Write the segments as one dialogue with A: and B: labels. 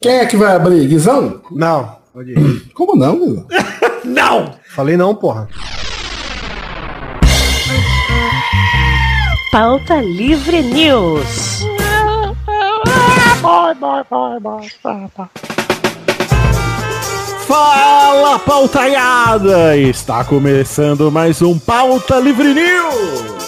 A: Quem é que vai abrir? Guizão?
B: Não. Pode ir.
A: Como não, Guizão?
C: Não!
B: Falei não, porra.
D: Pauta Livre News.
C: Fala, pautaiada! Está começando mais um Pauta Livre News!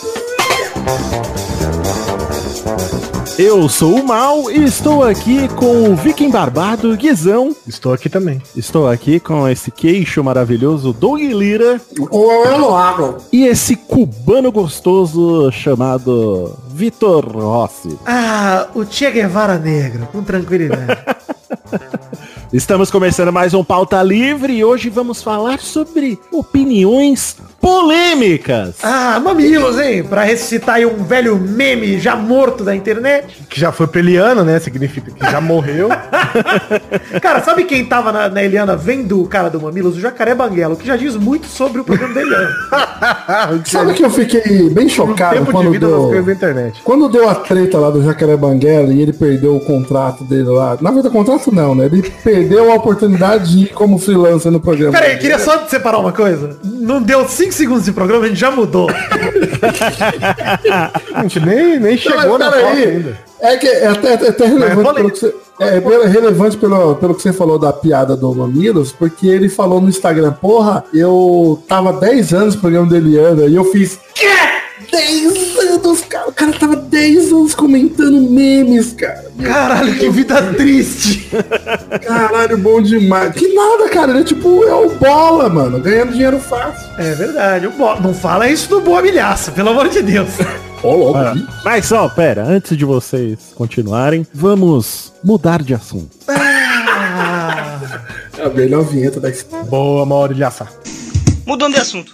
C: Eu sou o Mal e estou aqui com o Viking Barbado Guizão.
B: Estou aqui também.
C: Estou aqui com esse queixo maravilhoso Doug Lira
A: Ou eu não abro.
C: e esse cubano gostoso chamado Vitor Rossi.
E: Ah, o Che Guevara negro, com tranquilidade.
C: Estamos começando mais um Pauta Livre e hoje vamos falar sobre opiniões polêmicas.
E: ah, mamilos, hein? Pra ressuscitar aí um velho meme já morto da internet.
B: Que já foi pra Eliana, né? Significa que já morreu.
E: Cara, sabe quem tava na, na Eliana vendo o cara do Mamilos? O Jacaré Banguelo, que já diz muito sobre o programa da Eliana.
A: Sabe que eu fiquei bem chocado
B: um Tempo de
A: quando
B: vida das coisas da
A: deu...
B: internet.
A: Quando deu a treta lá do Jacaré Banguela e ele perdeu o contrato dele lá. Na verdade, contrato não, né? Ele perdeu a oportunidade de ir como freelancer no programa.
E: Pera aí, queria só separar uma coisa. Não deu 5 segundos de programa, a gente já mudou.
B: A gente nem, nem
A: Não,
B: chegou
A: mas
B: na
A: pera
B: pauta
A: aí.
B: ainda.
A: É que é até, é até relevante,
B: polêmico.
A: pelo que, você, é, pelo- relevante pelo, pelo que você falou da piada do Mamilos, porque ele falou no Instagram, porra, eu tava 10 anos no programa da Eliana e eu fiz. Quê? 10 anos, cara. O cara tava 10 anos comentando memes, cara.
E: Caralho, que vida triste.
A: Caralho, bom demais. Que nada, cara. Ele é tipo, é o bola, mano. Ganhando dinheiro fácil.
E: É verdade. o Bo- Não fala isso do Boa Milhaça, pelo amor de Deus.
A: Ô, louco.
B: É.
C: Ah, Mas só, pera, antes de vocês continuarem, vamos mudar de assunto.
A: É a melhor vinheta da história.
B: Boa, Mauro de Assar.
F: Mudando de assunto.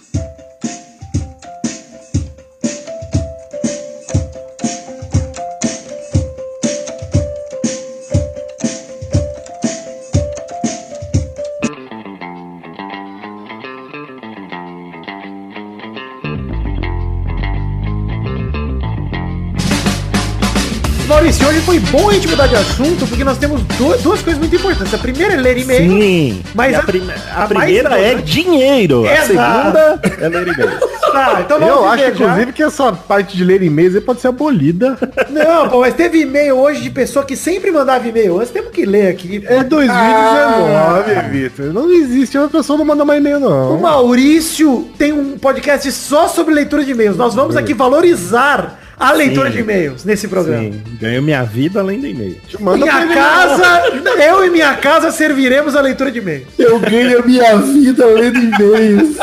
E: Maurício, hoje foi bom a gente mudar de assunto, porque nós temos du- duas coisas muito importantes. A primeira é ler e-mail.
C: Sim,
E: mas
C: mas a,
E: a-
C: prime- a
E: a mais
C: primeira é
E: importante-
C: dinheiro, a segunda
E: Exato.
C: é ler e-mail.
E: Tá, então vamos
B: Eu acho,
E: ver já.
B: inclusive, que essa parte de ler e-mails aí pode ser abolida.
E: Não, pô, mas teve e-mail hoje de pessoa que sempre mandava e-mail. Nós temos que ler aqui.
B: É
A: Ah.
B: 2019, Vitor. Não existe uma pessoa não manda mais e-mail, não.
E: O Maurício tem um podcast só sobre leitura de e-mails. Nós vamos aqui valorizar a leitura
C: Sim.
E: de e-mails nesse programa.
C: Sim, ganho minha vida além do e-mail.
B: Te manda pra
E: Minha
B: ele,
E: casa, eu e minha casa serviremos a leitura de e-mails.
A: Eu ganho a minha vida lendo e-mails.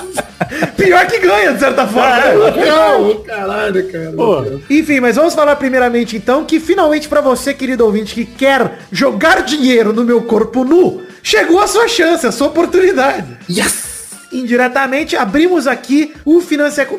E: Pior que ganha, de certa forma.
A: É.
E: né?
A: Não, caralho, cara.
C: Pô,
E: Enfim, mas vamos falar primeiramente então que finalmente pra você, querido ouvinte, que quer jogar dinheiro no meu corpo nu, chegou a sua chance, a sua oportunidade.
A: Yes!
E: Indiretamente, abrimos aqui o financiamento.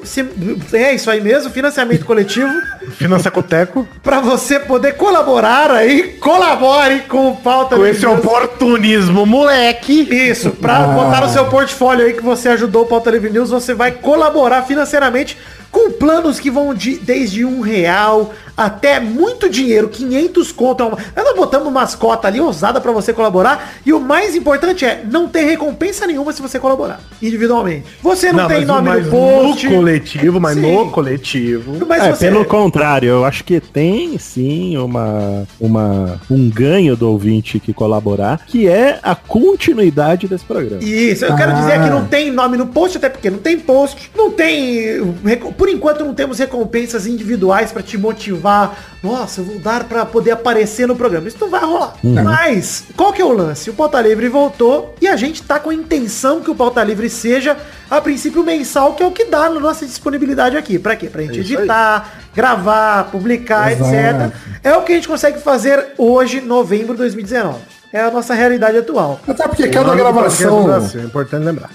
E: É isso aí mesmo, financiamento coletivo.
B: não. Finança Coteco.
E: Pra você poder colaborar aí, colabore com o pauta
B: Com
E: do
B: esse
E: Livre News.
B: oportunismo, moleque.
E: Isso, pra
A: Ah.
E: botar no seu portfólio aí que você ajudou o Pauta Livre News, você vai colaborar financeiramente com planos que vão de, desde um real até muito dinheiro, 500 conto. é uma- Nós botamos umas cotas ali ousada pra você colaborar e o mais importante é não ter recompensa nenhuma se você colaborar individualmente. Você não, tem
B: mas-
E: nome
B: mas
E: no post.
B: No coletivo, mas
E: Sim.
B: no coletivo.
E: Mas
C: é,
E: você-
C: pelo contrário, eu acho que tem sim uma, uma, um ganho do ouvinte que colaborar, que é a continuidade desse programa.
E: Isso, eu quero
A: Ah.
E: dizer que não tem nome no post, até porque não tem post, não tem. eh, reco- Por enquanto não temos recompensas individuais pra te motivar. Nossa, eu vou dar pra poder aparecer no programa. Isso não vai rolar. Mas, qual que é o lance? O Pauta Livre voltou e a gente tá com a intenção que o Pauta Livre seja, a princípio, mensal, que é o que dá na nossa disponibilidade aqui. Pra quê? Pra gente editar, gravar, publicar,
A: Exato.
E: etc. É o que a gente consegue fazer hoje, novembro de 2019. É a nossa realidade atual.
A: Até porque
B: O
A: cada
B: nome do
A: gravação.
B: podcast do Brasil, É importante lembrar.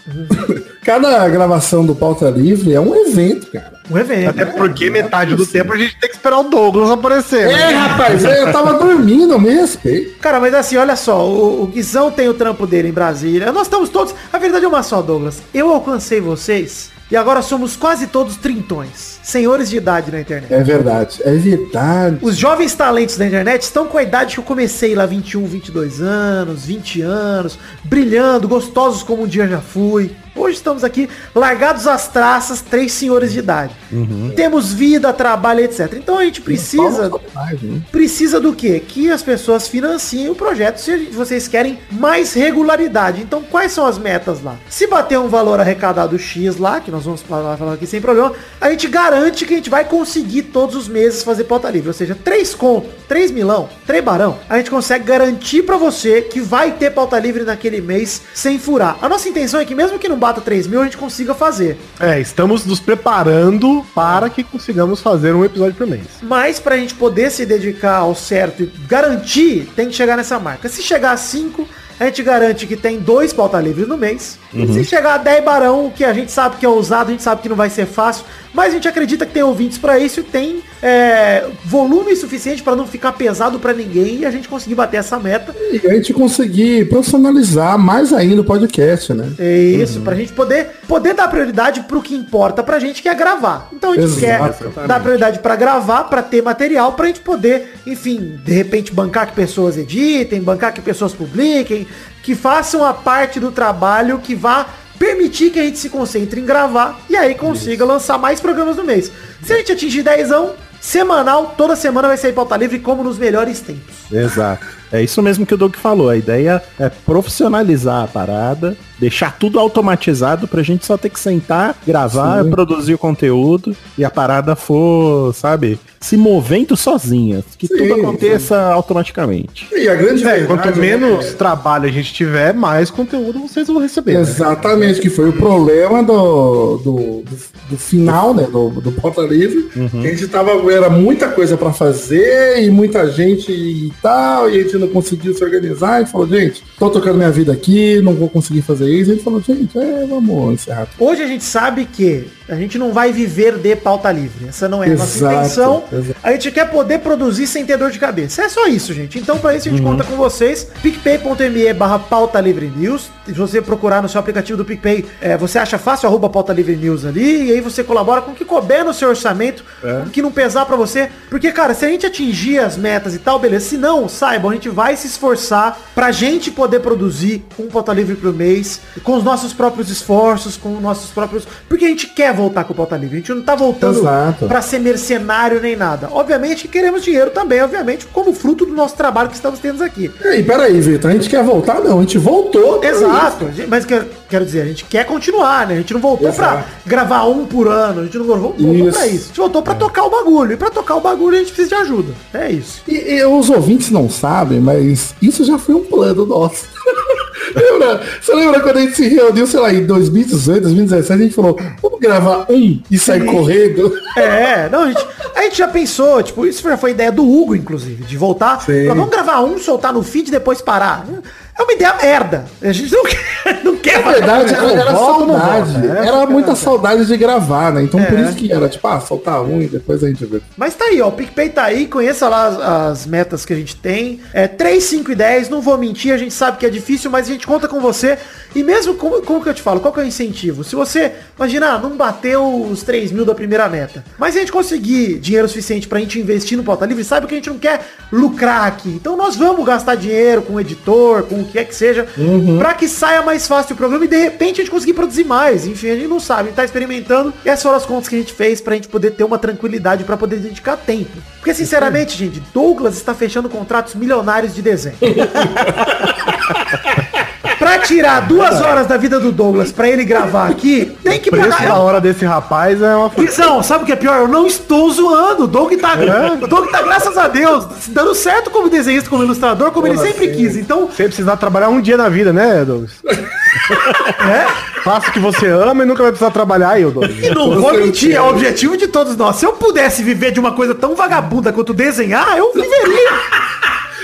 A: Cada gravação do Pauta Livre é um evento, cara.
E: Um evento.
B: Até porque metade do tempo a gente tem que esperar o Douglas aparecer. né?
A: É, rapaz, eu tava dormindo, me respeito.
E: Cara, mas assim, olha só, o, o Guizão tem o trampo dele em Brasília. Nós estamos todos. A verdade é uma só, Douglas. Eu alcancei vocês e agora somos quase todos trintões. senhores de idade na internet.
A: É verdade. É verdade.
E: Os jovens talentos da internet estão com a idade que eu comecei lá, 21, 22 anos, 20 anos, brilhando, gostosos como um dia já fui. Hoje estamos aqui, largados às traças, três senhores de idade. Temos vida, trabalho, etc. Então a gente precisa precisa do quê? Que as pessoas financiem o projeto se vocês querem mais regularidade. Então, quais são as metas lá? Se bater um valor arrecadado X lá, que nós vamos falar falar aqui sem problema, a gente garante que a gente vai conseguir todos os meses fazer pauta livre. Ou seja, 3 conto, 3 milão, 3 barão, a gente consegue garantir pra você que vai ter pauta livre naquele mês sem furar. A nossa intenção é que mesmo que não bata 3 mil, a gente consiga fazer.
B: É, estamos nos preparando para que consigamos fazer um episódio por mês.
E: Mas pra gente poder se dedicar ao certo e garantir, tem que chegar nessa marca. Se chegar a 5, a gente garante que tem dois pauta livre no mês. Se chegar a 10 barão, o que a gente sabe que é ousado, a gente sabe que não vai ser fácil, mas a gente acredita que tem ouvintes pra isso e tem é, volume suficiente pra não ficar pesado pra ninguém e a gente conseguir bater essa meta.
A: E a gente conseguir profissionalizar mais ainda o podcast, né?
E: É isso, pra gente poder, poder dar prioridade pro que importa pra gente, que é gravar. Então a gente quer
A: Exatamente.
E: dar prioridade pra gravar, pra ter material, pra gente poder, enfim, de repente bancar que pessoas editem, bancar que pessoas publiquem, que façam a parte do trabalho que vá permitir que a gente se concentre em gravar e aí consiga lançar mais programas no mês. Se a gente atingir 10, semanal, toda semana vai sair pauta livre como nos melhores tempos.
C: Exato. É isso mesmo que o Doug falou. A ideia é profissionalizar a parada, deixar tudo automatizado pra gente só ter que sentar, gravar, produzir o conteúdo e a parada for, sabe, se movendo sozinha. Que
A: Sim,
C: tudo aconteça automaticamente.
A: E a grande
B: É,
A: verdade,
B: quanto
A: né?
B: menos trabalho a gente tiver, mais conteúdo vocês vão receber. né?
A: Exatamente, que foi o problema do, do, do, do final, né? Do, do Porta Livre. A gente tava. Era muita coisa pra fazer e muita gente e tal. E a gente não conseguiu se organizar. E falou, gente, tô tocando minha vida aqui, não vou conseguir fazer isso. E a gente falou, gente, é, vamos encerrar.
E: Hoje a gente sabe que a gente não vai viver de pauta livre. Essa não é a nossa
A: Exato,
E: intenção.
A: exato.
E: A gente quer poder produzir sem ter dor de cabeça. É só isso, gente. Então, para isso, a gente conta com vocês. PicPay.me barra pauta livre news. Se você procurar no seu aplicativo do PicPay, é, você acha fácil, arroba pauta livre news ali. E aí você colabora com o que couber no seu orçamento, com o que não pesar pra você. Porque, cara, se a gente atingir as metas e tal, beleza. Se não, saibam, a gente vai se esforçar pra gente poder produzir um pauta livre por mês, com os nossos próprios esforços, com os nossos próprios. Porque a gente quer voltar com o pauta livre. A gente não tá voltando
A: Exato.
E: pra ser mercenário nem nada. Obviamente que queremos dinheiro também, obviamente, como fruto do nosso trabalho que estamos tendo aqui.
A: E aí, peraí, Vitor, a gente quer voltar? Não, a gente voltou. pra
E: Exato, mas que- quero dizer, a gente quer continuar, né? A gente não voltou pra
A: Exato.
E: gravar um por ano, a gente não voltou, voltou pra
A: Isso.
E: isso. A gente voltou pra tocar o bagulho. E pra tocar o bagulho a gente precisa de ajuda. É isso.
A: E, e os ouvintes não sabem, mas isso já foi um plano nosso. lembra? Você lembra quando a gente se reuniu, sei lá, em 2018, 2017, a gente falou, vamos gravar um e sair correndo?
E: É, não, a gente, a gente já pensou, tipo, isso já foi ideia do Hugo, inclusive, de voltar.
A: Sim.
E: Falar, Vamos gravar um, soltar no feed e depois parar. É uma ideia merda. A gente não quer, não quer
A: Na É verdade,
E: fazer.
A: era, era
B: volta, não
A: saudade.
B: volta, né?
A: Era muita saudade de gravar, né? Então por
E: É.
A: isso que era, tipo, ah, soltar um e depois a gente vê.
E: Mas tá aí, ó. O PicPay tá aí, conheça lá as, as metas que a gente tem. É 3, 5 e 10, não vou mentir, a gente sabe que é difícil, mas a gente conta com você. E mesmo, como, como que eu te falo, qual que é o incentivo? Se você, imagina, ah, não bateu os 3 mil da primeira meta, mas a gente conseguir dinheiro suficiente pra gente investir no Pauta Livre, sabe que a gente não quer lucrar aqui. Então nós vamos gastar dinheiro com o editor, com o que é que seja, pra que saia mais fácil o programa e de repente a gente conseguir produzir mais. Enfim, a gente não sabe, a gente tá experimentando. E essas foram as contas que a gente fez pra gente poder ter uma tranquilidade pra poder dedicar tempo. Porque, sinceramente, gente, Douglas está fechando contratos milionários de desenho. Pra tirar duas horas da vida do Douglas pra ele gravar aqui, tem que
B: O preço
E: pagar.
B: da hora desse rapaz é uma f-
E: Guizão, sabe o que é pior? Eu não estou zoando. O Doug tá,
B: É?
E: o Doug tá graças a Deus, se dando certo como desenhista, como ilustrador, como ele sempre quis. Então,
B: Sem precisar trabalhar um dia na vida, né, Douglas? Faça o que você ama e nunca vai precisar trabalhar aí, ô Douglas.
E: É? e não vou mentir, é o objetivo de todos nós. Se eu pudesse viver de uma coisa tão vagabunda quanto desenhar, eu viveria.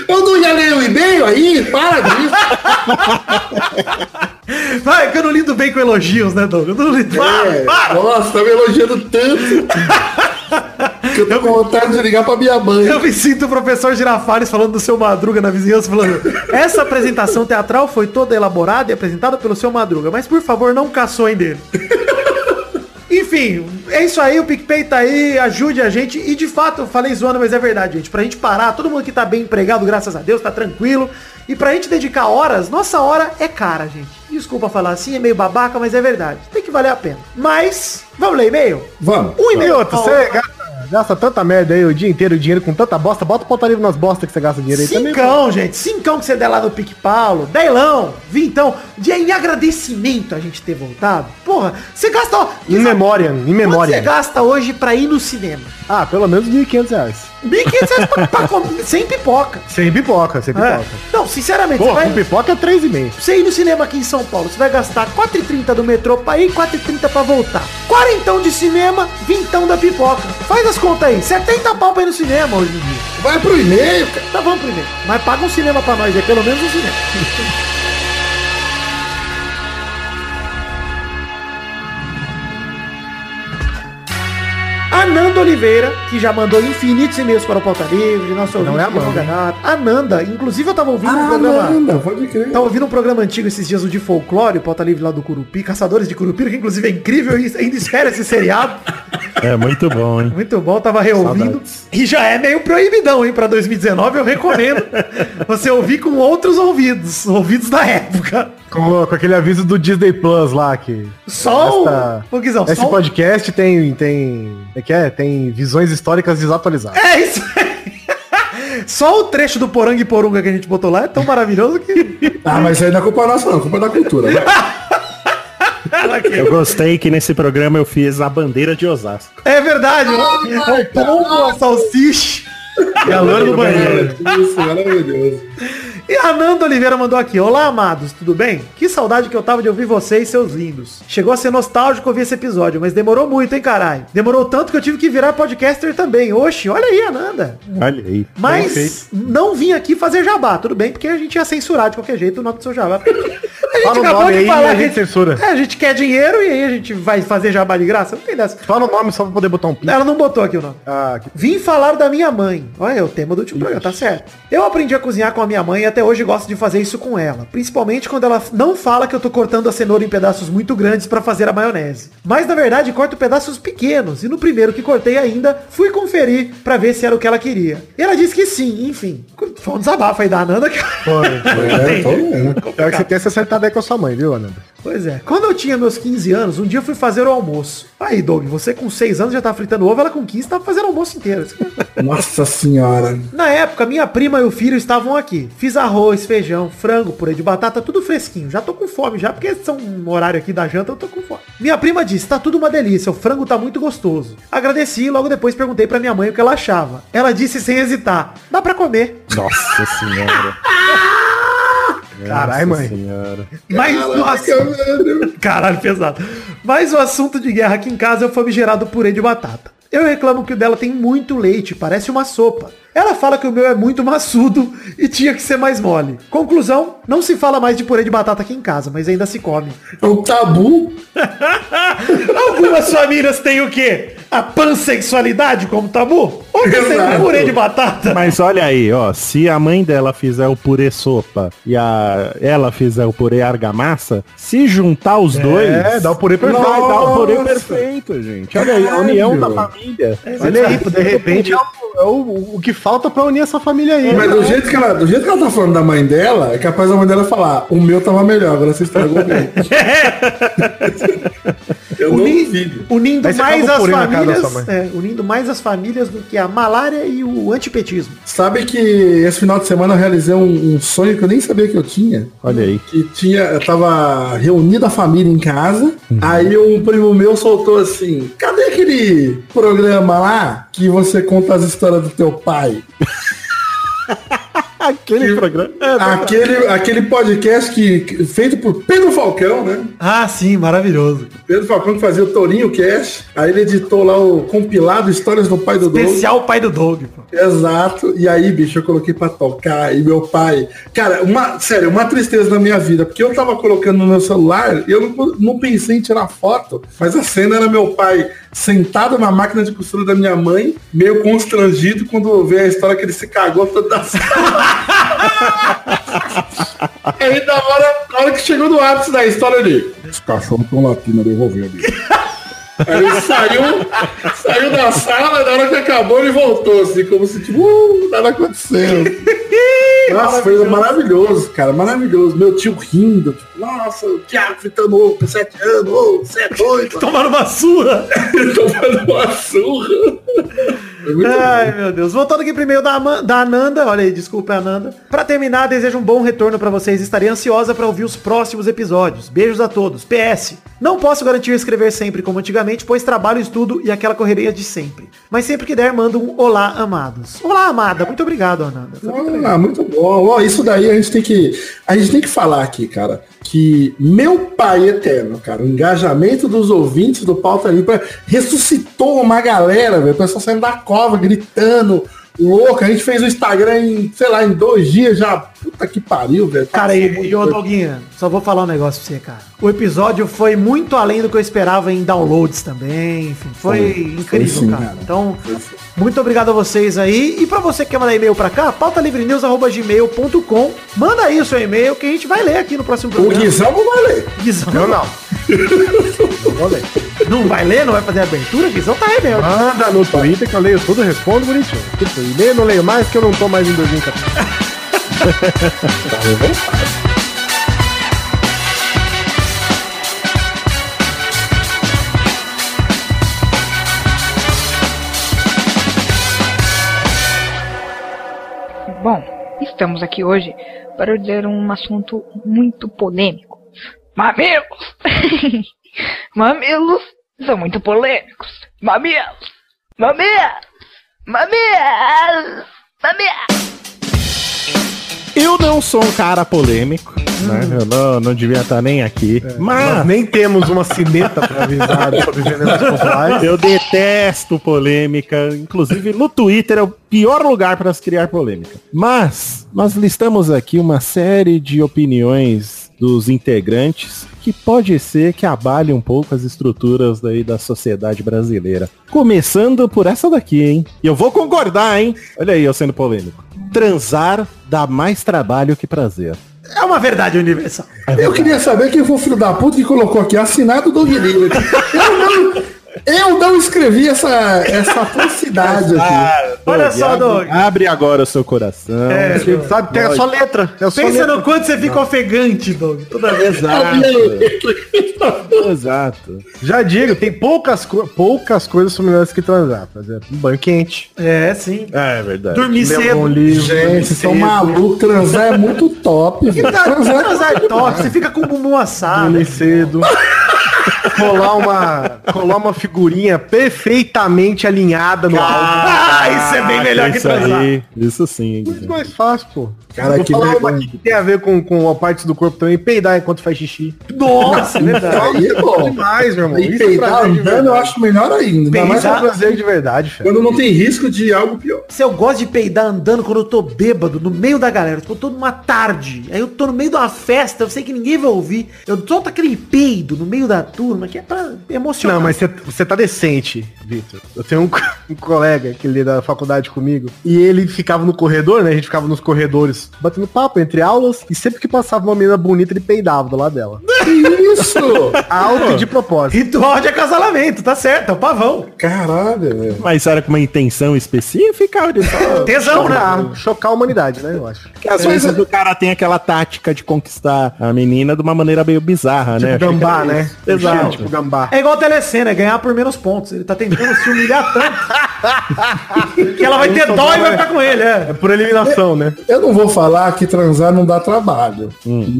A: Eu não ia ler o e-mail aí, para disso.
E: Vai, que eu não lido bem com elogios, né, Doug? Eu não lido. Para,
A: É,
E: para.
A: Nossa, tá me elogiando tanto. que eu tô com vontade de ligar pra minha mãe.
E: Eu me sinto o professor Girafales falando do seu Madruga na vizinhança, falando: Essa apresentação teatral foi toda elaborada e apresentada pelo seu Madruga, mas por favor não caçoem dele. Enfim, É isso aí, o PicPay tá aí, ajude a gente. E de fato, eu falei zoando, mas é verdade, gente. Pra gente parar, todo mundo que tá bem empregado, graças a Deus, tá tranquilo. E pra gente dedicar horas, nossa hora é cara, gente. Desculpa falar assim, é meio babaca, mas é verdade. Tem que valer a pena. Mas, vamos ler e-mail?
A: Vamos.
E: Um
B: E
E: e-mail.
B: outra, você gasta, gasta tanta merda aí o dia inteiro, o dinheiro com tanta bosta, bota o pontaria nas bostas que você gasta dinheiro aí também. pô.
E: Cincão, gente. Cincão que você der lá no Pique Paulo. Deilão. Vintão. De em agradecimento a gente ter voltado. Porra, você gasta... ó,
B: In memória,
E: Quanto
B: in
E: você
B: memória.
E: gasta hoje pra ir no cinema?
B: Ah, pelo menos R$ 1.500 reais.
E: 1.500 reais pra, pra comer, sem pipoca.
B: Sem pipoca, sem
E: É.
B: pipoca.
E: Não, sinceramente,
B: Pô,
E: você
B: com
E: vai...
B: pipoca é 3,5.
E: Pra Você ir no cinema aqui em São Paulo, você vai gastar 4,30 do metrô pra ir, 4,30 pra voltar. Quarentão de cinema, vintão da pipoca. Faz as contas aí, 70 pau pra ir no cinema hoje em dia.
A: Vai pro e-mail, cara.
E: Tá, vamos primeiro. Mas paga um cinema pra nós aí, pelo menos um cinema. Ananda Oliveira, que já mandou infinitos e-mails para o Pauta Livre, nosso
B: Não é
E: ouvinte,
B: Amanda.
E: Renato. Ananda, inclusive eu tava ouvindo um
A: Ah,
E: programa...
A: não, pode crer.
E: Tava ouvindo um programa antigo esses dias, o de folclore, o Pauta Livre lá do Curupi, Caçadores de Curupira, que inclusive é incrível e ainda espera esse seriado.
C: É muito bom, hein?
E: Muito bom, tava reouvindo. E já é meio proibidão, hein? Pra 2019 eu recomendo você ouvir com outros ouvidos, ouvidos da época.
B: Com, com aquele aviso do Disney Plus lá que.
E: Só
B: Esta-
E: o... Ô, Guizão,
B: Esse
E: só o-
B: podcast tem. tem. é que é? Tem visões históricas desatualizadas.
E: É isso aí. Só o trecho do Poranga e Porunga que a gente botou lá é tão maravilhoso que...
A: Ah, mas isso aí não é culpa nossa, não. Culpa da cultura. né? Vai.
C: Eu gostei que nesse programa eu fiz a bandeira de Osasco.
E: É verdade, né? é o pombo, a salsicha...
C: E a loira do banheiro.
A: Isso, maravilhoso.
E: E a Nanda Oliveira mandou aqui. Olá, amados, tudo bem? Que saudade que eu tava de ouvir vocês, seus lindos. Chegou a ser nostálgico ouvir esse episódio, mas demorou muito, hein, caralho? Demorou tanto que eu tive que virar podcaster também. Oxe, olha aí, Ananda.
C: Olha aí. Bem feito.
E: Mas não vim aqui fazer jabá, tudo bem, porque a gente ia censurar de qualquer jeito o nome do seu jabá. porque A gente
B: Fala o
E: acabou
B: nome
E: de
B: aí e
E: falar
B: a
E: que
B: gente censura.
E: É, a gente quer dinheiro e aí a gente vai fazer jabá de graça? Não tem dessa.
B: Fala o nome só pra poder botar um pi.
E: Ela não botou aqui o nome.
B: Ah, que-
E: Vim falar da minha mãe. Olha, é o tema do último programa, tá certo. Eu aprendi a cozinhar com a minha mãe e até hoje gosto de fazer isso com ela. Principalmente quando ela não fala que eu tô cortando a cenoura em pedaços muito grandes pra fazer a maionese. Mas na verdade corto pedaços pequenos. E no primeiro que cortei ainda, fui conferir pra ver se era o que ela queria. E ela disse que sim, enfim. Foi um desabafo aí da Ananda que.
A: É, tô vendo.
B: Pior que você tem é se acertado aí com a sua mãe, viu, Ananda?
E: Pois é. Quando eu tinha meus 15 anos, um dia eu fui fazer o almoço. Aí, Doug, você com 6 anos já tá fritando ovo, ela com 15 tá fazendo almoço inteiro. Isso que é
A: Nossa senhora.
E: Na época, minha prima e o filho estavam aqui. Fiz arroz, feijão, frango, purê de batata, tudo fresquinho. Já tô com fome já, porque são um horário aqui da janta, eu tô com fome. Minha prima disse, tá tudo uma delícia, o frango tá muito gostoso. Agradeci e logo depois perguntei pra minha mãe o que ela achava. Ela disse sem hesitar, dá pra comer.
C: Nossa senhora.
B: Caralho,
C: Nossa
B: mãe.
C: Senhora.
E: Mas, nossa,
A: Caralho.
E: Caralho, pesado. Mas o assunto de guerra aqui em casa é o famigerado purê de batata. Eu reclamo que o dela tem muito leite, parece uma sopa. Ela fala que o meu é muito maçudo e tinha que ser mais mole. Conclusão, não se fala mais de purê de batata aqui em casa, mas ainda se come.
A: É um tabu.
E: Algumas famílias têm o quê? A pansexualidade como tabu? Ou que tem
A: Exato.
E: purê de batata?
C: Mas olha aí, ó, se a mãe dela fizer o purê sopa e a ela fizer o purê argamassa, se juntar os dois,
B: É, dá o purê
C: vai
B: perfeito.
C: dar o purê
A: Nossa.
C: perfeito, gente. Olha aí, a união da família.
B: Olha aí, de repente é, o, é o- o que falta pra unir essa família aí. né?
A: Mas do jeito, que ela, do jeito que ela tá falando da mãe dela, é capaz da mãe dela falar, o meu tava melhor, agora você estragou o meu. Eu não
E: Unindo,
A: duvido.
E: unindo
B: Aí você
E: mais
B: acaba o
E: as
B: purê na casa da
E: famílias,
B: sua
E: é, unindo mais as famílias do que a malária e o antipetismo.
A: Sabe que esse final de semana eu realizei um, um sonho que eu nem sabia que eu tinha.
C: Olha aí.
A: Que tinha, eu tava reunida a família em casa,
C: Uhum.
A: aí um primo meu soltou assim, cadê aquele programa lá que você conta as histórias do teu pai?
C: Aquele programa. É
A: aquele, aquele podcast que, que- feito por Pedro Falcão, né?
E: Ah, sim, maravilhoso.
A: Pedro Falcão que fazia o Torinho Cash, aí ele editou lá o compilado Histórias do Pai do Doug.
E: Especial pai do Doug, pô.
A: Exato. E aí, bicho, eu coloquei pra tocar. E meu pai. Cara, uma, sério, uma tristeza na minha vida. Porque eu tava colocando no meu celular e eu não, não pensei em tirar foto. Mas a cena era meu pai sentado na máquina de costura da minha mãe, meio constrangido quando vê a história que ele se cagou toda da sala. E aí, na um hora, na hora que chegou no ápice da história, ele. Os cachorros estão latindo, devolveu, bicho. Aí ele saiu, saiu da sala, na hora que acabou ele voltou, assim, como se tipo, uh, nada aconteceu. Nossa, foi maravilhoso, cara, maravilhoso. Meu tio rindo, tipo, nossa, o Thiago fritando ovo com 7 anos, ô, você é doido.
E: Tomaram uma surra.
A: Ele tomando uma surra. Foi muito
E: Ai, meu Deus. Voltando aqui primeiro da, Ama- da Ananda. Olha aí, desculpa, Ananda. Pra terminar, desejo um bom retorno pra vocês. Estarei ansiosa pra ouvir os próximos episódios. Beijos a todos. PS. Não posso garantir escrever sempre como antigamente, pois trabalho, estudo e aquela correria de sempre. Mas sempre que der, mando um olá, amados. Olá, amada. Muito obrigado, Ananda. Foi muito legal.
A: Ah, muito bom. Ó, isso daí a gente tem que a gente tem que falar aqui, cara, que meu pai eterno, cara, o engajamento dos ouvintes do Pauta Limpa ressuscitou uma galera, velho, o pessoal saindo da cova gritando, louco. A gente fez o Instagram em, sei lá, em dois dias já. Puta que pariu, velho.
E: Cara,
A: Passou
E: e,
A: é muito
E: e ô Doguinha, só vou falar um negócio pra você, cara. O episódio foi muito além do que eu esperava em downloads também, enfim, foi, incrível,
A: sim,
E: cara.
A: cara.
E: Então,
A: Foi sim.
E: muito obrigado a vocês aí. E pra você que quer mandar e-mail pra cá, pautalivrenews.gmail.com. Manda aí o seu e-mail que a gente vai ler aqui no próximo
A: O
E: programa.
A: Guizão não vai ler.
E: Guizão.
B: Eu não.
E: Não vai ler, não vai fazer abertura, Guizão tá rebelde.
B: Manda no Twitter que eu leio tudo, respondo bonitinho. Tipo, e-mail não leio mais que eu não tô mais em 2014.
F: Bom, estamos aqui hoje para dizer um assunto muito polêmico. Mamilos! Mamilos são muito polêmicos. Mamilos! Mamilos! Mamilos! Mamilos!
C: Eu não sou um cara polêmico, né?
B: Hum.
C: Eu não, não devia estar nem aqui.
B: Nós
C: Mas
B: nem temos uma sineta pra avisar sobre gêneros populares.
C: eu detesto polêmica. Inclusive, no Twitter é o pior lugar para se criar polêmica. Mas nós listamos aqui uma série de opiniões dos integrantes que pode ser que abale um pouco as estruturas daí da sociedade brasileira. Começando por essa daqui, hein? E eu vou concordar, hein? Olha aí, eu sendo polêmico. Transar dá mais trabalho que prazer.
E: É uma verdade universal.
A: Eu queria saber quem foi o filho da puta que colocou aqui, assinado do Guilherme. Eu não, eu não escrevi essa, essa atrocidade aqui.
E: Olha
C: Ah, Doug,
E: só,
C: abre-
E: Doug.
C: Abre agora o seu coração.
E: É,
B: Sabe, tem a só letra. É só
E: Pensa
B: letra.
E: no quanto você fica ofegante, Doug. Toda vez.
C: Exato.
B: Já digo, tem poucas, co- poucas coisas são melhores que transar. Por exemplo, um banho quente.
E: É, sim.
C: É verdade.
E: Dormir
B: ler um
E: cedo.
B: bom livro.
A: Gente, vocês são malucos. Transar é muito top. velho. Transar é
E: Transar é top, você fica com o bumbum assado.
B: Dormir cedo. colar, uma, colar uma figurinha perfeitamente alinhada no álbum.
E: Ah, isso é bem melhor que
C: isso
E: transar.
C: aí, isso sim. hein,
B: Muito
C: Guilherme.
B: mais fácil, pô.
A: Cara,
B: Vou
A: que
B: falar uma
A: vergonha.
B: aqui que tem a ver com, com a parte do corpo também. Peidar enquanto faz xixi.
E: Nossa, é verdade.
A: Aí é bom.
B: Demais, meu irmão.
A: E
B: Isso é
A: peidar
B: prazer de
A: andando eu
B: verdade.
A: acho melhor ainda. Ainda mais
B: Isso é
E: Peidar?
B: prazer de verdade, fé.
A: quando não tem risco de algo pior.
E: Se eu gosto de peidar andando quando eu tô bêbado, no meio da galera, tipo, eu tô numa tarde, aí eu tô no meio de uma festa, eu sei que ninguém vai ouvir, eu solto aquele peido no meio da turma, que é pra emocionar.
B: Não, mas você- você tá decente, Vitor. Eu tenho um, co- um colega que ele é da faculdade comigo e ele ficava no corredor, né? A gente ficava nos corredores batendo papo entre aulas e sempre que passava uma menina bonita ele peidava do lado dela.
A: Que isso?
B: Alto e de propósito.
E: Ritual de acasalamento, tá certo, é o pavão.
A: Caralho, velho.
C: Mas era com uma intenção específica? Ou ele só-
E: Tesão, né?
B: Chocar, chocar a humanidade, né? Eu acho.
C: Porque às vezes o cara tem aquela tática de conquistar a menina de uma maneira meio bizarra, né?
B: Tipo gambá, né?
C: Exato.
B: Tipo gambá.
E: É igual a telecena, é ganhar por menos pontos. Ele tá tentando se humilhar tanto que ela vai ter dó e vai ficar com ele, é.
B: É por eliminação, né?
A: Eu não vou falar que transar não dá trabalho,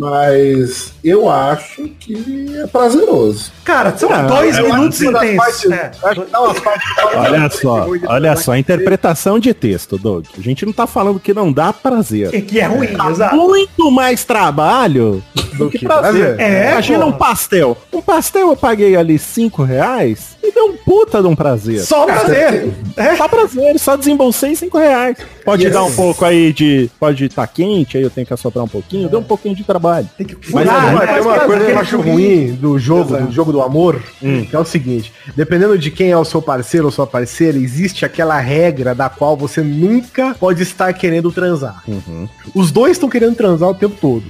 A: mas eu acho que é prazeroso.
E: Cara, são
C: Ah,
E: dois
C: é
E: minutos intensos. É.
B: Acho que dá umas partes.
C: Olha só, olha só, interpretação de texto, Doug. A gente não tá falando que não dá prazer.
E: Que- Que é ruim, exato.
C: muito mais trabalho do que prazer.
E: É,
C: Imagina
E: porra.
C: um pastel. Um pastel eu paguei ali 5 reais e deu um puta de um prazer.
E: Só o prazer.
C: É. Só prazer, só desembolsei 5 reais. Pode
A: Yes.
C: dar um pouco aí de. Pode estar quente, aí eu tenho que assoprar um pouquinho, deu um pouquinho de trabalho.
E: Ah, Tem que
C: Mas
B: Mas
C: é
E: furar,
C: ruim.
B: agora,
E: faz
B: tem uma
E: prazer.
B: coisa que eu acho ruim do jogo, do jogo do amor, que é o seguinte, dependendo de quem é o seu parceiro ou sua parceira, existe aquela regra da qual você nunca pode estar querendo transar. Os dois estão querendo transar o tempo todo.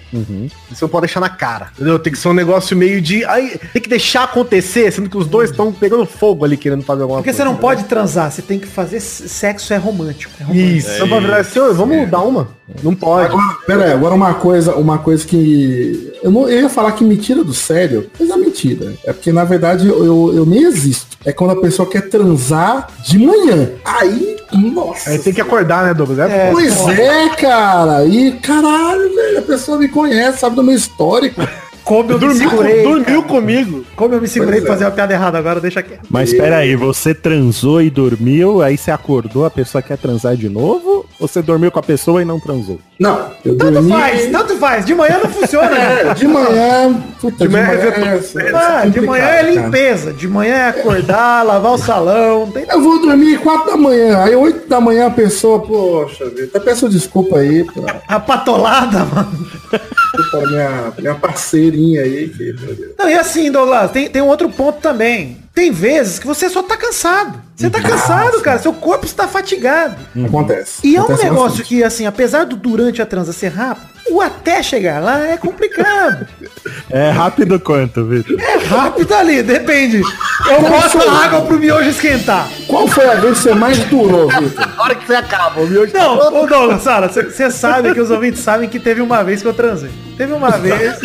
B: Isso não pode deixar na cara. Entendeu? Tem que ser um negócio meio de. Aí, tem que deixar acontecer, sendo que os dois estão pegando fogo ali querendo fazer alguma
E: Porque você não pode transar, você tem que fazer sexo é romântico. É romântico.
B: Isso. Então, pra virar assim, "Ô, vamos dar uma. Não pode.
A: Agora, pera aí, agora uma coisa, uma coisa que. Eu, não, eu ia falar que me tira do sério, mas é mentira. É porque, na verdade, eu, eu, eu nem existo. É quando a pessoa quer transar de manhã. Aí, nossa.
B: Aí tem que acordar, né, Douglas?
E: É.
A: Pois é, cara. E caralho, velho, a pessoa me conhece, sabe do meu histórico.
E: Como eu me
B: Dormiu,
E: segurei.
B: com-
E: cara.
B: dormiu comigo.
E: Como eu me segurei
A: Pois
B: é.
E: pra fazer uma piada errada agora, deixa quieto.
C: Mas espera aí, você transou e dormiu, aí você acordou, a pessoa quer transar de novo? Ou você dormiu com a pessoa e não transou?
A: Não, eu
E: Tanto
A: dormi-
E: faz, tanto faz. De manhã não funciona.
A: É,
E: né?
A: de manhã, puta, de
B: manhã
A: manhã,
B: é
A: é
E: Ah, de manhã é
A: limpeza.
E: limpeza, de manhã é acordar, lavar o salão, não tem
A: Eu vou dormir 4 da manhã, aí 8 da manhã a pessoa, poxa vida, até peço desculpa aí pra,
E: a patolada, mano.
A: pra minha, minha parceirinha aí. Que, meu Deus.
E: Não, e assim, Douglas, tem, tem um outro ponto também. Tem vezes que você só tá cansado. Você tá cansado, cara. Seu corpo está fatigado.
A: Acontece.
E: E é um
A: Acontece
E: negócio
A: bastante.
E: que, assim, apesar do durante a transa ser rápido, o até chegar lá é complicado.
C: É rápido quanto, Vitor?
E: é rápido ali, depende. Eu boto a água pro miojo esquentar.
A: Qual foi a vez que você mais durou, Vitor?
B: A hora que você acaba, viu?
E: Não, ô Douglas, Sara, você sabe que os ouvintes sabem que teve uma vez que eu transei. Teve uma vez.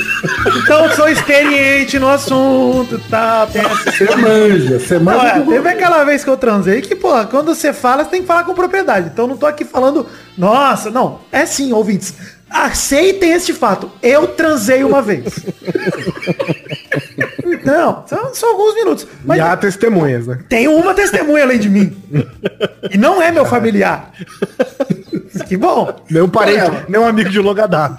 E: Então eu sou experiente no assunto, tá? Tem essa-
A: Você manja, você
E: Não, é,
A: manja. do-
E: teve aquela vez que eu transei que, porra, quando você fala, você tem que falar com propriedade. Então eu não tô aqui falando, nossa, não. É sim, ouvintes. Aceitem este fato. Eu transei uma vez. Não, são, são alguns minutos. Mas
B: E há testemunhas, né?
E: tem uma testemunha além de mim. E não é meu familiar. Que bom.
B: Meu parente, meu amigo de longa data.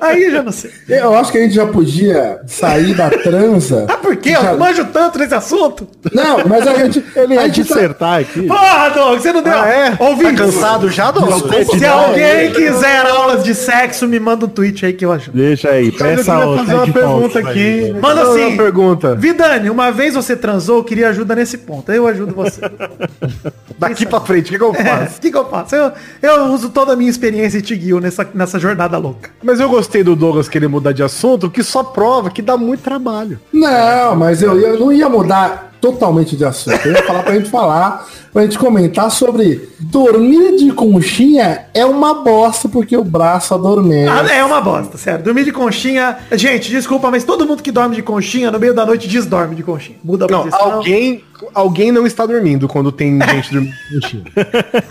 E: Aí já não sei.
A: Eu acho que a gente já podia sair da transa.
E: Ah, por quê? Eu
A: Já-
E: não manjo tanto nesse assunto.
A: Não, mas a gente. Ele
C: Vai
A: a gente tá-
C: dissertar aqui.
E: Porra, Doug, você não deu.
B: Ah, é?
E: Ouvintes,
B: Tá cansado já, Douglas?
E: Se alguém quiser aulas de sexo, me manda um tweet aí que eu ajudo.
C: Deixa aí,
B: Eu
C: peça
B: queria
C: outra.
B: fazer uma
C: de
B: pergunta
C: volta aí,
B: aqui.
C: Vitor.
E: Manda
B: Não,
E: assim.
B: Uma pergunta.
E: Vidani, uma vez você transou, eu queria ajuda nesse ponto. Eu ajudo você.
B: Daqui pra frente, o que, que eu
E: É,
B: faço?
E: O que, que eu faço? Eu, eu uso toda a minha experiência e te guio nessa, nessa jornada louca.
B: Mas eu gostei do Douglas querer mudar de assunto, que só prova que dá muito trabalho.
A: Não, mas eu, eu não ia mudar totalmente de assunto. Eu ia falar pra gente falar, pra gente comentar sobre dormir de conchinha é uma bosta porque o braço adormece.
E: Ah, é uma bosta, sério. Dormir de conchinha. Gente, desculpa, mas todo mundo que dorme de conchinha, no meio da noite, desdorme de conchinha. Muda a
B: Não, alguém, alguém não está dormindo quando tem gente dormindo com conchinha.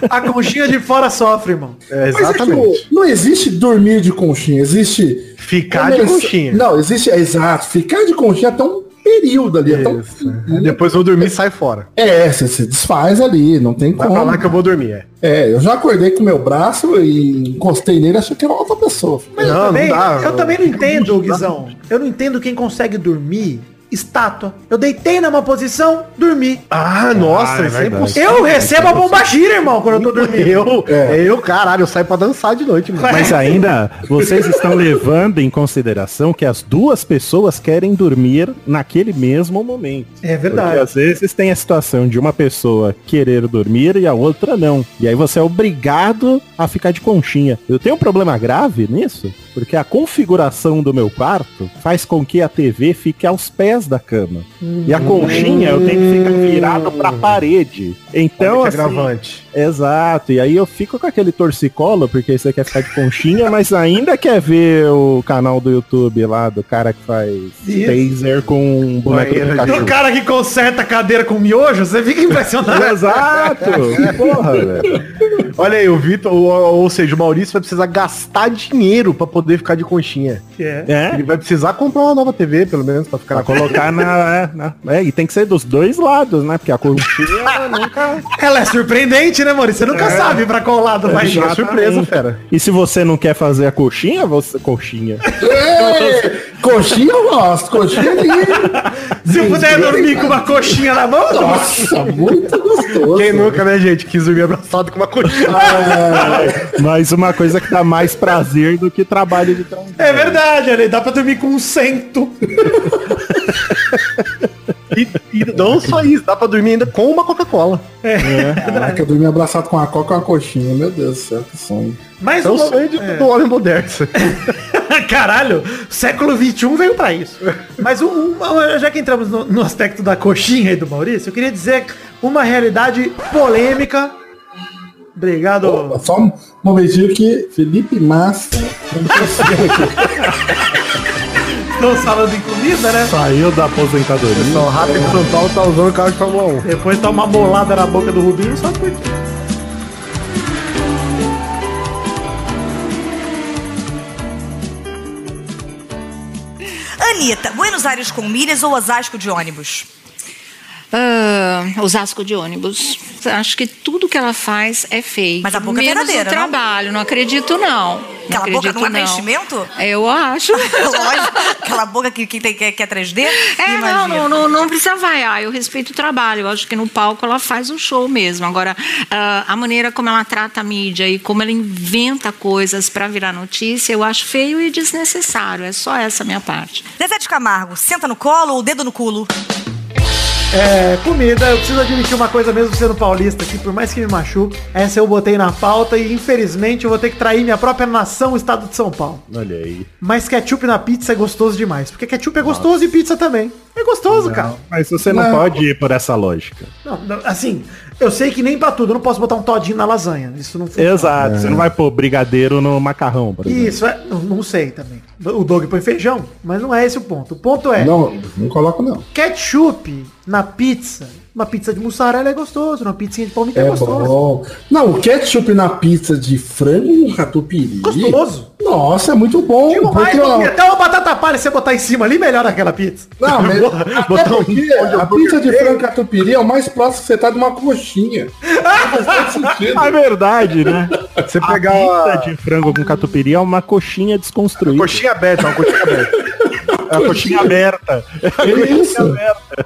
E: A conchinha de fora sofre, irmão.
B: É,
A: Mas é que,
B: exatamente.
A: ô, não existe dormir de conchinha, existe.
B: Ficar de
A: Começa-
B: conchinha.
A: Não, existe. é, exato, ficar de conchinha até um período ali. Até um...
B: Isso, é. Depois eu vou dormir e sai fora.
A: É, você se desfaz ali, não tem
B: Vai
A: como.
B: pra lá que eu vou dormir, é.
A: É, eu já acordei com meu braço e encostei nele, achei que era outra pessoa.
E: Mas eu
B: Não,
E: também,
B: não dá.
E: eu também não entendo, Guizão. Eu não entendo quem consegue dormir estátua. Eu deitei numa posição, dormi.
B: Ah, nossa, isso é impossível.
E: Eu recebo a bomba gira, irmão, quando eu tô dormindo.
B: Eu, É. eu, caralho, eu saio pra dançar de noite, mano.
C: Mas ainda vocês estão levando em consideração que as duas pessoas querem dormir naquele mesmo momento.
E: É
C: Porque
E: verdade.
C: às vezes tem a situação de uma pessoa querer dormir e a outra não. E aí você é obrigado a ficar de conchinha. Eu tenho um problema grave nisso, porque a configuração do meu quarto faz com que a TV fique aos pés da cama. E
B: Hum.
C: a conchinha eu tenho que ficar virado pra parede. Então,
B: é Que
C: assim,
B: agravante.
C: Exato, e aí eu fico com aquele torcicolo, porque você quer ficar de conchinha, mas ainda quer ver o canal do YouTube lá do cara que faz
E: Isso.
C: taser com um boneco
B: Banheira
C: de
B: de-
E: Do
C: cachorro.
E: cara que conserta a cadeira com miojo, você fica impressionado.
C: Exato! Que Porra, velho.
B: Olha aí, o Vitor, ou, ou seja, o Maurício vai precisar gastar dinheiro pra poder ficar de conchinha.
E: É.
C: É?
B: Ele vai precisar comprar uma nova TV, pelo menos, pra ficar na
C: Pra colocar na, é, na- é, E tem que ser dos dois lados, né? Porque a conchinha ela nunca.
E: Ela é surpreendente, né, Maurício? Você nunca sabe pra qual lado vai
B: Imagina,
E: ir.
B: É surpresa, fera.
C: tá E se você não quer fazer a coxinha, você. Coxinha.
A: Ei, coxinha eu gosto, é coxinha ali.
E: Se eu puder dormir com uma coxinha na mão, eu durmo.
A: Nossa, muito gostoso.
B: Quem nunca, né, gente, quis dormir abraçado com uma conchinha.
C: Mas uma coisa que dá mais prazer do que trabalho de trabalho.
E: é verdade, ali dá pra dormir com um cento.
B: E, e não só isso, dá pra dormir ainda com uma Coca-Cola.
A: Caraca, eu dormi abraçado com a coca e uma coxinha. Meu Deus do céu, que sonho.
E: Mas
B: É o
E: uma-
B: sonho de-
E: é.
B: do homem moderno. isso.
E: Caralho, século XXI veio pra isso. Mas o- o- já que entramos no, no aspecto da coxinha aí do Maurício, eu queria dizer uma realidade polêmica. Obrigado.
A: Opa, Só um momentinho que Felipe Massa
E: Estão falando em comida, né?
C: Saiu da aposentadoria.
B: É. Só o Rápido de São Paulo tá usando o carro de Fórmula 1.
E: Depois tá uma bolada na boca do Rubinho, só por quê?
G: Anitta, Buenos Aires com milhas ou Osasco de ônibus?
H: Ah, Osasco de ônibus. Acho que tudo que ela faz é fake.
G: Mas a boca é
H: Menos
G: verdadeira,
H: o
G: não?
H: trabalho, não acredito não.
G: Aquela boca
H: acredito,
G: não é preenchimento?
H: Eu acho.
G: Lógico, aquela boca que, que, tem- que, é- que é 3D.
H: É, não,
G: imagina.
H: não, não, não precisa vaiar. Ah, Eu respeito o trabalho. Eu acho que no palco ela faz um show mesmo. Agora, ah, a maneira como ela trata a mídia e como ela inventa coisas para virar notícia, eu acho feio e desnecessário. É só essa a minha parte.
G: Zezé de Camargo, senta no colo ou dedo no culo?
E: É, comida, eu preciso admitir uma coisa mesmo sendo paulista aqui, por mais que me machuque. Essa eu botei na pauta e infelizmente eu vou ter que trair minha própria nação, o estado de São Paulo.
C: Olha aí.
E: Mas ketchup na pizza é gostoso demais. Porque ketchup é gostoso e pizza também. É gostoso, cara.
C: Mas você não, pode ir por essa lógica.
E: Não, não, assim, eu sei que nem pra tudo. Eu não posso botar um todinho na lasanha. Isso não funciona.
C: Exato.
B: É.
C: Você não vai pôr brigadeiro no macarrão, por exemplo.
E: Isso, é, não, não sei também. O Doug põe feijão, mas não é esse o ponto. O ponto é,
A: Não, não coloco não.
E: ketchup na pizza. Uma pizza de mussarela é gostoso, uma pizzinha de palmito é,
A: É
E: gostosa.
A: bom. Não, o ketchup na pizza de frango com catupiry.
E: Gostoso. um
A: Nossa, é muito bom.
E: Demais,
A: porque, ó,
E: até uma batata palha você botar em cima ali, melhor aquela pizza.
A: não, mas, até porque a pizza de frango com catupiry é o mais próximo que você tá de uma coxinha. Não faz todo sentido.
C: É verdade, né?
B: Você
C: A
B: pegar
C: pizza de frango com catupiry é uma coxinha desconstruída.
B: coxinha aberta, uma coxinha aberta.
C: É uma coxinha aberta.
A: É isso.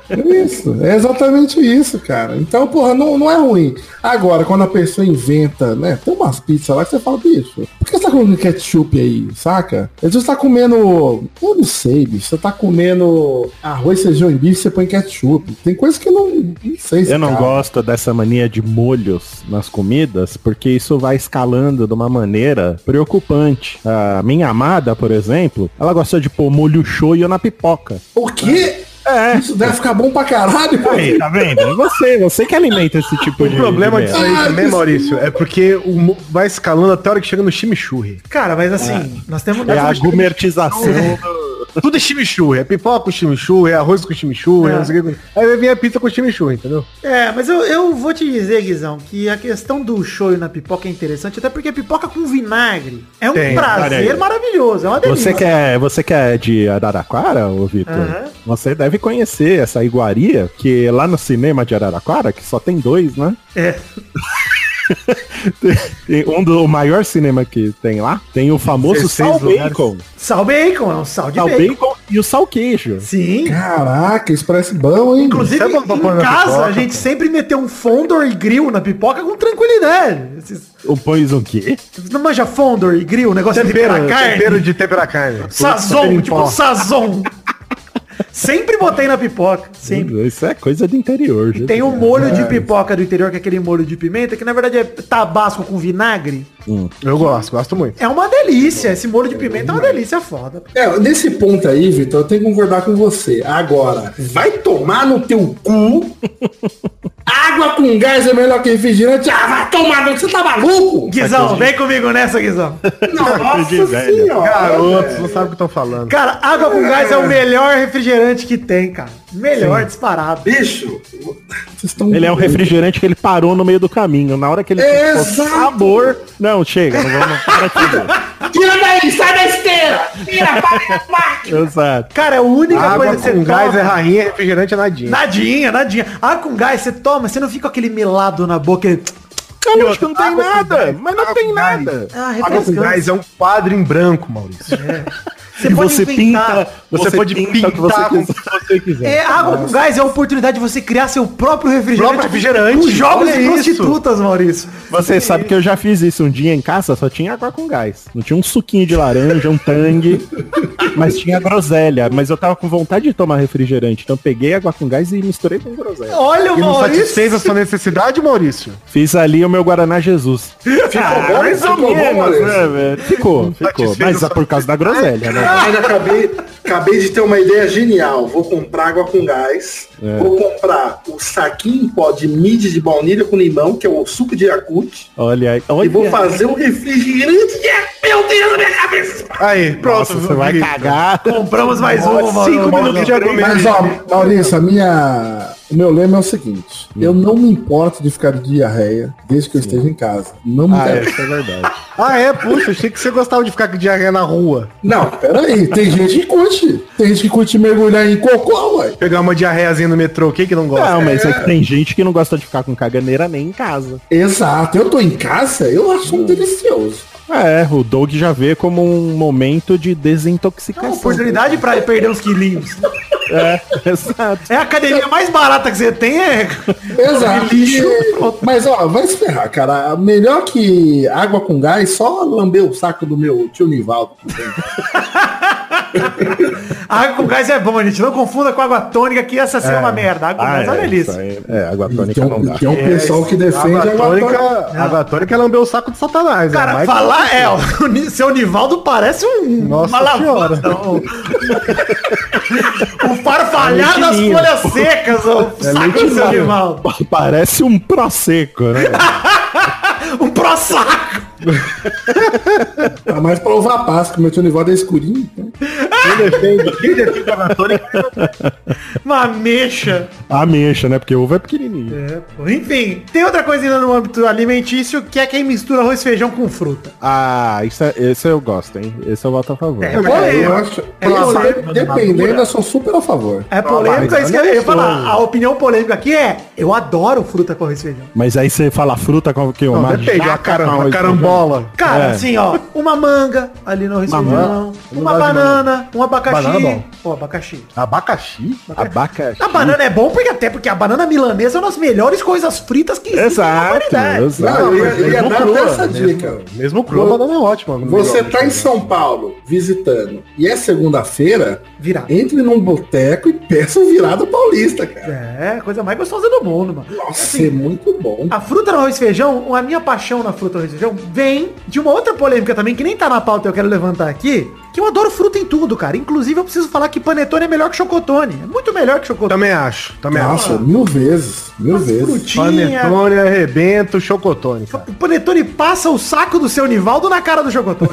A: É isso. É exatamente isso, cara. Então, porra, não, não é ruim. Agora, quando a pessoa inventa, né? Tem umas pizzas lá que você fala, bicho, por que você tá comendo ketchup aí, saca? Às vezes você tá comendo. Eu não sei, bicho. Você tá comendo arroz, feijão e bife, você põe ketchup. Tem coisa que eu não, não sei se.
C: Eu não
A: cabe.
C: gosto dessa mania de molhos nas comidas, porque isso vai escalando de uma maneira preocupante. A minha amada, por exemplo, ela gosta de pôr molho shoyu na pipoca.
A: O quê?
C: É.
A: Isso deve ficar bom pra caralho, pô.
C: Aí, tá vendo? É Você, você que alimenta esse tipo de.
B: O problema
C: de
B: disso
C: merda.
B: aí
A: Ah,
B: também,
A: isso.
B: Maurício, é porque o mo- vai escalando até a hora que chega no chimichurri.
E: Cara, mas assim, nós temos...
C: é
E: nós
C: a
E: temos-
C: gourmetização.
B: Tudo é chimichurri, é pipoca com chimichurri, é arroz com chimichurri,
E: É.
B: é. não sei o que. Aí vai vir a pizza com chimichurri, entendeu?
E: É, mas eu, eu vou te dizer, Guizão, que a questão do shoyu na pipoca é interessante, até porque pipoca com vinagre é um
B: Tem,
E: prazer
C: olha aí.
E: maravilhoso, é uma delícia.
C: Você que, é, você que é de Araraquara, ô Vitor?
E: Aham.
C: Você deve conhecer essa iguaria que é lá no cinema de Araraquara, que só tem dois, né?
E: É.
C: Tem um do o maior cinema que tem lá, tem o famoso
B: 16
C: sal
B: lugares.
C: bacon.
E: Sal bacon, é um sal de
C: Sal
E: bacon.
C: bacon e o sal queijo.
B: é
E: Sim.
A: Caraca, isso parece bom, hein?
E: Inclusive,
B: Sabe
E: em
B: quando põe na
E: casa,
B: pipoca,
E: a gente sempre meteu um fondor e grill na pipoca com tranquilidade. Esses-
C: O pães o quê?
E: Você não manja fondor e grill, o negócio
B: Tempero,
E: de temperar carne?
B: tempero de tempera carne.
E: Sazon,
B: Tempero em
E: tipo,
B: pó.
E: sazon. sempre botei na pipoca, sempre.
C: Isso é coisa do interior. gente.
E: Tem o molho de pipoca do interior, que é aquele molho de pimenta, que na verdade é tabasco com vinagre.
B: Eu gosto, gosto muito.
E: É uma delícia. Esse molho de pimenta é
B: Hum.
E: uma delícia foda.
A: É, nesse ponto aí, Vitor, eu tenho que concordar com você. Agora, vai tomar no teu cu. Água com gás é melhor que refrigerante. Ah, vai tomar no cu, você tá maluco?
E: Guizão, vem comigo nessa, Guizão.
C: de
A: Nossa
C: velho.
A: senhora.
B: Garotos,
C: é.
B: não sabe o que estão falando.
E: Cara, água com gás é o melhor refrigerante que tem, cara. Melhor disparado.
A: Bicho, vocês estão...
C: Ele é um refrigerante que ele parou no meio do caminho. Na hora que ele ficou
A: Exato.
C: sabor. Não, chega, não vamos. Para aqui,
A: Tira daí, sai da esteira. Tira, para da máquina.
C: meu. Exato.
E: Cara, é a única coisa
B: Água
E: que você
B: com gás
E: toma.
B: é rainha, refrigerante é nadinha.
E: Nadinha, nadinha. Água com gás você toma, você não fica com aquele melado na boca. ele-
C: Eu acho que não tem
B: água com
C: nada,
B: gás,
C: mas não
B: água
C: tem
B: com
C: nada.
B: gás.
E: Ah,
B: Água com
E: refrescante.
B: gás é um quadro em branco, Maurício.
E: Você
C: e
E: pode
C: você
E: inventar.
C: pinta,
B: Você, pode pintar
C: o que você
B: com o
C: quiser.
B: que você quiser.
E: É, água com gás é a oportunidade de você criar seu próprio refrigerante.
B: Próprio refrigerante.
E: Com jogos
B: Olha
E: e
B: isso.
E: prostitutas, Maurício.
C: Você sabe que eu já fiz isso um dia em casa, só tinha água com gás. Não tinha um suquinho de laranja, um tangue. Mas tinha groselha, mas eu tava com vontade de tomar refrigerante. Então eu peguei água com gás e misturei com groselha.
E: Olha o
B: E não
E: Maurício.
B: satisfez a sua necessidade, Maurício?
C: Fiz ali o meu Guaraná Jesus. né?
A: Ficou bom? Ficou bom, Maurício?
C: velho? Ficou, ficou.
B: Satisfez
C: Mas
B: a
C: é por causa da groselha,
A: É,
C: né?
A: Mas acabei, acabei de ter uma ideia genial. Vou comprar água com gás.
C: É.
A: Vou comprar o saquinho em pó de mídia de baunilha com limão, que é o suco de Yakut.
C: Olha aí. Olha
A: E vou fazer um refrigerante. é Meu Deus, minha cabeça!
B: Aí, pronto.
C: Nossa, você vai
B: Vitor.
C: cagar.
E: Compramos mais um,
B: Cinco
E: Maurício.
B: minutos
A: Mas,
B: de argumento.
A: ó, Maurício, a minha... o meu lema é o seguinte.
C: Hum.
A: Eu não me importo de ficar de diarreia desde que eu esteja em casa. Não me
C: Ah, é,
A: interessa.
C: isso é verdade.
B: Ah, é? Puxa, achei que você gostava de ficar com diarreia na rua.
A: Não, peraí. Tem gente que curte. Tem gente que curte mergulhar em cocô, ué.
B: Pegar uma diarreiazinha no metrô, quem que não gosta?
C: Não, mas é que tem gente que não gosta de ficar com caganeira nem em casa.
A: Exato. Eu tô em casa, eu acho
C: Hum.
A: um delicioso.
C: É, o Doug já vê como um momento de
E: Uma
C: desintoxicação.
E: oportunidade pra perder uns quilinhos.
C: É, exato.
E: É a academia mais barata que você tem, é.
A: Exato. E- Mas ó, vai se ferrar, cara. Melhor que água com gás, só lamber o saco do meu tio Nivaldo.
E: Água com gás é bom, gente. Não confunda com água tônica, que essa sim é, uma merda. Água com
C: Ah,
E: gás é uma
C: é,
E: delícia. É.
C: isso aí. É, água
A: E
C: tônica
A: Tem
C: não
A: um,
C: dá. É,
A: tem um pessoal que defende é
B: Água
A: água tônica.
B: tônica, água tônica é lamber o saco de Satanás.
E: Cara,
B: né? Mas-
E: falar é, o Ni- seu Nivaldo parece um
B: Nossa
E: uma lavanda, um- o farfalhar das
C: mentirinha.
E: folhas secas, o saco do seu Nivaldo.
C: Parece um prosecco, né?
E: Um pró-saco.
A: Tá mais pra uvar Páscoa, meu tio Nivaldo é escurinho. Então.
B: Quem defende, quem defende água tônica
E: Uma mexa.
C: Ameixa, né? Porque ovo é pequenininho.
E: É, pô. Enfim, tem outra coisa ainda no âmbito alimentício, que é quem mistura arroz e feijão com fruta.
C: Ah, isso é- esse eu gosto, hein? Esse eu voto a favor.
E: É,
A: Olha,
E: é,
A: eu acho.
E: é
A: eu
E: polêmico,
A: acho que
E: mas
A: dependendo, eu sou super a favor.
E: É polêmico, é isso que eu ia falar. A opinião polêmica aqui é, eu adoro fruta com arroz e feijão.
C: Mas aí você fala fruta com o que? Uma
B: Depende, uma,
C: jaca
B: cara,
C: com
B: uma
C: arroz e
B: carambola.
E: Cara,
C: É.
E: assim, ó, uma manga ali no arroz e feijão, uma
B: gosto de
E: banana, um abacaxi.
B: Banana é bom.
E: Pô, abacaxi.
B: Abacaxi?
C: feijão. Abacaxi.
E: A banana é bom porque até porque a banana milanesa é uma das melhores coisas fritas que existem na
C: Exato,
E: humanidade.
C: exato.
A: Não, eu ia-
B: mas
A: eu ia
B: mesmo
A: dar
B: crua,
A: até essa
B: mesmo-
A: dica.
B: Mesmo cru, a banana é ótima. no
A: Você
B: melhor.
A: tá em São Paulo visitando e é segunda-feira,
E: Virar.
A: entre num boteco e peça um virado paulista, cara.
E: É, a coisa mais gostosa do mundo, mano.
A: Nossa,
E: Assim,
A: é muito bom.
E: a fruta no arroz e feijão, a minha paixão na fruta no arroz e feijão vem de uma outra polêmica também, que nem tá na pauta e eu quero levantar aqui, que eu adoro fruta em tudo, cara. Inclusive, eu preciso falar que panetone é melhor que chocotone. É muito melhor que chocotone.
B: Também acho, também
A: Nossa,
B: acho.
A: mil vezes. Mil vezes.
E: Frutinha.
B: Panetone, arrebento, chocotone, cara.
E: O panetone passa o saco do seu Nivaldo na cara do chocotone.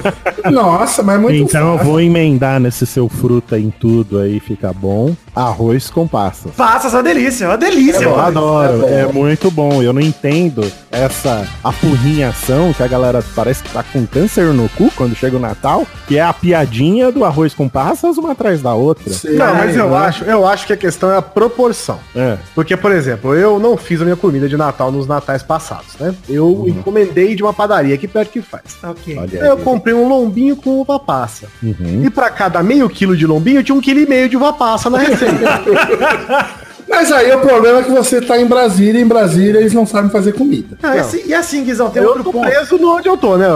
A: Nossa, mas é muito
C: Então eu vou emendar nesse seu fruta em tudo aí, fica bom. Arroz com passas.
E: passa essa delícia, é uma delícia,
C: Eu
E: mano.
C: adoro,
B: tá
A: é
C: é, muito bom. Eu não entendo essa apurrinhação que a galera parece que tá com câncer no cu quando chega o Natal, que é a piadinha do arroz com passas uma atrás da outra.
A: Sei.
B: Não,
E: É,
B: mas eu
A: né?
B: acho, eu acho que a questão é a proporção.
C: É.
B: Porque, por exemplo, eu não fiz a minha comida de Natal nos natais passados, né? Eu encomendei de uma padaria aqui perto que faz.
E: Uhum. Ok. Uhum.
C: Olha
B: Eu
C: aí.
B: comprei um lombinho com uva passa. E pra cada meio quilo de lombinho, tinha um quilo e meio de uva passa na receita.
A: Mas aí o problema é que você tá em Brasília e em Brasília eles não sabem fazer comida.
E: Ah, e assim- e assim, Guizão, tem
B: eu
E: outro
B: tô
E: ponto.
B: preso no onde eu tô, né?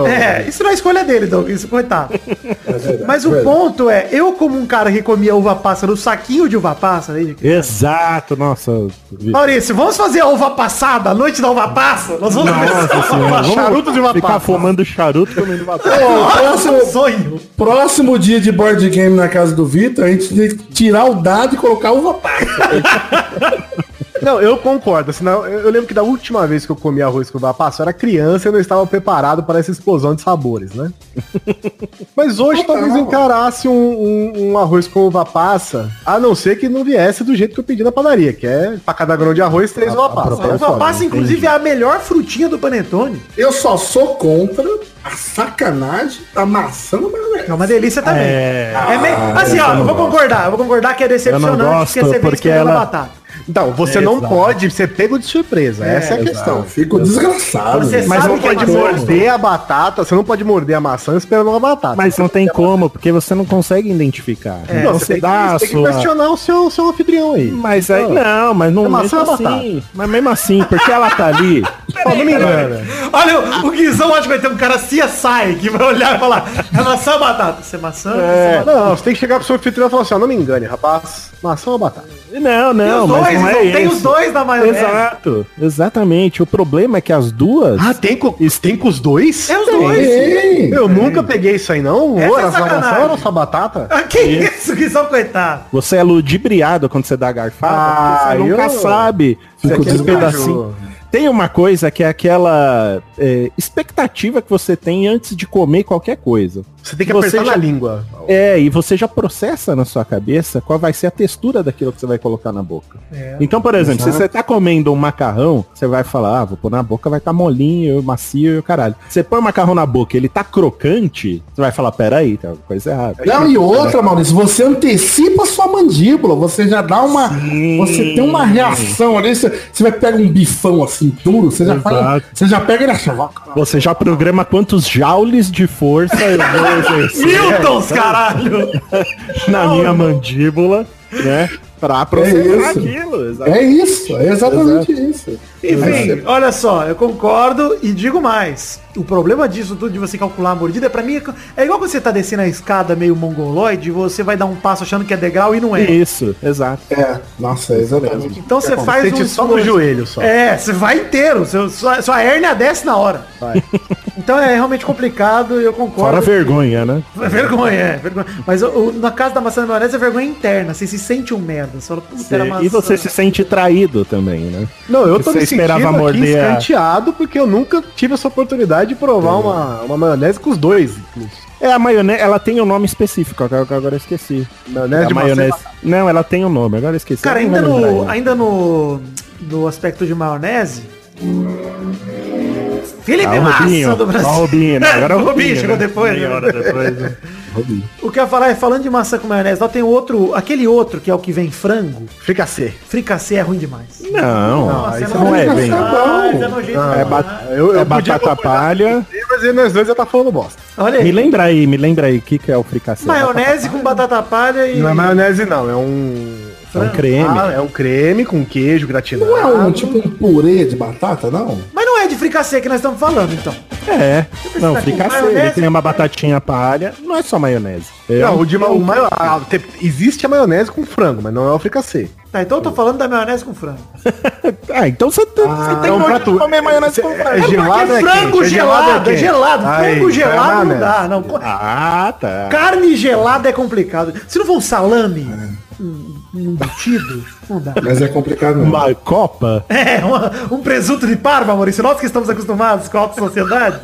E: É, isso não é escolha dele, Doug, isso, coitado.
C: Tá,
A: verdade,
E: Mas o
A: verdade.
E: ponto é, eu como um cara que comia uva passa no saquinho de uva passa, aí,
C: Exato, nossa. vi-
E: Maurício, vamos fazer a uva passada, a noite da uva passa? Nós vamos começar
C: Nossa
E: a
C: senhora,
E: falar.
C: charuto de uma ficar
B: passa.
C: fumando charuto comendo uma passa.
A: Ô,
E: Nossa, um
A: próximo,
E: sonho.
A: próximo dia de board game na casa do Vitor, a gente tem que tirar o dado e colocar uva passa.
B: Não, eu concordo. Senão, eu eu lembro que da última vez que eu comi arroz com uva passa, eu era criança e eu não estava preparado para essa explosão de sabores, né? Mas hoje talvez eu encarasse um, um- um arroz com uva passa, a não ser que não viesse do jeito que eu pedi na padaria, que é pra cada grão de arroz, três uva passa.
E: A uva passa, inclusive, é a melhor frutinha do Panetone.
A: Eu só sou contra a sacanagem da maçã da
E: É
A: maionese.
E: uma delícia também. É,
C: É.
E: me- Assim, ó, eu vou concordar. Eu vou concordar que é
C: Eu não
E: decepcionante
C: gosto
E: você vê
C: porque
E: escolhendo a
C: ela,
E: batata.
B: Então, você não pode ser pego de surpresa. essa é a questão.
A: Não, fico desgraçado.
E: Você
A: Mas
B: Mas
E: Sabe
B: não
E: que é
B: pode
E: maçã?
B: morder a batata, você não pode morder a maçã esperando a batata.
C: Mas não tem como, porque você não consegue identificar.
B: É,
C: então
B: você
C: você
B: tem que,
C: dá a
B: você tem que
C: sua...
B: questionar o seu, seu anfitrião aí.
C: Mas aí, não, mas não
B: É maçã
C: mesmo
B: ou batata?
C: assim. Mas mesmo assim, porque ela tá ali.
B: Pô, não me engana.
E: Olha, o- o Guizão acho que vai ter um cara CSI que vai olhar e falar, é maçã ou batata? Você é maçã? Você
B: É, não, você tem que chegar pro seu anfitrião e falar assim, ó, não me engane, rapaz. Maçã ou batata?
C: Não,
E: Tem
C: não,
E: os
C: mas
E: dois,
C: não é
E: então tem
C: isso.
E: os dois na maionese.
C: Exato, exatamente. O problema é que as duas...
E: Ah.
B: Ah, tem com, tem com os dois?
E: É os dois.
A: Ei,
B: Eu nunca peguei isso aí, não.
E: Essa
B: Ou
E: é
B: era só
E: sacanagem.
B: maçã ou era só batata?
E: Ah, que isso, Guizão, coitado.
C: Você é ludibriado quando você dá garfada,
B: Ah,
C: porque você nunca
B: eu-
C: sabe se
A: Fico
C: aquele
A: desgajou.
C: pedacinho. Tem uma coisa que é aquela é, expectativa que você tem antes de comer qualquer coisa.
B: Você tem que
C: Você
B: apertar
C: já-
B: na língua.
C: É, e você já processa na sua cabeça qual vai ser a textura daquilo que você vai colocar na boca.
A: É.
C: Então, por exemplo, se você tá comendo um macarrão, você vai falar, ah, vou pôr na boca, vai estar tá molinho, macio e o caralho. Você põe o macarrão na boca e ele tá crocante, você vai falar, peraí, tem alguma coisa errada.
A: Não, e outra, Maurício, você antecipa a sua mandíbula, você já dá uma. Você tem uma reação ali, você, você vai pegar um bifão assim duro, você já, fala,
C: Exato.
A: você já pega ele achava.
C: Você já programa quantos joules de força eu vou exercer.
E: Miltons, caralho.
C: na minha mandíbula, né? Pra
A: É
C: processar
A: isso.
C: aquilo. exato.
A: É isso, é exatamente isso.
E: Enfim, olha só, eu concordo e digo mais. O problema disso tudo de você calcular a mordida, pra mim, é co- é igual quando você tá descendo a escada meio mongoloide e você vai dar um passo achando que é degrau e não é.
C: Isso, exato.
A: É, nossa, é exatamente.
E: Então você faz
B: Sente só no
E: esforço.
B: joelho, só.
E: É, você vai inteiro. Seu, sua, sua hérnia desce na hora. Então é realmente complicado e eu
C: Fora a
E: concordo.
C: vergonha, né?
E: É Vergonha, é. Vergonha. Mas o- o- na casa da maçã da maionese é vergonha interna. Você se sente um merda. Você fala, puta, era maçã.
C: É, E você se sente traído também, né?
B: Não, eu
C: Que
B: tô
C: você
B: me sentindo
C: esperava
B: aqui
C: morder a-
B: escanteado porque eu nunca tive essa oportunidade de provar uma, uma maionese com os dois, inclusive.
C: É, a maionese, ela tem um nome específico, que eu- que eu agora esqueci.
B: Maionese
C: É a
B: de maçã
C: maionese. Não, ela tem um nome, agora eu esqueci.
E: Cara,
C: Eu não
E: ainda
C: vou
E: no,
C: lembrar
E: ainda no, no aspecto de maionese. Felipe
C: Ah, o
E: Massa
C: Robinho,
E: é do Brasil.
C: ah, o Robinho, né? Agora é
E: o
C: o
E: Robinho,
C: Robinho,
E: chegou
C: né?
E: depois.
C: Meia
E: né?
C: hora depois,
E: O que eu ia falar é, falando de maçã com maionese, lá tem outro, aquele outro que é o que vem frango,
B: Fricassê.
E: fricassê é ruim demais.
C: Não,
E: Nossa,
C: isso
E: nojento
C: não é
A: nojento,
C: bem.
A: não.
E: demais, é nojento
C: É,
E: demais.
C: ba-
B: Eu,
C: é
B: eu podia
C: batata palha.
B: mas aí nós dois já tá falando bosta.
E: Olha
C: Me
E: aí,
C: lembra aí, me lembra aí, o que, que é o fricassê?
E: maionese com batata palha e...
B: Não é maionese não, é um...
C: É um creme.
B: Ah, é um creme com queijo gratinado.
A: Não é um tipo um purê de batata, não?
E: Mas não é de fricassê que nós estamos falando, então.
C: É. Não, fricassê, ele
E: tá Maionese?
C: tem uma batatinha palha. Não é só maionese. É
B: Não,
C: um-
B: o de ma- o maio- a- te- existe a maionese com frango, mas não é o fricassê.
E: Tá, então eu tô falando da maionese com frango.
C: Ah, então você tem, você tem
E: é um
B: então
C: nojo
B: pra
C: de
B: tu-
C: comer maionese com
B: é-
C: frango.
B: é gelado, é
E: frango
B: quente? É
E: gelado,
B: gelado,
E: é
B: é
E: gelado,
B: quente?
E: frango
B: Aí,
E: gelado não
B: maionese.
E: dá, não. Co-
C: Ah, tá.
E: Carne gelada é complicado. Se não for um salame, um, um batido, não dá.
A: Mas é complicado não.
C: Uma copa?
E: É, uma- um presunto de parma, Maurício. Nós que estamos acostumados com a alta sociedade.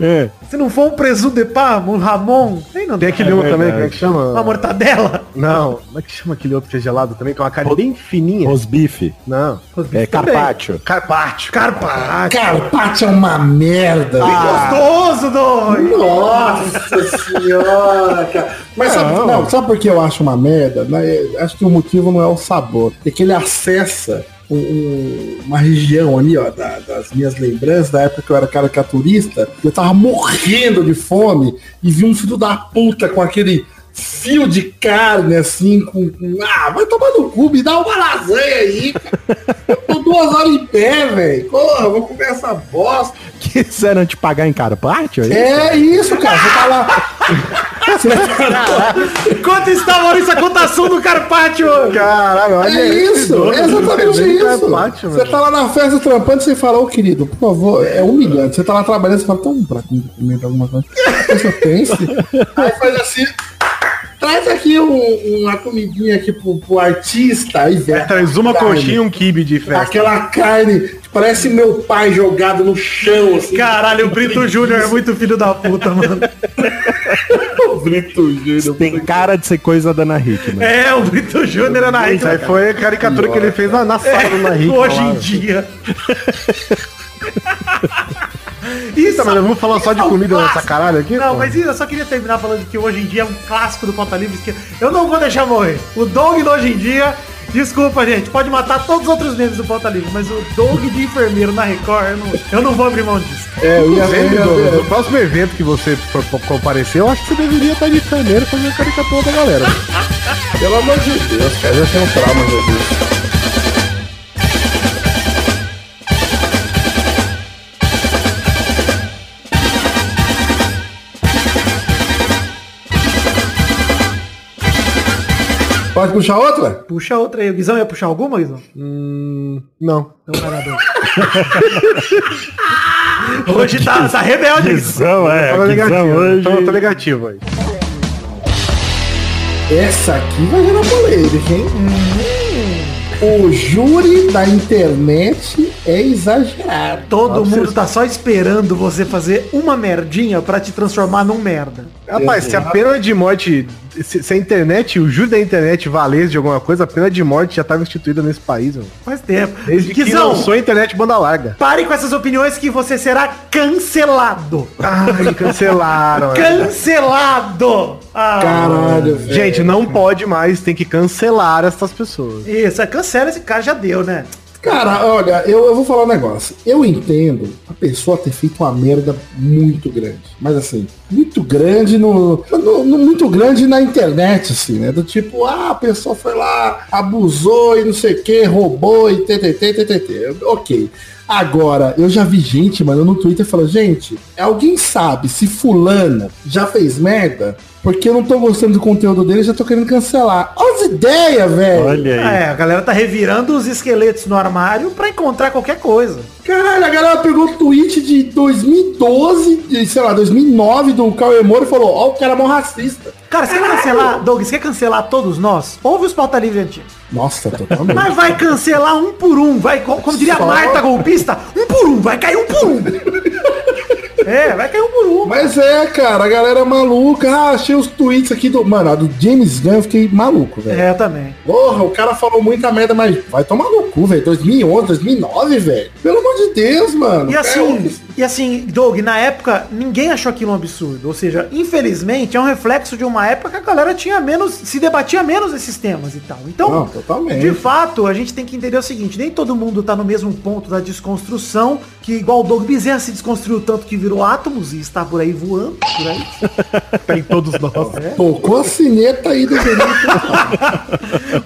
C: É.
E: Se não for um presunto de parma, um ramon, aí não
B: Tem
E: dá.
B: aquele outro também, como é que
E: Uma
B: chama?
E: mortadela.
B: Não, como é que chama aquele outro que é gelado também, que é uma carne bem fininha?
C: Rosbife.
B: Não.
C: É
E: Também.
C: carpaccio.
B: Carpaccio. Carpaccio.
A: Carpaccio é uma merda.
E: Gostoso, do.
A: Nossa senhora, cara. Mas sabe, não, sabe por que eu acho uma merda? Né? Acho que o motivo não é o sabor. É que ele acessa um- um- uma região ali, ó, da- das minhas lembranças, da época que eu era caricaturista, eu tava morrendo de fome e vi um filho da puta com aquele fio de carne assim, com. com- ah, vai tomar no cu, me dá uma lasanha aí, cara. Eu tô duas horas em pé, velho. Porra, eu vou comer essa bosta.
C: Quiseram te pagar em carpaccio? aí?
A: É isso, cara. Você tá lá. Você tá lá.
E: Quanto está, Maurício, a cotação do Carpaccio?
B: Caralho, olha
A: É isso, é exatamente isso. Você tá lá na festa trampando, você fala, ô querido, por favor, é humilhante. Você tá lá trabalhando, você fala, toma um pratinho de comida, alguma coisa. Aí você pensa, aí faz assim, traz aqui um- uma comidinha aqui pro, pro artista, aí vem.
B: É, Traz uma
A: carne.
B: coxinha e um kibe de festa.
A: Aquela carne que parece meu pai jogado no chão, assim.
E: Caralho, o Brito Júnior é muito filho da puta, mano.
A: Brito Júnior.
C: Tem cara de ser coisa da Ana Hickman.
E: É, o Brito Júnior é na
B: Isso
E: Hitler.
B: aí foi a caricatura que ele fez na, na sala do Henrique.
E: Hoje em dia. Isso,
B: Tá, mas eu vou falar só de
E: é um
B: comida nessa
E: clássico.
B: caralho aqui?
E: Não,
B: pô.
E: mas eu só queria terminar falando que hoje em dia é um clássico do Pauta Livre que eu não vou deixar morrer. O Doug do hoje em dia Desculpa, gente. Pode matar todos os outros membros do Pauta Livre, mas o Doug de enfermeiro na Record, eu não, eu não vou abrir mão disso.
B: É, eu ia ver, Douglas, no próximo evento que você pro- pro- comparecer, eu acho que você deveria estar de enfermeiro fazendo a caricatura da galera.
A: Pelo amor de Deus, cara, eu tenho trauma, meu Deus. Pode puxar outra?
E: Puxa outra aí. O Guizão ia puxar alguma, Guizão?
B: Hum, Não.
E: Então, vai lá, Doug. Hoje tá, tá rebelde, Guizão.
C: Não, é.
B: Tava negativo. Tava,
C: hoje.
B: tava negativo aí.
A: Essa aqui vai gerar polêmica, hein? O júri da internet é exagerado.
E: Todo mundo tá só esperando você fazer uma merdinha pra te transformar num merda.
B: Rapaz, se a pena de morte. Se, se a internet, o júri da internet valesse de alguma coisa, a pena de morte já estava instituída nesse país, mano.
E: Faz tempo.
B: Desde que
E: Guizão,
B: lançou a internet banda larga.
E: pare com essas opiniões que você será cancelado.
B: Ai, cancelaram. é.
E: Cancelado! Ah,
A: Caralho, velho.
B: Gente, não pode mais, tem que cancelar essas pessoas.
E: Isso, é cancela esse cara, já deu, né?
A: Cara, olha, eu, eu vou falar um negócio. Eu entendo a pessoa ter feito uma merda muito grande. Mas assim, muito grande no. no- no- muito grande na internet, assim, né? Do tipo, ah, a pessoa foi lá, abusou e não sei o que, roubou e ttt, ttt. Ok. Agora, eu já vi gente, mano, no Twitter falando, gente, alguém sabe se fulano já fez merda? Porque eu não tô gostando do conteúdo dele, já tô querendo cancelar. Olha as ideias, velho.
C: Olha aí.
E: É, a galera tá revirando os esqueletos no armário pra encontrar qualquer coisa.
A: Caralho, a galera pegou o tweet de 2012, de, sei lá, 2009 do Cauê Moro e falou, ó, o cara é mó racista.
E: Cara, você quer cancelar, Doug, você quer cancelar todos nós? Ouve os pauta livre antigos.
A: Nossa, totalmente.
E: Mas vai cancelar um por um, vai, co- como diria a
A: Só-
E: Marta golpista, um por um, vai cair um por um. É, vai cair um por um.
A: Mas é, cara, a galera é maluca. Ah, achei os tweets aqui do... Mano, a do James Gunn eu fiquei maluco, velho.
E: É, eu também.
A: Porra, o cara falou muita merda, mas vai tomar no cu, velho. 2011, 2009, velho. Pelo amor de Deus, mano.
E: E assim,
A: É,
E: e assim, Doug, na época, ninguém achou aquilo um absurdo. Ou seja, infelizmente, é um reflexo de uma época que a galera tinha menos, se debatia menos esses temas e tal. Então,
A: Não, totalmente.
E: de fato, a gente tem que entender o seguinte, nem todo mundo tá no mesmo ponto da desconstrução, que igual o Doug Bezerra se desconstruiu tanto que virou átomos e está por aí voando, por aí. É,
B: Tá em todos nós.
A: Tocou É, a sineta aí do Benito.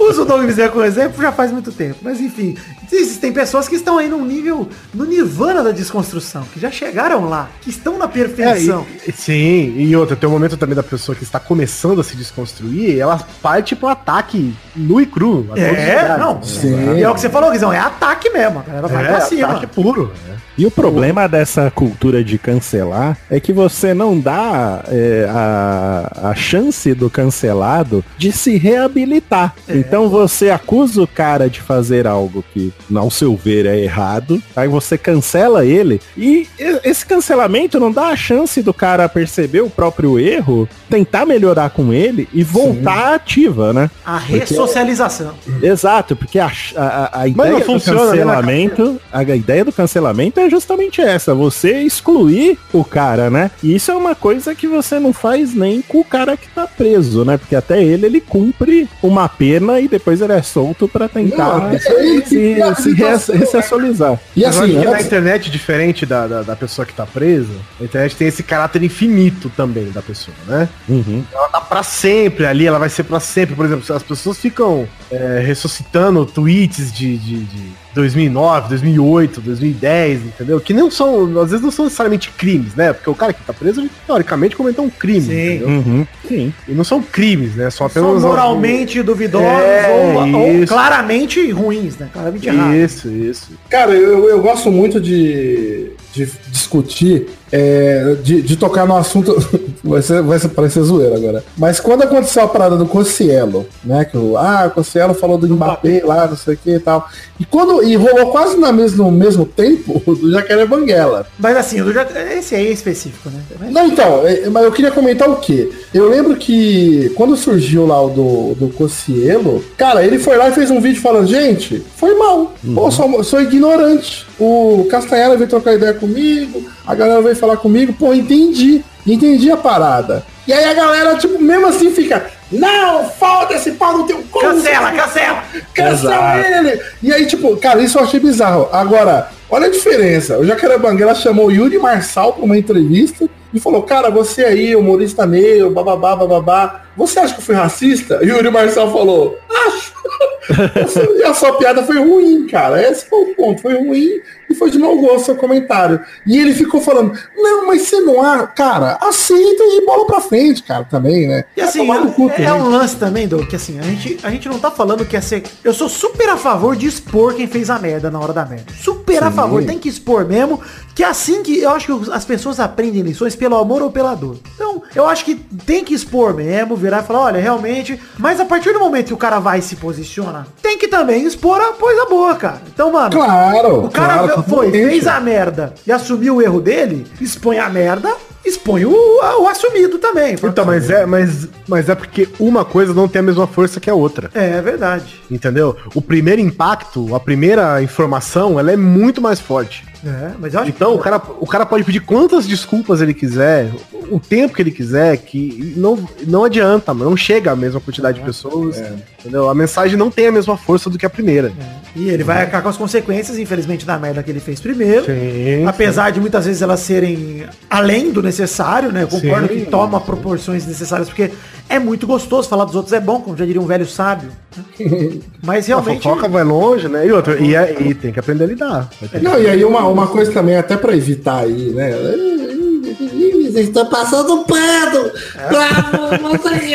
E: Usa o Doug Bezerra como exemplo já faz muito tempo. Mas enfim, existem pessoas que estão aí num nível, no nirvana da desconstrução, que já chegaram lá, que estão na
B: É, e-
E: perfeição.
B: e- sim, e outra, tem um momento também da pessoa que está começando a se desconstruir, ela parte pro ataque nu e cru. a todos os
E: É,
B: lugares.
E: não.
A: Sim.
E: E é o que você falou, Guizão, é ataque mesmo. A galera vai
B: É,
E: pra cima.
B: ataque puro. né?
C: E o problema dessa cultura de cancelar é que você não dá é, a, a chance do cancelado de se reabilitar. Então você acusa o cara de fazer algo que, ao seu ver, é errado, aí você cancela ele e e- esse cancelamento não dá a chance do cara perceber o próprio erro, tentar melhorar com ele e voltar à ativa, né?
E: A ressocialização.
C: Exato, porque a, a, a
B: não
C: ideia
B: funciona,
C: do
B: né, na
C: cancelamento, a ideia do cancelamento é justamente essa, você excluir o cara, né? E isso é uma coisa que você não faz nem com o cara que tá preso, né? Porque até ele ele cumpre uma pena e depois ele é solto pra tentar
A: Não, até ele
C: se,
A: se-
C: se, se res- ressocializar.
A: E
B: Mas eu acho
A: assim,
B: que na
A: antes,
B: internet, diferente da, da, da pessoa que tá presa, a internet tem esse caráter infinito também da pessoa, né? Ela tá pra sempre ali, ela vai ser pra sempre. Por exemplo, as pessoas ficam é, ressuscitando tweets de, de, de 2009, 2008, 2010, entendeu? Que não são, às vezes não são necessariamente crimes, né? Porque o cara que tá preso, ele, teoricamente, cometeu um crime,
E: Sim.
B: entendeu?
C: Uhum, sim.
B: E não são crimes, né? São apenas...
E: São moralmente duvidosos
B: É,
E: ou, ou
B: isso.
E: claramente ruins, né? Claramente errados.
B: Isso, isso.
A: Cara, eu, eu gosto muito de, de discutir, é, de, de tocar no assunto. Vai, ser, vai ser- parecer zoeira agora. Mas quando aconteceu a parada do Cossielo, né? Que o, ah, o Cossielo falou do Mbappé lá, não sei o que e tal. E quando. E rolou quase na mes- no mesmo tempo o do Jacaré Banguela.
E: Mas assim, eu já- esse aí é específico, né? Mas-
A: Não, então, é, mas eu queria comentar o quê? Eu lembro que quando surgiu lá o do, do Cossielo, cara, ele foi lá e fez um vídeo falando, gente, foi mal.
E: Uhum.
A: Pô, sou, sou ignorante. O Castanhela veio trocar ideia comigo, a galera veio falar comigo, pô, entendi. Entendi a parada. E aí a galera, tipo, mesmo assim fica, não, falta esse pau no teu cu.
E: Cancela, cancela!
A: Cancela, mostra
C: Exato.
A: ele! E aí, tipo, cara, isso eu achei bizarro. Agora, olha a diferença. O Jacaré Banguela chamou o Yuri Marçal pra uma entrevista e falou, cara, você aí, humorista meio, bababá, bababá, você acha que eu fui racista? E o Yuri Marçal falou, acho. e a sua piada foi ruim, cara. Esse foi o ponto. Foi ruim e foi de mau gosto seu comentário. E ele ficou falando, não, mas você não há, cara, aceita e bola pra frente, cara, também, né?
E: E
A: Vai
E: assim,
A: tomar no cu
E: é, é
A: também.
E: um lance também, Doug, que assim, a gente, a gente não tá falando que é ser. Eu sou super a favor de expor quem fez a merda na hora da merda. Super a favor, tem que expor mesmo. Que é assim que eu acho que as pessoas aprendem lições pelo amor ou pela dor. Então, eu acho que tem que expor mesmo, virar e falar, olha, realmente. Mas a partir do momento que o cara vai e se posiciona, tem que também expor a coisa boa, cara. Então, mano.
A: Claro,
E: O cara
A: claro,
E: foi,
A: completamente.
E: fez a merda e assumiu o erro dele, expõe a merda, expõe o, o assumido também. Fala,
B: Então, mas é, mas, mas é porque uma coisa não tem a mesma força que a outra.
E: É verdade.
B: Entendeu? O primeiro impacto, a primeira informação, ela é muito mais forte.
E: É, mas eu acho
B: Então, o cara, o cara pode pedir quantas desculpas ele quiser, o tempo que ele quiser, que não, não adianta, mano. Não chega a mesma quantidade de pessoas. Entendeu? A mensagem não tem a mesma força do que a primeira.
E: E ele vai arcar com as consequências, infelizmente, da merda que ele fez primeiro.
B: Sim,
E: Apesar de muitas vezes elas serem além do necessário, né? Eu concordo
B: Sim.
E: que toma proporções necessárias, porque é muito gostoso falar dos outros, é bom, como já diria um velho sábio. né? Mas
B: A
E: realmente.
B: fofoca vai longe, né? E outra, e, é- e tem que aprender a lidar. Vai ter que-
A: Não, e aí uma, uma coisa também, até pra evitar aí, né? Vocês estão passando um pano!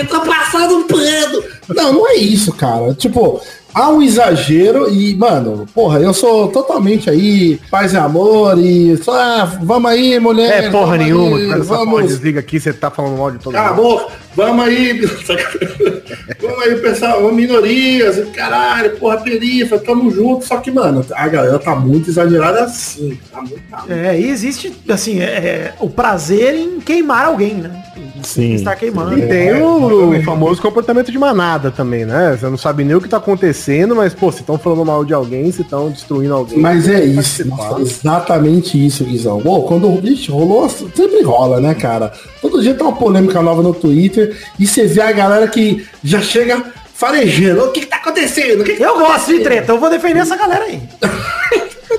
A: Estão passando um pano! Não, não é isso, cara. Tipo, há um exagero e, mano, porra, eu sou totalmente aí, paz e amor e só, ah, vamos aí, mulher.
B: É porra
A: vamos aí,
B: nenhuma, cara, essa porra
A: vamos.
B: desliga aqui, você tá falando mal de todo
A: Cala a
B: mundo.
A: boca, vamos aí, vamos aí, pessoal, ô, minorias, caralho, porra, perifa, tamo junto. Só que, mano, a galera tá muito exagerada assim, tá muito, tá
E: É, e existe, assim, é, é, o prazer em queimar alguém, né? Em
C: Sim.
E: Estar queimando. É.
B: E tem um o, o famoso comportamento de manada também, né? Você não sabe nem o que tá acontecendo, mas, pô, se estão falando mal de alguém, se estão destruindo alguém.
A: Mas é isso, nossa, exatamente isso, Guizão. Pô, quando o bicho rolou, sempre rola, né, cara? Todo dia tá uma polêmica nova no Twitter e você vê a galera que já chega farejando. O que, que tá acontecendo? O que que
E: Eu gosto de treta, eu vou defender essa galera aí.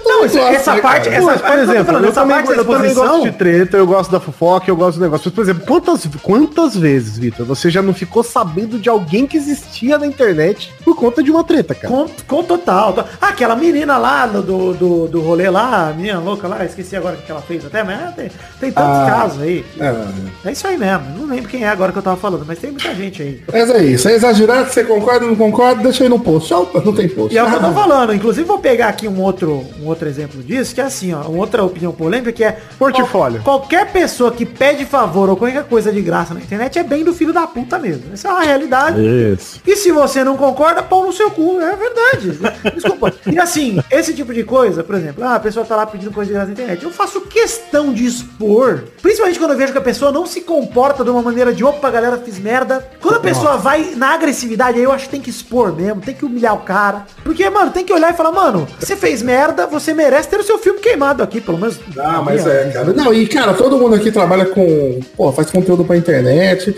E: Não, isso-
A: gosto,
E: essa
A: né,
E: parte, é-
A: cara?
E: essa
B: Mas,
E: parte,
B: por
E: eu tô
B: exemplo,
E: falando,
B: eu
E: essa
B: também,
E: parte da
B: eu também gosto
E: exposição,
B: de treta, eu gosto da fofoca, eu gosto do negócio. Mas, por exemplo, quantas, quantas vezes, Vitor, você já não ficou sabendo de alguém que existia na internet por conta de uma treta, cara?
E: Com, com total. to- Ah, aquela menina lá do, do, do, do rolê lá, a menina louca lá, esqueci agora o que ela fez até, mas tem, tem tantos
A: Ah.
E: casos aí.
A: É,
E: É isso aí mesmo. Não lembro quem é agora que eu tava falando, mas tem muita gente aí.
A: mas é isso, é exagerado, você concorda ou não concorda? Deixa aí no post. Tchau, Não tem post.
E: E é o que eu tô falando. Inclusive, vou pegar aqui um outro, um outro exemplo disso, que é assim, ó, uma outra opinião polêmica, que é...
B: Portfólio.
E: qual- qualquer pessoa que pede favor ou qualquer coisa de graça na internet é bem do filho da puta mesmo. Essa é uma realidade.
C: Isso.
E: E se você não concorda, pau no seu cu. É verdade. Desculpa. E assim, esse tipo de coisa, por exemplo, ah, a pessoa tá lá pedindo coisa de graça na internet. Eu faço questão de expor. Principalmente quando eu vejo que a pessoa não se comporta de uma maneira de opa, galera, fiz merda. Quando a pessoa vai na agressividade, aí eu acho que tem que expor mesmo, tem que humilhar o cara. Porque, mano, tem que olhar e falar, mano, você fez merda, você merece ter o seu filme queimado aqui, pelo menos.
A: Ah, mas é, cara. Não, e cara, todo mundo aqui trabalha com. Pô, faz conteúdo pra internet.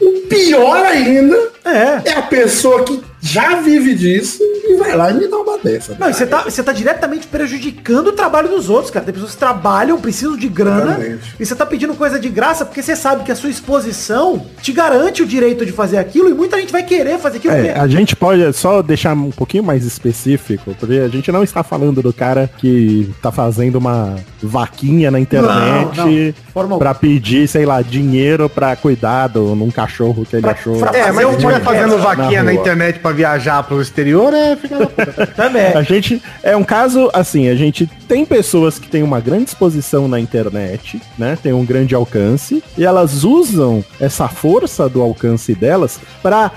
A: O pior ainda
E: É.
A: é a pessoa que já vive disso e vai lá e me dá uma dessa.
E: Não, e você tá, você tá diretamente prejudicando o trabalho dos outros, cara. Tem pessoas que trabalham, precisam de grana.
A: Exatamente.
E: E você tá pedindo coisa de graça porque você sabe que a sua exposição te garante o direito de fazer aquilo e muita gente vai querer fazer aquilo.
C: É,
E: porque-
C: a gente pode só deixar um pouquinho mais específico, porque a gente não está falando do cara que tá fazendo uma vaquinha na
E: Não, não.
C: internet
E: Forma
C: pra pedir, sei lá, dinheiro pra cuidado num cachorro que ele
E: Pra-
C: achou.
E: pra-
B: É, mas
E: fazer um
B: se estiver
E: podcast
B: fazendo
E: na
B: vaquinha na,
C: rua.
B: internet pra viajar pro exterior, é fica na puta.
E: Também.
C: A gente é um caso assim, a gente tem pessoas que têm uma grande exposição na internet, né? Tem um grande alcance e elas usam essa força do alcance delas para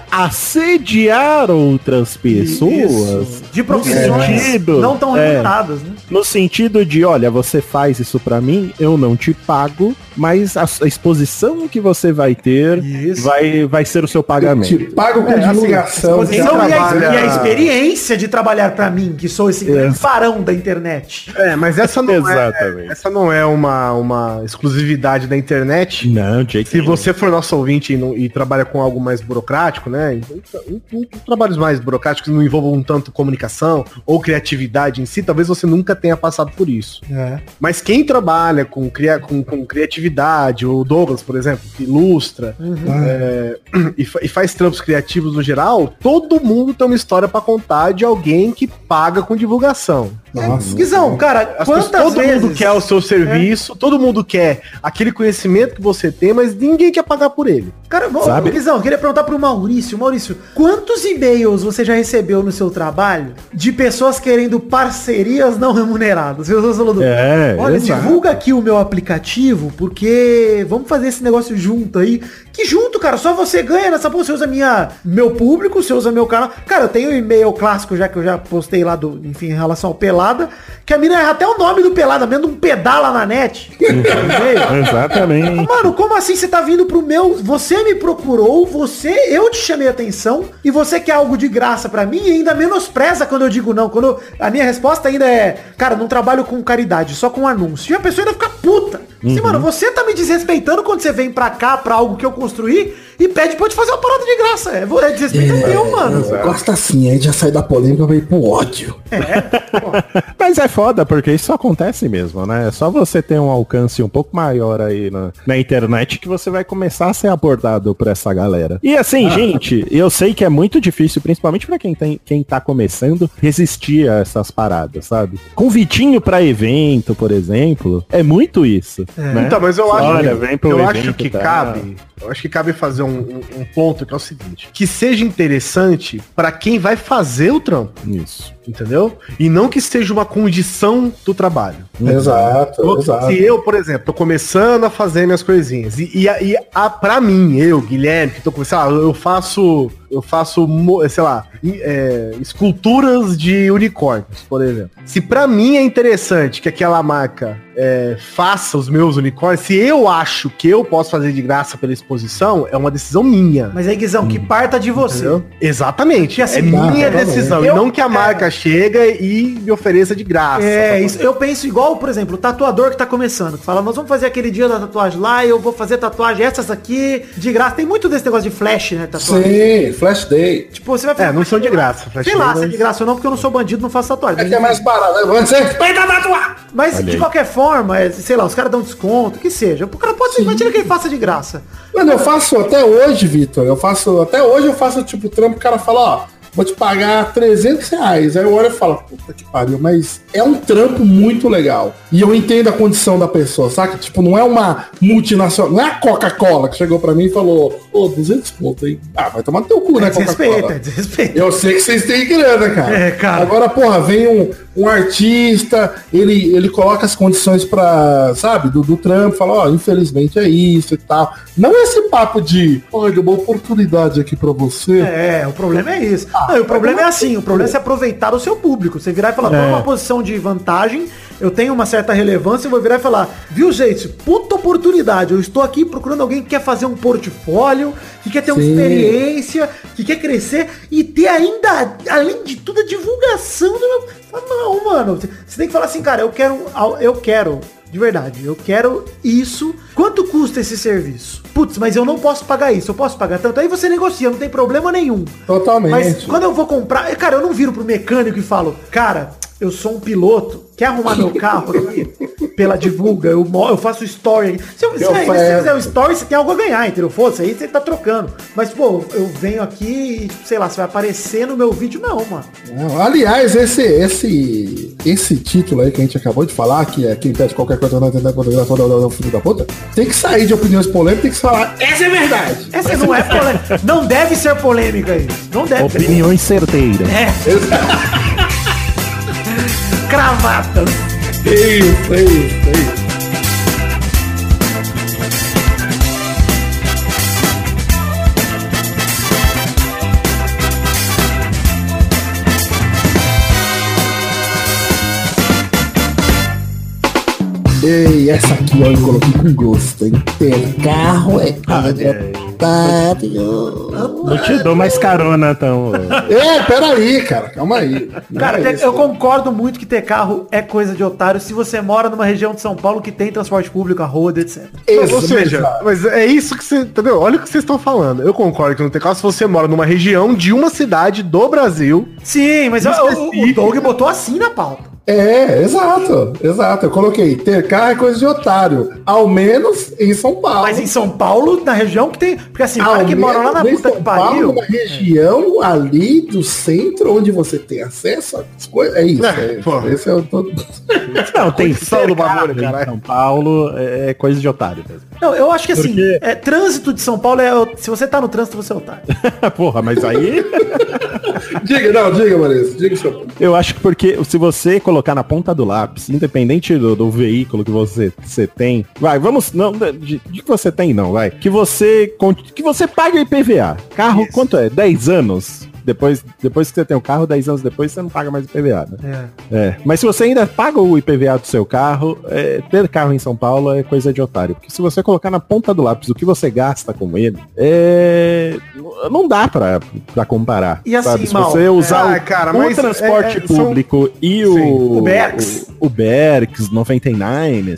C: assediar outras pessoas.
E: Isso. De profissões
C: sentido.
E: não tão
C: É.
E: remuneradas, né?
C: No sentido de, olha, você faz isso pra mim, eu não te pago, mas a, a exposição que você vai ter
E: Isso.
C: vai, vai ser o seu pagamento.
A: Te pago com
B: É, assim,
A: divulgação.
B: se você
A: cara.
E: Não, Então, e, a,
B: trabalha-
E: e a experiência de trabalhar pra pra mim, que sou esse
C: É.
E: grande farão da internet.
B: É, mas essa não é,
C: Exatamente.
B: essa não é uma, uma exclusividade da internet.
C: Não, Jake.
B: Se você for nosso ouvinte e, não- e trabalha com algo mais burocrático, né? então, um- um- um- Trabalhos mais burocráticos que não envolvam um tanto comunicação ou criatividade em si, talvez você nunca tenha passado por isso.
E: É.
B: Mas quem trabalha com, cria, com, com criatividade, o Douglas, por exemplo, que ilustra
E: Uhum.
B: é, e, fa- e faz trampos criativos no geral, todo mundo tem uma história pra contar de alguém que paga com divulgação.
A: Nossa.
E: Guizão, cara,
B: As
E: quantas
B: pessoas- todo
E: vezes... É.
B: mundo quer o seu serviço, todo mundo quer aquele conhecimento que você tem, mas ninguém quer pagar por ele.
E: Cara, ô,
C: Sabe?
E: Guizão, eu queria perguntar pro Maurício. Maurício, quantos e-mails você já recebeu no seu trabalho de pessoas querendo parcerias não remuneradas? Pessoas falando,
C: É,
E: olha,
C: exato.
E: divulga aqui o meu aplicativo, porque vamos fazer esse negócio junto aí. Que junto, cara, só você ganha nessa porra. Você usa minha, meu público, você usa meu canal. Cara, eu tenho um e-mail clássico já que eu já postei lá do, enfim, em relação ao Pelada, que a mina erra até o nome do Pelada, mesmo um pedala na net. E-mail.
C: Exatamente.
E: Mano, como assim você tá vindo pro meu? Você me procurou, você, eu te chamei a atenção e você quer algo de graça pra mim e ainda menospreza quando eu digo não. Quando eu- a minha resposta ainda é, cara, não trabalho com caridade, só com anúncio. E a pessoa ainda fica puta. Assim, mano, você tá me desrespeitando quando você vem pra cá pra algo que eu construí e pede pra eu te fazer uma parada de graça. É, vou- é desrespeito meu, mano.
A: Gosta assim, aí já sai da polêmica e vai pro ódio.
C: Mas é foda, porque isso acontece mesmo, né? É só você ter um alcance um pouco maior aí na, na internet que você vai começar a ser abordado por essa galera. E
B: Ah.
C: assim, gente, eu sei que é muito difícil, principalmente pra quem, tem, quem tá começando, resistir a essas paradas, sabe? Convidinho pra evento, por exemplo, é muito isso. Né?
B: Então, mas eu acho,
C: Olha,
B: que-
C: vem pro
B: eu
C: evento,
B: acho que
C: tá?
B: cabe, eu acho que cabe fazer um, um- um ponto que é o seguinte, que seja interessante pra quem vai fazer o trampo,
C: Isso.
B: entendeu? E não que seja uma condição do trabalho.
A: Exato,
B: Eu-
A: exato.
B: Se eu, por exemplo, tô começando a fazer minhas coisinhas, e, e, a- e a, pra mim, eu, Guilherme, que tô começando, ah, eu faço, eu faço, mo- sei lá, em- é, esculturas de unicórnios, por exemplo. Se pra mim é interessante que aquela marca é, faça os meus unicórnios, se eu acho que eu posso fazer de graça pela exposição, é uma decisão minha.
E: Mas aí, Guizão, que parta de você.
B: Entendeu? Exatamente.
E: E assim,
B: é
E: tá,
B: minha
A: tá bom.
B: decisão.
E: Eu-
B: e não que a marca chega e me ofereça de graça.
E: É, isso, eu penso igual, por exemplo, o tatuador que tá começando, que fala, nós vamos fazer aquele dia da tatuagem lá, eu vou fazer tatuagem essas aqui, de graça. Tem muito desse negócio de flash, né, tatuagem?
A: Sim, Flash Day.
E: Tipo, você vai
B: É, não são de graça. Flash
E: Sei lá,
B: Day,
E: se é de graça ou não, porque eu não sou bandido, não faço
A: É
E: tatuagem.
A: que é mais barato. Você
E: Mas, de qualquer forma, é, sei lá, os caras dão desconto, que seja. O cara pode, imagina que ele faça de graça.
A: Mano, eu faço até hoje, Vitor. Eu faço. Até hoje eu faço tipo trampo, o cara fala, ó, vou te pagar 300 reais. Aí eu olho e falo, puta que pariu, mas é um trampo muito legal. E eu entendo a condição da pessoa, saca? Tipo, não é uma multinacional, não é a Coca-Cola que chegou pra mim e falou, ô, 200 conto aí. Ah, vai tomar no teu cu, né,
E: É desrespeito, é
A: Coca-Cola?
E: desrespeito.
A: Eu sei que vocês têm grana, cara.
E: É, cara.
A: Agora, porra, vem um, um artista, ele, ele coloca as condições pra, sabe, do, do trampo, fala, ó, infelizmente é isso e tal. Não esse papo de, olha, uma oportunidade aqui pra você.
E: É, o problema é isso. Não, e o problema é assim, o problema é se aproveitar do seu público. Você virar e falar, tô numa posição de vantagem, eu tenho uma certa relevância, eu vou virar e falar, viu, gente, puta oportunidade, eu estou aqui procurando alguém que quer fazer um portfólio, que quer ter uma
A: Sim.
E: experiência, que quer crescer e ter ainda, além de tudo, a divulgação do meu... Fala, Não, mano, você tem que falar assim, cara, eu quero, eu quero... De verdade, eu quero isso. Quanto custa esse serviço? Putz, mas eu não posso pagar isso. Eu posso pagar tanto. Aí você negocia, não tem problema nenhum.
A: Totalmente.
E: Mas quando eu vou comprar, cara, eu não viro pro mecânico e falo, cara, eu sou um piloto, quer arrumar meu carro aqui? Pela divulga, eu, mo- eu faço story. Se, eu, se, aí, se você
A: faço.
E: fizer um story, você tem algo a ganhar, entendeu? Foda-se, aí você tá trocando. Mas, pô, eu venho aqui e, sei lá, você vai aparecer no meu vídeo? Não, mano.
A: Não, Né? Aliás, esse, esse, esse título aí que a gente acabou de falar, que é quem pede qualquer coisa não entender quando ele é filho da puta, tem que sair de opiniões polêmicas, tem que falar, essa é verdade.
E: Essa não é polêmica. Não deve ser polêmica isso. Não
B: é
E: deve ser.
C: Opiniões certeiras.
E: Cravatas.
A: É isso, é isso, é isso. Ei, essa aqui ó, eu coloquei com gosto, hein? Ter carro é coisa de otário.
C: Não te dou mais carona, então. ô.
A: É, peraí, cara, calma aí. Não
E: Cara,
A: é
E: te-
A: isso.
E: eu concordo muito que ter carro é coisa de otário se você mora numa região de São Paulo que tem transporte público, a roda, etc.
A: Isso,
B: Ou seja,
A: exato.
B: mas é isso que você. Entendeu? Olha o que vocês estão falando. Eu concordo que não tem caso se você mora numa região de uma cidade do Brasil.
E: Sim, mas ó, o, o
B: Específico.
E: Doug botou assim na pauta.
A: É, exato, exato. Eu coloquei, ter carro é coisa de otário. Ao menos em São Paulo.
E: Mas em São Paulo, na região que tem. Porque assim, o
B: Ah,
E: cara
A: Ao
E: que mora lá na
A: menos em
E: puta que
A: São Paulo,
B: né?
E: pariu.
A: uma região ali do centro onde você tem acesso às coisas. É isso. É, isso.
B: pô.
A: Esse é o todo.
C: Não, tem
B: Condição
C: ser
B: do bagulho,
C: carro em
B: caralho.
C: São Paulo é é coisa de otário mesmo.
E: Não, eu acho que assim,
C: Porque-
E: é, trânsito de São Paulo é. o- Se você tá no trânsito, você é otário.
C: Porra, mas aí
A: diga, não, diga, Marisa. Diga seu ponto.
C: eu acho que porque se você colocar na ponta do lápis, independente do, do veículo que você, você tem, vai, vamos, não, de, de que você tem não, vai, que você con- que você pague o IPVA. Carro, quanto é? 10 anos? Depois, depois que você tem o carro, 10 anos depois, você não paga mais IPVA, né? É, mas se você ainda paga o IPVA do seu carro, é, ter carro em São Paulo é coisa de otário. Porque se você colocar na ponta do lápis o que você gasta com ele, é, n- não dá pra, pra comparar.
E: E assim,
C: sabe? Se
E: Mal,
C: você usar
B: ah,
C: o,
B: cara,
C: o
B: mas
C: transporte
B: é- é- são-
C: público e o,
B: Sim,
E: o Berks.
C: o, o Berks 99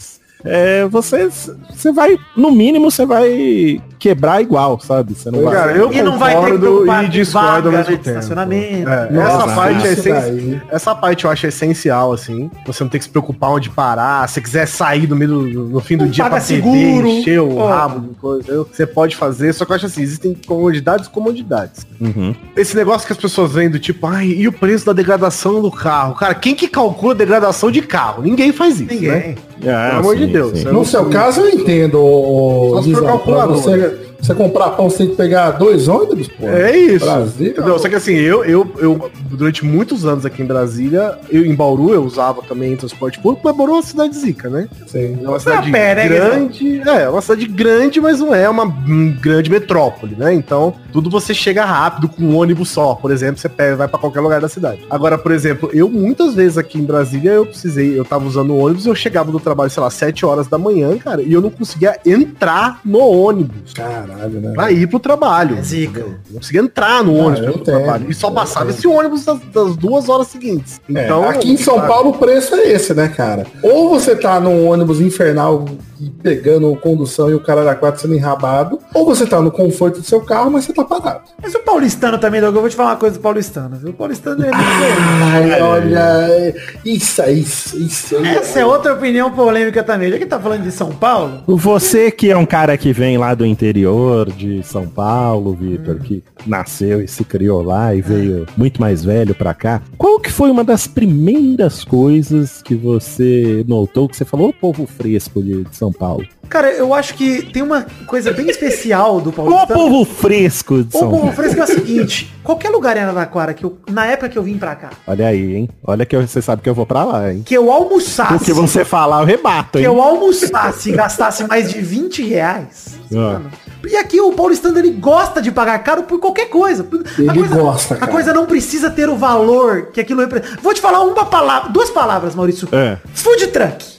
C: é, você, você vai, no mínimo, você vai quebrar igual, sabe? Você não vai.
B: Cara, eu
E: E não vai ter que
B: concordo
E: preocupar
B: e
E: com
B: discordo ao
E: vaga
B: mesmo
E: de
B: tempo.
E: estacionamento.
B: É,
A: Nossa,
B: essa parte é
A: isso
B: essencial.
A: daí.
B: Essa parte eu acho essencial, assim. Você não tem que se preocupar onde parar. Se quiser sair no meio do, no fim do
E: Não
B: dia
E: paga
B: pra
E: seguro.
B: seguro, encher o
E: Ó.
B: rabo, coisa, entendeu? você pode fazer. Só que eu acho assim, existem comodidades e comodidades.
C: Uhum.
B: Esse negócio que as pessoas vêm do tipo, ai, e o preço da degradação do carro? Cara, quem que calcula a degradação de carro? Ninguém faz isso,
E: Ninguém.
B: né?
C: Ah,
B: Pelo amor de
C: sim,
B: Deus.
C: sim.
B: Eu
A: No
B: não
A: seu
B: sei.
A: caso, eu entendo, ô, ô,
B: Só se for
A: Guizão, pra
B: calculador.
A: Você, você comprar pão, você tem que pegar dois ônibus, pô.
B: É isso.
A: Brasil.
B: Entendeu? Só que assim, eu, eu, eu, durante muitos anos aqui em Brasília, eu em Bauru eu usava também transporte público, mas Bauru é uma cidade zica, né?
A: Sim.
B: É uma cidade
E: a pé, né,
B: grande, é, uma cidade grande, mas não é uma hum, grande metrópole, né? Então, tudo você chega rápido com um ônibus só, por exemplo, você pega, vai pra qualquer lugar da cidade. Agora, por exemplo, eu muitas vezes aqui em Brasília, eu precisei, eu tava usando o ônibus, eu chegava do trabalho, sei lá, 7 horas da manhã, cara, e eu não conseguia entrar no ônibus
A: Caralho, né?
B: pra ir pro trabalho.
E: É zica.
B: Não conseguia entrar no ônibus
A: eu
B: pro
A: entendo,
B: trabalho. E só
A: eu
B: passava
A: entendo.
B: esse ônibus das, das duas horas seguintes. Então,
A: Então, aqui em São
B: sabe?
A: Paulo o preço é esse, né, cara? Ou você tá num ônibus infernal e pegando condução e o cara da quatro sendo enrabado, ou você tá no conforto do seu carro, mas você tá parado.
E: Mas o paulistano também, Doug, eu vou te falar uma coisa do paulistano. viu? O paulistano é.
A: Ai, olha, é, isso, isso, isso.
E: Essa é outra opinião polêmica também. Já que tá falando de São Paulo,
C: Você que é um cara que vem lá do interior de São Paulo, Vitor, que nasceu e se criou lá
B: É.
C: e veio muito mais velho pra cá, qual que foi uma das primeiras coisas que você notou que você falou, ô povo fresco de, de São Paulo?
E: cara, eu acho que tem uma coisa bem especial do
B: tá-
C: Ô
E: paulistano.
C: povo fresco de
E: O
C: São
E: povo
C: Paulo!
E: fresco é o seguinte, qualquer lugar em Araraquara, que eu, na época que eu vim pra cá,
C: Olha aí, hein? Olha que eu- você sabe que eu vou pra lá, hein?
E: que eu
B: Ah,
E: almoçasse,
C: O que você falar, eu rebato,
E: que
C: hein?
E: eu almoçasse e gastasse mais de 20 reais.
C: Ah.
E: E aqui o paulistano, ele gosta de pagar caro por qualquer coisa.
A: Ele
E: a coisa,
A: gosta,
E: A
A: cara.
E: coisa não precisa ter o valor que aquilo representa. Vou te falar uma palavra, duas palavras, Maurício.
C: É.
E: Food truck.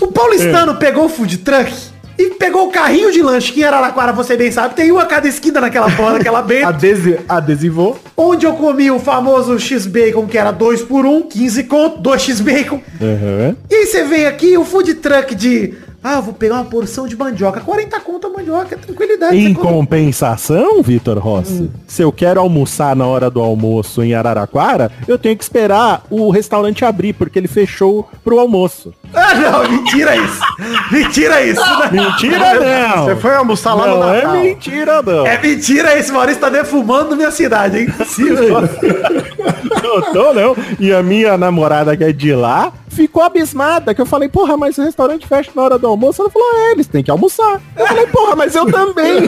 E: o
C: É.
E: paulistano pegou o food truck e pegou o carrinho de lanche, que em Araraquara, você bem sabe, tem um a cada esquina naquela porra, naquela beira.
B: Adesi- adesivou.
E: Onde eu comi o famoso X-Bacon, que era 2 por 1, 15 conto, 2 X-Bacon.
C: Aham.
E: E aí você vem aqui, o food truck de... Ah, eu vou pegar uma porção de mandioca. 40 conto a mandioca, é
B: É
E: tranquilidade. você
C: Em
E: come.
C: compensação, Vitor Rossi,
B: Hum.
C: se eu quero almoçar na hora do almoço em Araraquara, eu tenho que esperar o restaurante abrir, porque ele fechou pro almoço.
E: Ah, não, mentira isso. Mentira isso.
C: Mentira não!
B: Ah, Você foi almoçar lá
C: não
B: no
C: é
B: Natal.
C: mentira não!
E: É mentira isso, Maurício tá defumando minha cidade, é impossível.
C: Não tô, não. E a minha namorada que é de lá ficou abismada, que eu falei, porra, mas o restaurante fecha na hora do almoço? Ela falou, é, eles têm que almoçar. Eu falei, porra, mas eu também.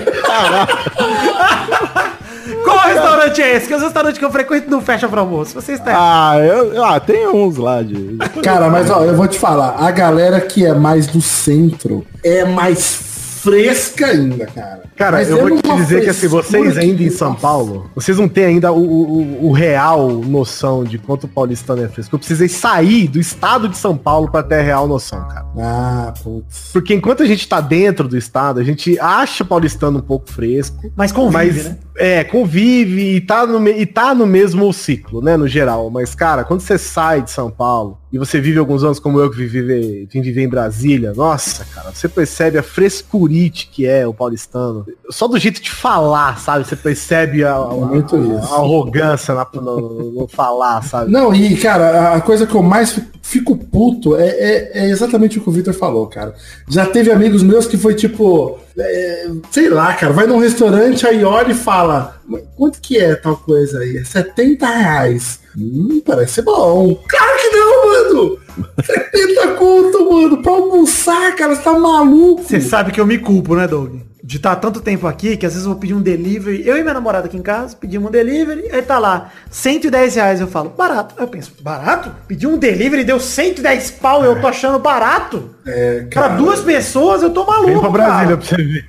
E: Qual restaurante é esse? Que os restaurantes que eu frequento não fecham pra almoço. Você está
C: ah, eu, ah, tem uns lá de...
A: Cara, mas ó, eu vou te falar, a galera que é mais do centro é mais fresca ainda, cara.
B: Cara,
A: Mas
B: eu
A: é
B: vou te
A: uma
B: dizer que
A: frescura
B: assim, vocês
A: que-
B: ainda em São Paulo, vocês não têm ainda o, o- o real noção de quanto o paulistano é fresco. Eu precisei sair do estado de São Paulo pra ter a real noção, cara.
A: Ah, putz.
B: Porque enquanto a gente tá dentro do estado, a gente acha o paulistano um pouco fresco.
E: Mas convive,
B: mas
E: né?
B: é, convive e tá, no, me- e tá no mesmo ciclo, né, no geral. Mas, cara, quando você sai de São Paulo e você vive alguns anos como eu que vivi- vivi- vim viver em Brasília, nossa, cara, você percebe a frescurite que é o paulistano. Só do jeito de falar, sabe? Você percebe a, a-
A: É Muito
B: a-
A: isso.
B: a arrogância na- no, no falar, sabe?
A: Não, e cara, a- a coisa que eu mais fi- fico puto é, é- é exatamente o que o Victor falou, cara. Já teve amigos meus que foi tipo, é, sei lá, cara, vai num restaurante, aí olha e fala, "Mas quanto que é tal coisa aí? É 70 reais. Hum, parece bom. Claro que não, mano! 70 conto, mano, pra almoçar, cara, você tá maluco.
E: Você sabe que eu me culpo, né, Doug? De estar tanto tempo aqui que às vezes eu vou pedir um delivery. Eu e minha namorada aqui em casa pedimos um delivery, aí tá lá, 110 reais. Eu falo, barato. Aí eu penso, barato? Pedi um delivery, deu 110 pau, eu tô achando barato?
A: É,
E: Pra duas pessoas eu tô maluco.
B: Vem pra
E: cara.
B: Brasília pra você ver.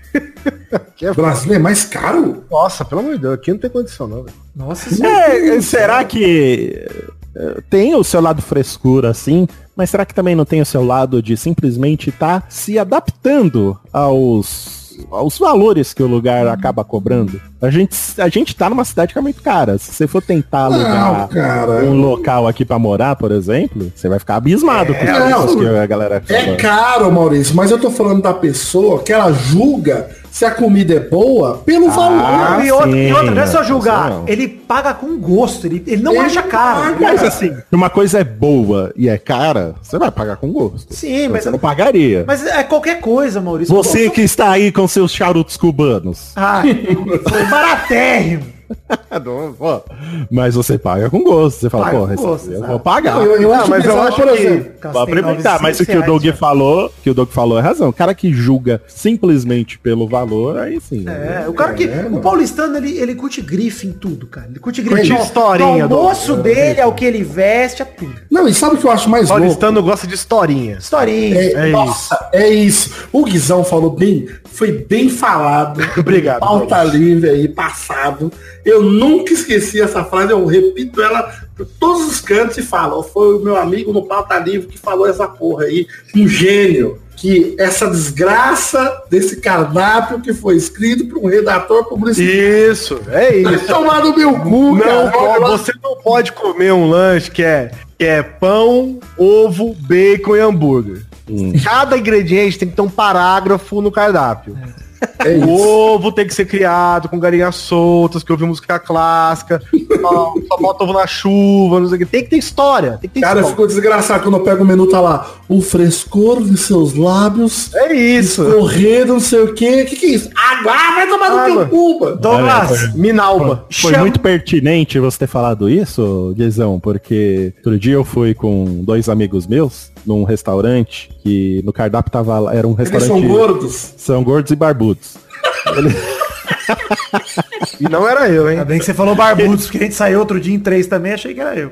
A: O Brasil é mais caro?
B: Nossa, pelo amor de Deus, aqui não tem condição, não. velho.
E: Nossa senhora.
C: É, será que eh, tem o seu lado frescura, assim? Mas será que também não tem o seu lado de simplesmente estar se adaptando aos, aos valores que o lugar acaba cobrando? A gente, a gente tá numa cidade que é muito cara. Se você for tentar
A: Não,
C: alugar
A: cara.
C: um local aqui pra morar, por exemplo, você vai ficar abismado com os
A: não.
C: preços que a galera
A: É
C: fala.
A: caro, Maurício, mas eu tô falando da pessoa que ela julga se a comida é boa
B: Ah.
A: pelo valor.
E: e, outra,
C: Ah, sim,
E: e outra, não é só
C: né?
E: julgar.
C: Não.
E: Ele paga com gosto, ele, ele não
A: Ele
E: acha caro.
A: paga.
C: Mas assim, se uma coisa é boa e é cara, você vai pagar com gosto.
E: Sim, mas,
C: Você não pagaria.
E: mas é qualquer coisa, Maurício.
C: Você que está aí com seus charutos cubanos.
E: Ah, foi baratérrimo.
C: É, Ó, Mas você paga com gosto. Você fala,
E: Paga
C: pô,
E: com
C: esse-
E: gosto,
C: eu
E: exato.
C: vou pagar.
A: Eu, eu acho
B: mas eu
A: bizarro,
B: acho
A: por
B: que-
A: exemplo.
C: Vou aproveitar, mas o que o
E: né?
C: Doug falou, que o Doug falou é razão. O cara que julga simplesmente pelo valor, aí sim. né?
E: É, o cara que. o paulistano, ele, ele curte grife em tudo, cara. Ele curte grife.
B: Curte
E: Ó,
B: historinha,
E: O almoço dele é o que ele veste, é tudo.
A: Não, e sabe o que eu acho mais louco?
B: Paulistano gosta de historinha.
E: Historinha.
A: É,
B: É
A: nossa, é isso. O Guizão falou bem, foi bem falado.
B: Obrigado,
A: Pauta livre aí, passado. Eu nunca esqueci essa frase, eu repito ela por todos os cantos e falo. Foi o meu amigo no pauta livre que falou essa porra aí. Um gênio. Que essa desgraça desse cardápio que foi escrito por um redator publicitário.
B: Isso, é isso.
A: Tomar no meu cu, cara.
B: Não, pode- você não pode comer um lanche que é, que é pão, ovo, bacon e hambúrguer. Cada ingrediente tem que ter um parágrafo no cardápio.
A: É
B: O
A: isso.
B: ovo tem que ser criado com galinhas soltas, que ouve música clássica, só, só bota ovo na chuva, não sei o que. Tem que ter história, tem que ter
A: Cara,
B: história.
A: ficou desgraçado quando eu pego o menu, tá lá. O frescor de seus lábios.
B: É isso.
A: Correndo, não sei o quê. O que, que é isso? Água, Ah, vai tomar no
B: Água.
A: teu cu, mano.
B: Douglas, Minalba.
C: Foi muito pertinente você ter falado isso, Guizão, porque outro dia eu fui com dois amigos meus num restaurante que no cardápio tava lá- era um
A: Eles
C: restaurante
A: são gordos.
C: são gordos e barbudos.
B: E não era eu, hein?
E: Ainda bem que você falou barbudos, porque a gente saiu outro dia em três também, achei que era eu.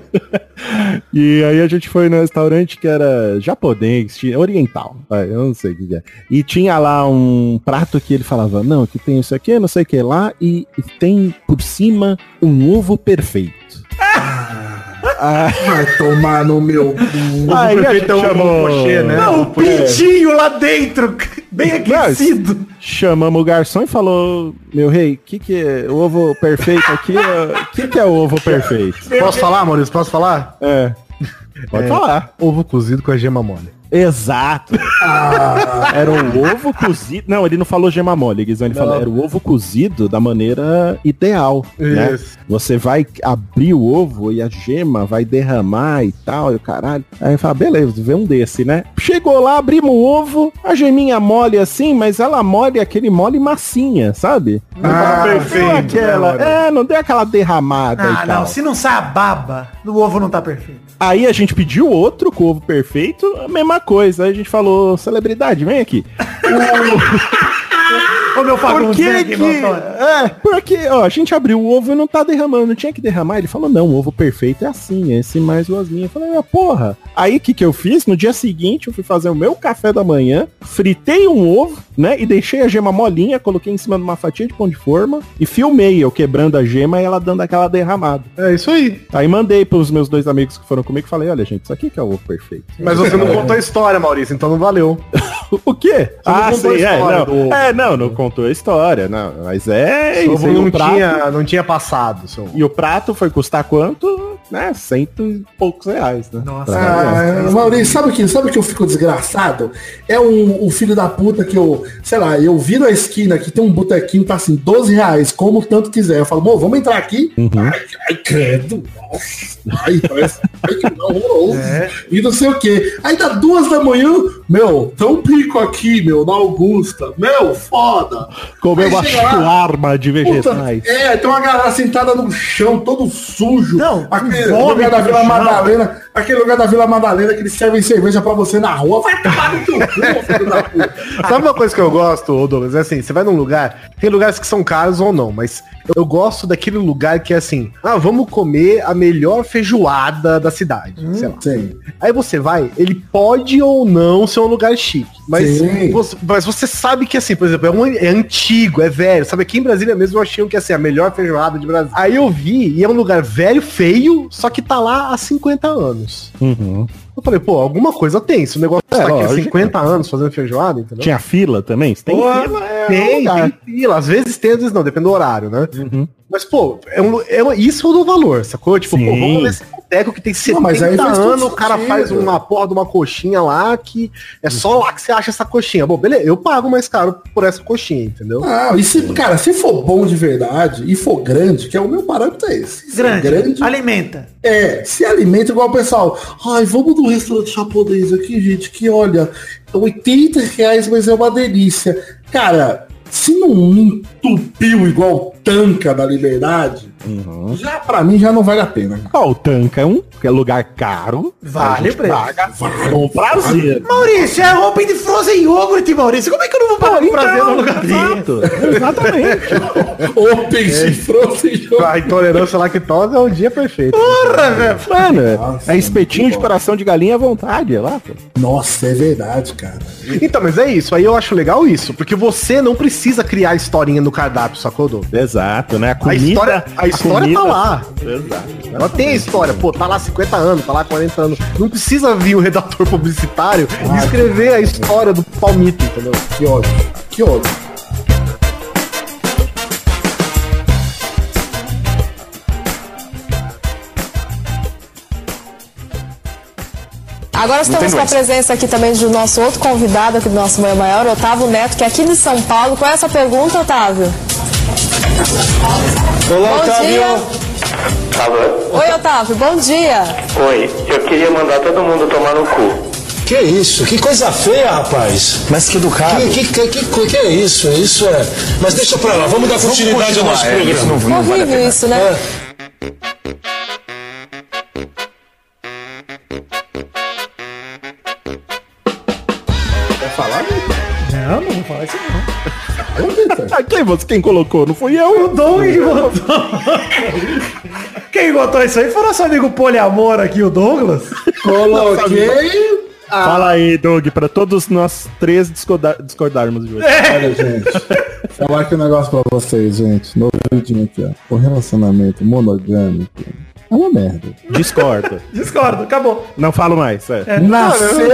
C: E aí a gente foi num restaurante que era japonês, tinha- oriental, vai, eu não sei o que que é. E tinha lá um prato que ele falava, não, que tem isso aqui, não sei o que lá, e, e tem por cima um ovo perfeito.
A: Vai tomar no meu cu.
C: Aí a
B: perfeito
C: gente
B: é o
C: chamou-
B: pochê, né?
E: Não, o pintinho lá dentro, bem
C: Não,
E: aquecido.
C: Chamamos o garçom e falou, meu rei, o que que é o ovo perfeito aqui? O que que é o ovo perfeito?
B: Posso falar, Maurício? Posso falar?
C: É. Pode
B: É.
C: falar.
B: Ovo cozido com a gema mole.
C: Exato.
B: Ah.
C: Era um ovo cozido. Não, ele não falou gema mole, Guizão. Ele falou, era o ovo cozido da maneira ideal. Né?
B: Isso.
C: Você vai abrir o ovo e a gema vai derramar e tal, e o caralho. Aí fala, beleza, vê um desse, né? Chegou lá, abrimos o ovo, a geminha mole assim, mas ela mole aquele mole massinha, sabe? Não
B: Ah,
C: deu
B: perfeito,
C: Aquela,
B: né,
C: é, não deu aquela derramada
E: Ah,
C: e tal.
E: não, se não sai a baba, o ovo não tá perfeito.
C: Aí a gente pediu outro com ovo perfeito, a mesma coisa. Aí a gente falou, celebridade, vem aqui.
E: Ô, meu
C: Por
E: Fagundes,
C: que
E: vem aqui, meu
C: que...
E: Antônio.
C: É, porque, ó, a gente abriu o ovo e não tá derramando, não tinha que derramar. Ele falou, não, o ovo perfeito é assim, esse mais gosminho. Eu falei, ah, porra. Aí, o que que eu fiz? No dia seguinte, eu fui fazer o meu café da manhã, fritei um ovo, né, e deixei a gema molinha, coloquei em cima de uma fatia de pão de forma e filmei eu quebrando a gema e ela dando aquela derramada.
B: É isso aí.
C: Aí mandei pros meus dois amigos que foram comigo e falei, olha, gente, isso aqui que é o ovo perfeito.
B: Mas você não contou a história, Maurício, então não valeu.
C: O quê?
B: não contou a
C: é,
B: história do
C: não.
B: ovo.
C: É, não, não contou a história, não. Mas é
B: Seu
C: isso.
B: ovo
C: aí, o
B: não
C: prato-
B: tinha, não tinha passado, seu ovo.
C: E o prato foi custar quanto? Né? Cento e poucos reais, né?
E: Nossa,
A: Ah, Maurício, sabe o que? Sabe o que eu fico desgraçado? É um, um filho da puta que eu, sei lá, eu viro a esquina que tem um botequinho, tá assim, 12 reais, como tanto quiser. Eu falo, bom, vamos entrar aqui.
C: Uhum.
A: Ai, ai, credo, nossa, ai, parece ai, que não, horroroso. E não sei o quê. Aí dá duas da manhã, meu, tem um pico aqui, meu, na Augusta. Meu, foda.
C: Comeu
A: Aí
C: uma
A: chega lá,
C: arma de
A: Puta,
C: vegetais.
A: é, tem uma galera sentada no chão, todo sujo.
E: Não,
A: aquele
E: um vômito
A: lugar da
E: no
A: Vila
E: chão.
A: Madalena, aquele lugar da Vila Madalena que eles servem cerveja pra você na rua. Vai tomar no teu cu, filho da puta.
B: Sabe uma coisa que eu gosto, ô Douglas? É assim, você vai num lugar, tem lugares que são caros ou não, mas eu gosto daquele lugar que é assim, ah, vamos comer a melhor feijoada da cidade, sei lá.
A: Sim.
B: Aí você vai, ele pode ou não ser um lugar chique. Mas,
A: Sim.
B: você, mas você sabe que assim, por exemplo, é, um- é antigo, é velho. Sabe, aqui em Brasília mesmo eu achei um que ia ser a melhor feijoada de Brasília. Aí eu vi, e é um lugar velho, feio, só que tá lá há 50 anos.
C: Uhum.
B: Eu falei, pô, alguma coisa tem. Se o negócio
C: É,
B: tá aqui há
C: lógico.
B: 50 anos fazendo feijoada, entendeu?
C: Tinha fila também? Você Tem
B: Pô,
C: fila? É
B: tem,
C: um lugar.
B: tem fila. Às vezes tem, às vezes não, depende do horário, né? Mas, pô, é um, é um- isso eu dou valor, sacou? Tipo, pô,
C: Sim.
B: vamos nesse boteco que tem 70
A: Não, mas aí faz todo
B: anos, o cara
A: sentido.
B: faz uma porra de uma coxinha lá que é só lá que você acha essa coxinha. Bom, beleza, eu pago mais caro por essa coxinha, entendeu?
A: Ah, e se, cara, se for bom de verdade e for grande, que é o meu parâmetro é esse. Se
E: grande.
A: É, grande,
E: Alimenta.
A: é, se alimenta igual o pessoal. Ai, vamos no restaurante japonês aqui, gente, que olha, é 80 reais, mas é uma delícia. Cara, se não me entupiu igual o tanca da liberdade, já pra mim já não vale a pena.
C: Ó, o Tanca é um que é lugar caro.
E: Vale o preço.
C: Com prazer.
E: Maurício, é open de frozen yogurt, Maurício. Como é que eu não vou pagar por prazer no
B: então, tá.
E: lugar dele?
C: exato, exatamente.
A: Open se frozen
B: A intolerância à lactose é o dia perfeito.
E: Porra, velho.
C: Mano, é-
A: Nossa,
C: é espetinho
A: muito
C: de
A: bom.
C: coração de galinha à vontade, é lá. pô.
A: Nossa, é verdade, cara.
B: Então, mas é isso. Aí eu acho legal isso, porque você não precisa criar historinha no cardápio, sacou, Dô?
C: Exato, né? A
B: A
C: comida...
B: história, a história
C: comida-
B: tá lá.
C: Exato.
B: Ela tem a história, pô, tá lá 50 anos, tá lá 40 anos. Não precisa vir o redator publicitário e escrever a história do palmito, entendeu?
A: Que ódio. Que ódio.
I: Agora estamos com a presença aqui também do nosso outro convidado aqui do nosso Manhã Maior, Otávio Neto, que é aqui de São Paulo. Qual é essa pergunta, Otávio?
J: Olá,
I: Bom
J: Otávio.
I: dia.
J: Alô?
I: Oi, Otávio, bom dia.
J: Oi, eu queria mandar todo mundo tomar no cu.
K: Que isso? Que coisa feia, rapaz.
J: Mas que do cara?
K: Que, que, que, que, que é isso? Isso é. Mas deixa pra lá, vamos dar continuidade ao nosso programa.
J: isso não, não vale a
I: Horrível
J: pena.
I: isso, né?
E: Não, não vou falar isso não.
C: Ah, Quem, você, quem colocou? Não fui eu.
E: Dom ele botou. Quem botou isso aí foi nosso amigo poliamor aqui, o Douglas.
A: Coloquei.
C: Fala aí, Doug, pra todos nós três discorda- discordarmos de você.
A: Olha, gente. Falar aqui um negócio pra vocês, gente. No vídeo aqui, ó. O relacionamento monogâmico é uma merda.
C: Discordo.
E: Discordo, acabou.
C: Não falo mais, é.
A: Nasceu.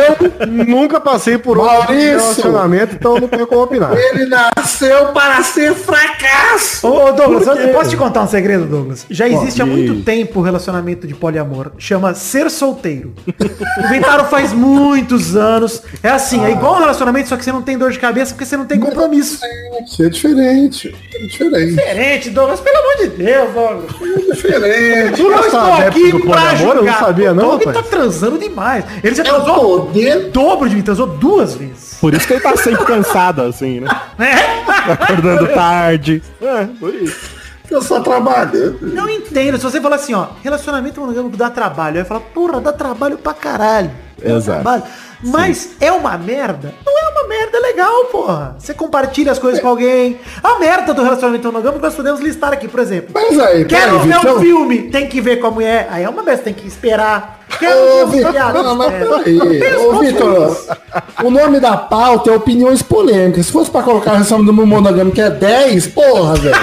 B: Nunca passei por
A: Maurício!
B: relacionamento, então não tenho como opinar.
A: Ele nasceu para ser fracasso.
E: Ô, ô, Douglas, eu posso te contar um segredo, Douglas? Já existe há muito tempo o relacionamento de poliamor. Chama ser solteiro. Inventaram faz muitos anos. É assim, é igual um relacionamento, só que você não tem dor de cabeça porque você não tem Um compromisso.
A: Gente, é diferente. É diferente.
E: Diferente, Douglas, pelo amor de Deus, Douglas.
A: É diferente.
B: Tu não sabe a época do poliamor? Eu não sabia,
E: O
B: não,
E: Doug
B: rapaz.
E: tá transando demais. Ele já
A: Eu tô
E: transou o
A: dentro.
E: dobro de mim, transou duas vezes.
C: Por isso que ele tá sempre cansado, assim, né?
E: É?
C: Acordando tarde. É, por isso.
A: Eu só trabalho.
E: Não entendo. Se você falar assim, ó, relacionamento monogâmico dá trabalho. Aí fala, porra, dá trabalho pra caralho. Dá
C: Exato.
E: trabalho. Mas é uma merda? Não é uma merda legal, porra. Você compartilha as coisas com alguém. A merda do relacionamento monogâmico nós podemos listar aqui, por exemplo.
A: Mas aí,
E: Quero
A: peraí,
E: ver
A: Vitão.
E: um filme, tem que ver com a mulher. Aí é uma merda, você tem que esperar. Quero
A: Ô,
E: ver um
A: Vitor,
E: seriado.
A: não, mas
E: espera.
A: peraí.
E: Tem
A: Ô,
E: os
A: Vitor,
E: conflitos.
A: o nome da pauta é opiniões polêmicas. Se fosse pra colocar a relação do meu monogâmico que é 10, porra, velho.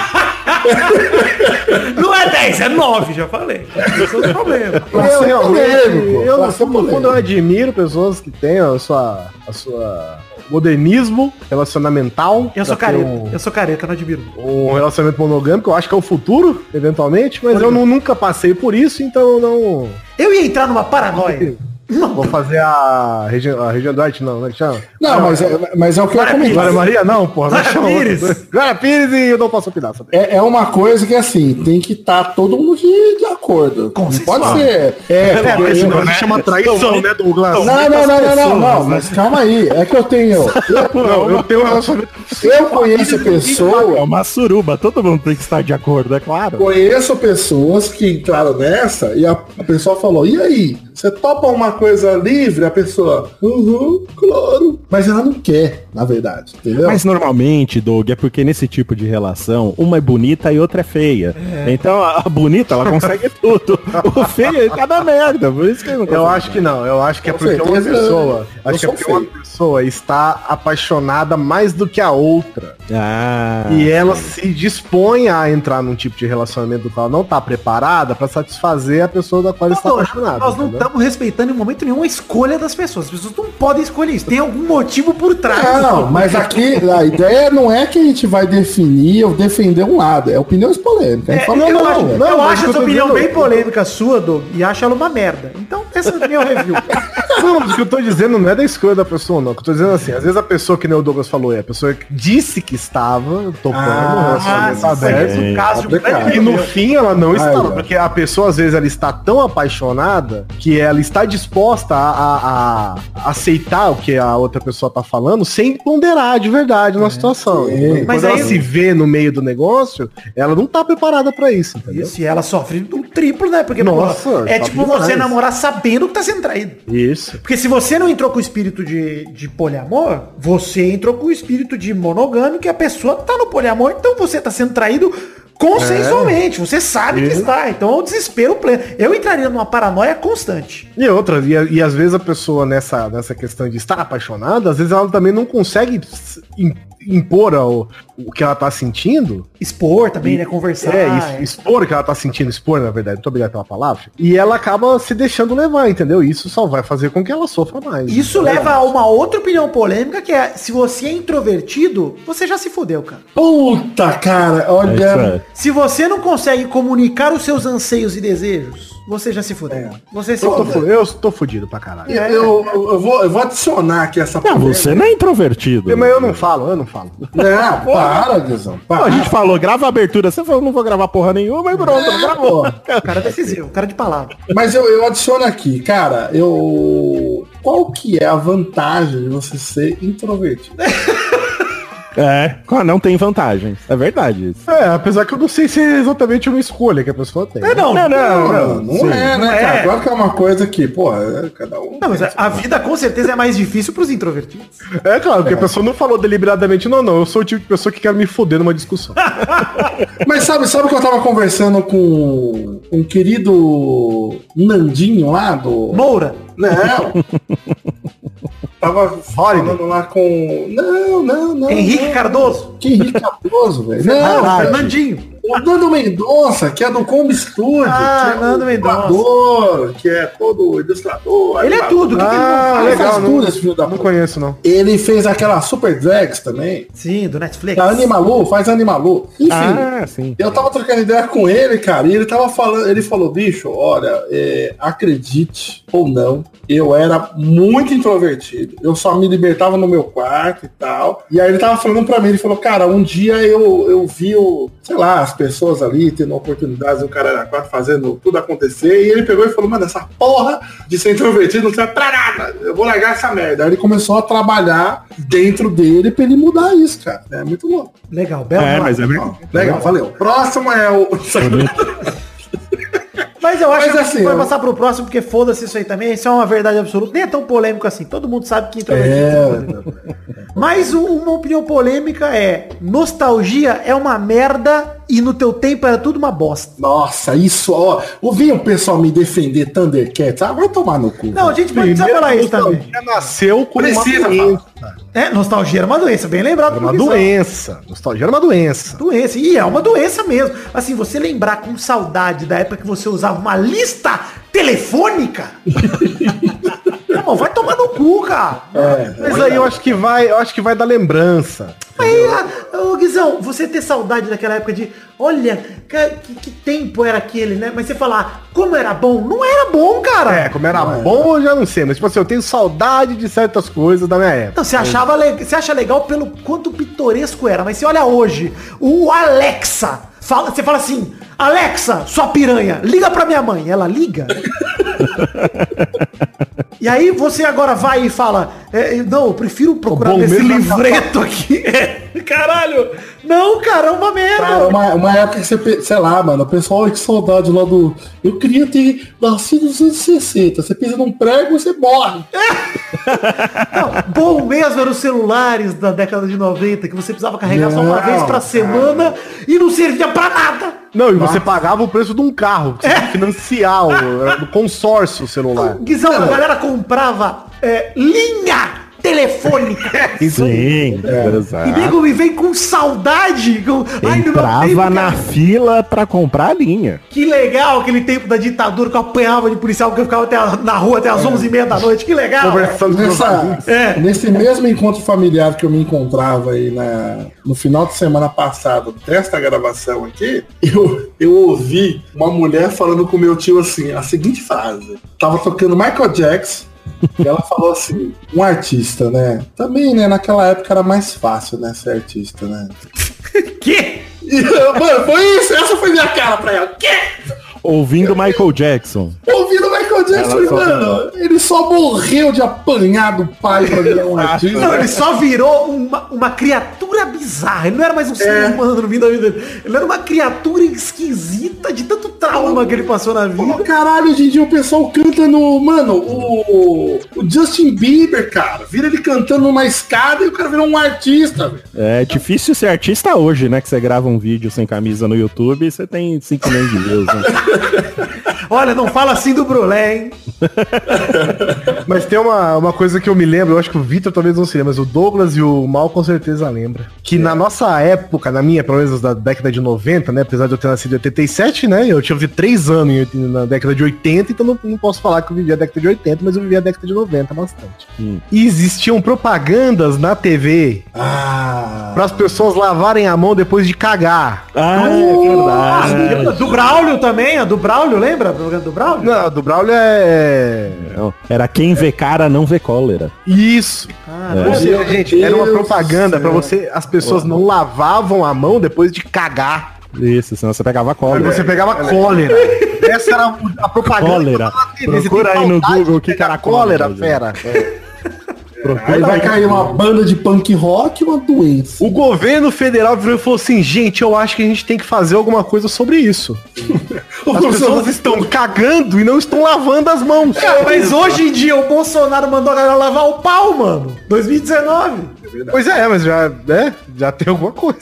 E: Não é 10, é 9, já falei. Esse é o problema.
B: Eu realmente,
A: polêmico,
B: eu, no
A: pra
E: é
A: ser
B: fundo, quando eu admiro pessoas que têm a sua, a sua modernismo relacionamental.
E: Eu sou
A: Tá,
B: pra ter
E: careta,
B: um-
E: eu sou careta, não admiro.
B: um relacionamento monogâmico, eu acho que é o futuro, eventualmente, mas eu não- nunca passei por isso, então eu não.
E: Eu ia entrar numa paranoia.
B: Vou fazer a Regen- a Região Duarte, não, como é que chama?
A: Não, mas é, mas é o que eu comentei.
B: Glória Maria, não, é porra.
E: Glória
B: vai chamar outra
E: Pires.
B: coisa. Glória Pires né? e eu não posso opinar sobre
A: É, é uma coisa que assim, tem que estar todo mundo de, de acordo. não pode ser. É,
B: É,
A: porque
B: mas
A: eu-
B: senão a gente chama traição, né, Douglas?
A: Não, não, não, não, não, não, mas calma aí. É que eu tenho. Eu,
B: Não, eu tenho um relacionamento.
A: eu conheço pessoa.
C: É uma suruba, todo mundo tem que estar de acordo, é claro.
A: Conheço pessoas que entraram nessa e a, a pessoa falou, e aí, você topa uma coisa livre? A pessoa, uhum, claro. Mas ela não quer, na verdade, entendeu?
C: Mas normalmente, Doug, é porque nesse tipo de relação, uma é bonita e outra é feia. Então a, a bonita, ela consegue tudo. O feio, ele tá na merda. Por isso que eu não
B: Eu acho que não, eu acho que é
A: Com
B: porque uma
A: certeza,
B: pessoa.
A: eu
B: Acho que é
A: sou
B: porque uma pessoa está apaixonada mais do que a outra.
C: Ah,
B: E ela se dispõe a entrar num tipo de relacionamento do qual ela não tá preparada pra satisfazer a pessoa da qual ela está
E: Doutor,
B: apaixonada.
E: Nós não
B: entendeu?
E: estamos respeitando em momento nenhum a escolha das pessoas. As pessoas não podem escolher isso. Tem algum motivo por trás.
A: Não, mas aqui a ideia não é que a gente vai definir ou defender um lado, é opiniões polêmicas. A gente
E: É,
A: fala,
E: eu
A: não,
E: acho,
A: velho.
E: eu
B: mas
E: acho
B: eu
E: essa
B: tô
E: opinião
B: dizendo-
E: bem polêmica sua, Doug, e acho ela uma merda. Então, essa é a minha review.
B: Não, mas o que eu tô dizendo não é da escolha da pessoa, não. O que eu tô dizendo assim, às vezes a pessoa que nem o Douglas falou, é a pessoa que disse que estava topando
A: Ah,
B: o relacionamento
A: sim,
B: aberto.
E: o caso de um
A: complicado.
E: grande
B: E é no
E: problema.
B: fim ela não estava,
A: ó.
B: porque a pessoa às vezes ela está tão apaixonada que ela está disposta a, a- a aceitar o que a outra pessoa tá falando sem ponderar de verdade
A: É,
B: na situação. Então, Quando
E: Mas
B: ela
E: aí-
B: se vê no meio do negócio, ela não tá preparada pra isso, entendeu?
E: Isso, e ela sofre um triplo, né? Porque
B: Nossa,
E: porra, é
B: tá
E: tipo
B: demais.
E: você namorar sabendo que tá sendo traído.
B: Isso.
E: Porque se você não entrou com o espírito de, de poliamor, você entrou com o espírito de monogâmico e a pessoa tá no poliamor, então você tá sendo traído consensualmente.
B: É.
E: Você sabe que está. Então é um desespero pleno. Eu entraria numa paranoia constante.
B: E outra, e, e às vezes a pessoa nessa, nessa questão de estar apaixonada, às vezes ela também não consegue s- im- impor ao- o que ela tá sentindo.
E: Expor também, né? Conversar.
B: é, es- expor o que ela tá sentindo, expor, na verdade, muito obrigado pela palavra. E ela acaba se deixando levar, entendeu? Isso só vai fazer com que ela sofra mais.
E: Isso
B: entendeu?
E: leva a uma outra opinião polêmica, que é se você é introvertido, você já se fodeu, cara.
A: Puta, cara,
C: É isso
A: olha.
C: aí.
E: Se você não consegue comunicar os seus anseios e desejos, você já se fodeu. Você se
B: É. Eu tô,
E: fodeu.
B: fu- eu tô fudido pra caralho.
E: É.
A: eu, eu- eu vou, eu vou adicionar aqui essa
C: Não,
A: polêmica.
C: você não é introvertido.
B: Mas eu não falo, eu não falo.
A: Não, para, Guizão.
C: Não, a
A: Para.
C: gente falou, grava a abertura. Você falou, não vou gravar porra nenhuma, mas pronto, gravou.
E: O cara é decisivo, o cara de palavra.
A: Mas eu, eu adiciono aqui, cara, eu. Qual que é a vantagem de você ser introvertido?
C: É, ah, não tem vantagens. É verdade isso.
B: É, apesar que eu não sei se é exatamente uma escolha que a pessoa tem.
E: É, não.
C: Não, não,
A: Não,
C: não.
A: não
C: sim.
A: é, né,
E: Não é.
A: cara? Claro que é uma coisa que, pô, é, cada um.
E: Não, mas a- a vida com certeza é mais difícil pros introvertidos.
B: É claro, porque a pessoa não falou deliberadamente, não, não, eu sou o tipo de pessoa que quer me foder numa discussão.
A: Mas sabe, sabe que eu tava conversando com um querido Nandinho lá do.
E: Moura,
A: Não! tava falando lá com. Não, não, não.
E: Henrique
A: não.
E: Cardoso,
A: Que Henrique Cardoso, velho. Não,
E: ah,
A: cara.
E: Fernandinho.
A: O Nando Mendonça, que é do Combi Studio.
E: Ah,
A: que é
E: Nando
A: o
E: Mendonça.
A: ilustrador, que é todo ilustrador.
E: Ele é
A: animador.
E: tudo, o que que ele não
B: Ah,
E: faz?
A: Ele faz
B: legal,
A: tudo
B: não,
A: esse filho da
B: não
A: puta.
B: conheço, não.
A: Ele fez aquela Super Drags também.
E: Sim, do Netflix.
A: A Animalu, faz Animalu. Enfim.
C: Ah, sim.
A: Eu tava trocando ideia com ele, cara, e ele tava falando, ele falou, bicho, olha, é, acredite ou não, eu era muito introvertido. Eu só me libertava no meu quarto e tal. E aí ele tava falando pra mim, ele falou, cara, um dia eu, eu vi o, sei lá, as pessoas ali, tendo oportunidades, o cara era quatro fazendo tudo acontecer. E ele pegou e falou, mano, essa porra de ser introvertido não serve pra nada. Eu vou largar essa merda. Aí ele começou a trabalhar dentro dele pra ele mudar isso, cara. É muito louco.
E: Legal, belo.
A: É,
E: papo.
A: mas é legal. Legal, valeu. Próximo é o.
E: Mas eu acho
A: Mas
E: que a
A: assim,
E: gente vai
A: eu-
E: passar pro próximo, porque foda-se isso aí também. Isso é uma verdade absoluta. Nem é tão polêmico assim. Todo mundo sabe que introvertido é polêmico. Mas um- uma opinião polêmica é nostalgia é uma merda e no teu tempo era tudo uma bosta.
A: Nossa, isso, ó. Ouvi o pessoal me defender Thundercats. Ah, vai tomar no cu.
E: Não, a gente pode precisar falar isso também.
B: nasceu com
A: Precisa,
B: uma doença.
E: É, nostalgia era uma doença, bem lembrado.
B: Era uma
E: professor.
B: doença. Nostalgia era uma doença.
E: Doença, e é uma doença mesmo. Assim, você lembrar com saudade da época que você usava uma lista telefônica? Não, vai tomar no cu, cara.
B: Mas aí eu acho que vai, eu acho que vai dar lembrança.
E: Aí, ah, ô Guizão, você ter saudade daquela época de, olha, ca- que, que tempo era aquele, né? Mas você falar, como era bom? Não era bom, cara.
B: É, como era bom, eu já não sei, mas tipo assim, eu tenho saudade de certas coisas da minha época.
E: Não, você achava le- você acha legal pelo quanto pitoresco era, mas você olha hoje, o Alexa, fala, você fala assim, Alexa, sua piranha, liga pra minha mãe. Ela liga? e aí você agora vai e fala, é, é, não, eu prefiro procurar
A: bom
E: nesse
A: mesmo é
E: livreto aqui. É, Caralho, não, cara, é uma merda.
A: Cara, uma, uma época que você, pe- sei lá, mano, o pessoal, "Ai, que saudade lá do. Eu queria ter nascido nos anos 60. Você pisa num prego e você morre.
E: Bom mesmo eram os celulares da década de 90, que você precisava carregar só uma
B: Não,
E: vez pra
B: cara.
E: semana e não servia pra nada.
B: Não, e você pagava o preço de um carro, você tinha que financiar o, era do consórcio o celular.
E: Guizão, a galera comprava é, linha
C: É.
E: telefônica.
C: Sim, É
E: E
C: exato.
E: nego me vem com saudade. Com... Ai, no meu tempo,
C: Entrava na
E: cara,
C: fila pra comprar a linha.
E: Que legal aquele tempo da ditadura que eu apanhava de policial que eu ficava até a- na rua até
C: É.
E: as 11h30 da noite. Que legal.
A: Nessa, Nesse mesmo encontro familiar que eu me encontrava aí na, no final de semana passado, desta gravação aqui, eu, eu ouvi uma mulher falando com meu tio assim, a seguinte frase. Tava tocando Michael Jackson. E ela falou assim, um artista, né? Também, né? Naquela época era mais fácil, né? Ser artista, né?
E: que?
A: Mano, foi isso. Essa foi minha cara pra ela. Que?
C: Ouvindo Michael Jackson.
A: Ouvindo o Michael Jackson,
C: Ela só-
A: mano, ele só morreu de apanhar do pai pra virar um artista.
E: Não, ele só virou uma, uma criatura bizarra. Ele não era mais
C: É.
E: um ser humano no fim da vida dele. Ele era uma criatura esquisita de tanto trauma que ele passou na vida.
A: Pô, caralho, hoje em dia o pessoal canta no. Mano, o, o Justin Bieber, cara. Vira ele cantando numa escada e o cara virou um artista, velho.
C: É difícil ser artista hoje, né? Que você grava um vídeo sem camisa no YouTube e você tem 5 milhões de views. Né?
E: Olha, não fala assim do Brulé, hein?
B: Mas tem uma, uma coisa que eu me lembro, eu acho que o Vitor talvez não se lembre, mas o Douglas e o Mal com certeza lembra. Que na nossa época, na minha, pelo menos da década de 90, né? Apesar de eu ter nascido em 87, né? Eu tinha 3 anos em oit- na década de 80, então não, não posso falar que eu vivi a década de 80, mas eu vivi a década de 90 bastante. E existiam propagandas na TV
A: ah.
B: para as pessoas lavarem a mão depois de cagar.
C: Ah,
E: Ah,
C: É,
E: lembra do Braulio também, a do Braulio, lembra? a propaganda Do Braulio?
B: Não, a do Braulio é.
C: Não, Era quem vê cara, não vê cólera.
B: Isso.
E: Ah,
C: É.
B: Ou seja, gente, era uma
A: Deus
B: propaganda
A: do
B: pra
A: céu.
B: você. As pessoas não lavavam a mão depois de cagar.
C: Isso, senão você pegava
B: Aí
C: cólera.
B: você pegava cólera. Essa era a propaganda.
C: Cólera.
B: que tava na TV. Você
C: Procura
B: tem
C: aí no
B: saudade
C: Google
B: de
C: que
B: pegar
C: cara
B: cólera, fera.
A: Aí vai cair uma banda de punk rock e uma doença.
B: O governo federal virou e falou assim, gente, eu acho que a gente tem que fazer alguma coisa sobre isso. As pessoas estão cagando e não estão lavando as mãos.
E: Cara, mas hoje em dia o Bolsonaro mandou a galera lavar o pau, mano. 2019.
B: Pois é, mas já, né, já tem alguma coisa.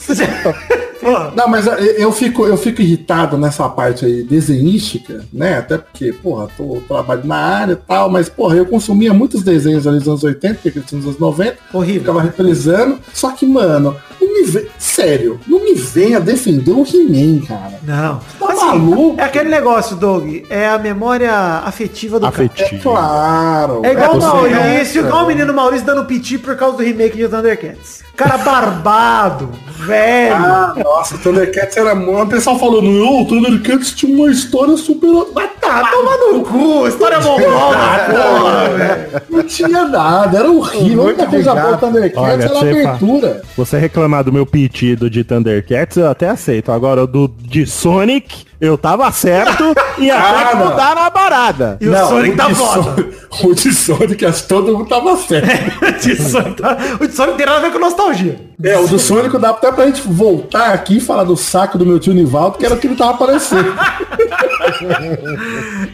A: Não, mas eu- eu fico, eu fico irritado nessa parte aí desenhística, né? Até porque, porra, tô, eu trabalho na área e tal, mas, porra, eu consumia muitos desenhos ali dos anos 80, porque eu tinha nos anos 90,
E: Horrível.
A: ficava reprisando. Só que, mano, não me vem. Sério, não me venha defender o He-Man, cara.
E: Não.
A: Tá
E: Assim, maluco? É aquele negócio, Doug. É a memória afetiva do
C: Afetiva.
E: cara. É claro. É
B: É
E: igual o
B: possível.
C: né?
E: Maurício, igual o menino Maurício dando piti por causa do remake de Thundercats. Cara barbado, velho.
A: Ah, nossa, Thundercats era muito. O pessoal falando, não, o Thundercats tinha uma história super. Mas tá, toma no cu,
E: história
A: mongol,
E: mongola, porra, velho.
A: Não tinha nada, era horrível. A única coisa boa do Thundercats
C: Olha, tipo,
A: era a
C: você fa-
A: abertura.
C: Você reclamar do meu pedido de Thundercats, eu até aceito. Agora, o do de Sonic, eu tava certo e até
A: Ah,
C: que
A: não.
C: mudaram a parada.
A: Não,
E: tá
A: de Son- O de Sonic, acho que todo mundo tava certo.
E: O de Sonic tem nada a ver com nostalgia.
A: É, o do Sonic dá até pra gente voltar aqui e falar do saco do meu tio Nivaldo, que era o que ele tava aparecendo.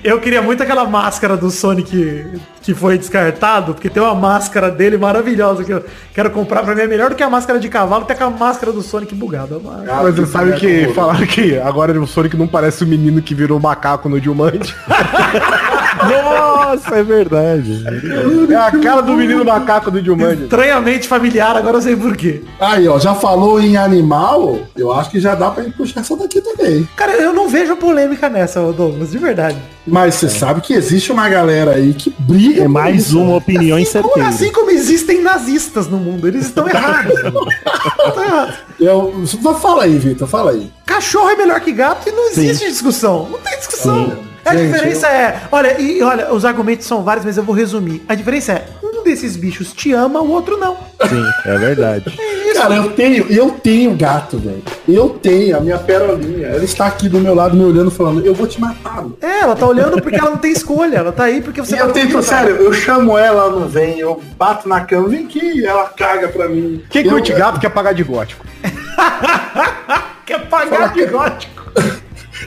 E: Eu queria muito aquela máscara do Sonic que foi descartado, porque tem uma máscara dele maravilhosa que eu quero comprar pra mim. É melhor do que a máscara de cavalo, até com a máscara do Sonic bugada. Mas...
B: Mas você sabe que falaram que agora o Sonic não parece o menino que virou macaco no Dilmante.
C: Nossa, é verdade.
B: É a cara do menino macaco do Dilmante.
E: Então, Estranhamente familiar, agora eu sei por quê.
A: Aí, ó, já falou em animal, eu acho que já dá pra gente puxar essa daqui também.
E: Cara, eu não vejo polêmica nessa, ô Douglas, de verdade.
A: Mas você sabe que existe uma galera aí que briga.
C: É mais uma opinião
E: Como-
C: incerteira.
E: assim como existem nazistas no mundo, eles estão errados. Estão errados.
A: Eu, fala aí, Vitor, fala aí.
E: Cachorro é melhor que gato e não
A: Sim.
E: existe discussão. Não tem discussão.
A: Sim.
E: A
A: Gente,
E: diferença é, olha, e olha, os argumentos são vários, mas eu vou resumir. A diferença é, um desses bichos te ama, o outro não.
C: Sim, é verdade.
A: Cara, eu tenho, eu tenho gato, velho. Eu tenho a minha perolinha. Ela está aqui do meu lado me olhando falando, eu vou te matar. meu."
E: É, ela tá olhando porque ela não tem escolha, ela tá aí porque
A: E
E: você
A: eu
E: não tem
A: tento, sério, eu chamo ela, ela não vem, eu bato na cama, vem aqui, ela caga pra mim.
B: Quem
A: eu,
B: curte gato quer pagar de gótico.
E: Quer pagar de gótico.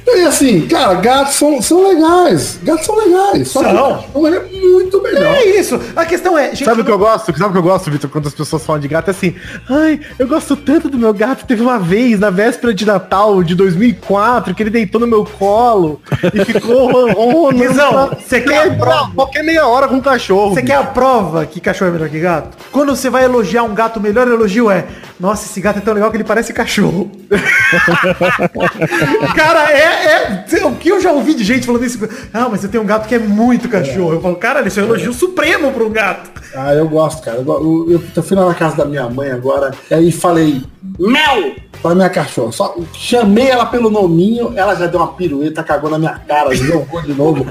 A: E assim, cara, gatos são, são legais. Gatos são legais. Só que
E: São.
A: cachorro é muito melhor.
E: É isso. A questão é, gente,
B: Sabe o que eu gosto? Sabe o que eu gosto, Vitor? Quando as pessoas falam de gato, é assim, ai, eu gosto tanto do meu gato. Teve uma vez, na véspera de Natal de 2004, que ele deitou no meu colo e ficou ron- ronronando.
E: Guizão,
B: pra-
E: você quer
B: pra- Qualquer meia hora com um cachorro.
E: Você quer a prova que cachorro é melhor que gato? Quando você vai elogiar um gato, o melhor elogio é Nossa, esse gato é tão legal que ele parece cachorro. cara, é, é- O que eu já ouvi de gente falando isso. Ah, mas eu tenho um gato que é muito cachorro. Eu falo, cara, esse é um elogio supremo para um gato.
A: Ah, eu gosto, cara. Eu, go- eu, eu fui lá na casa da minha mãe agora, e aí falei, Mel! Pra minha cachorra. Só chamei ela pelo nominho, ela já deu uma pirueta, cagou na minha cara, jogou de novo.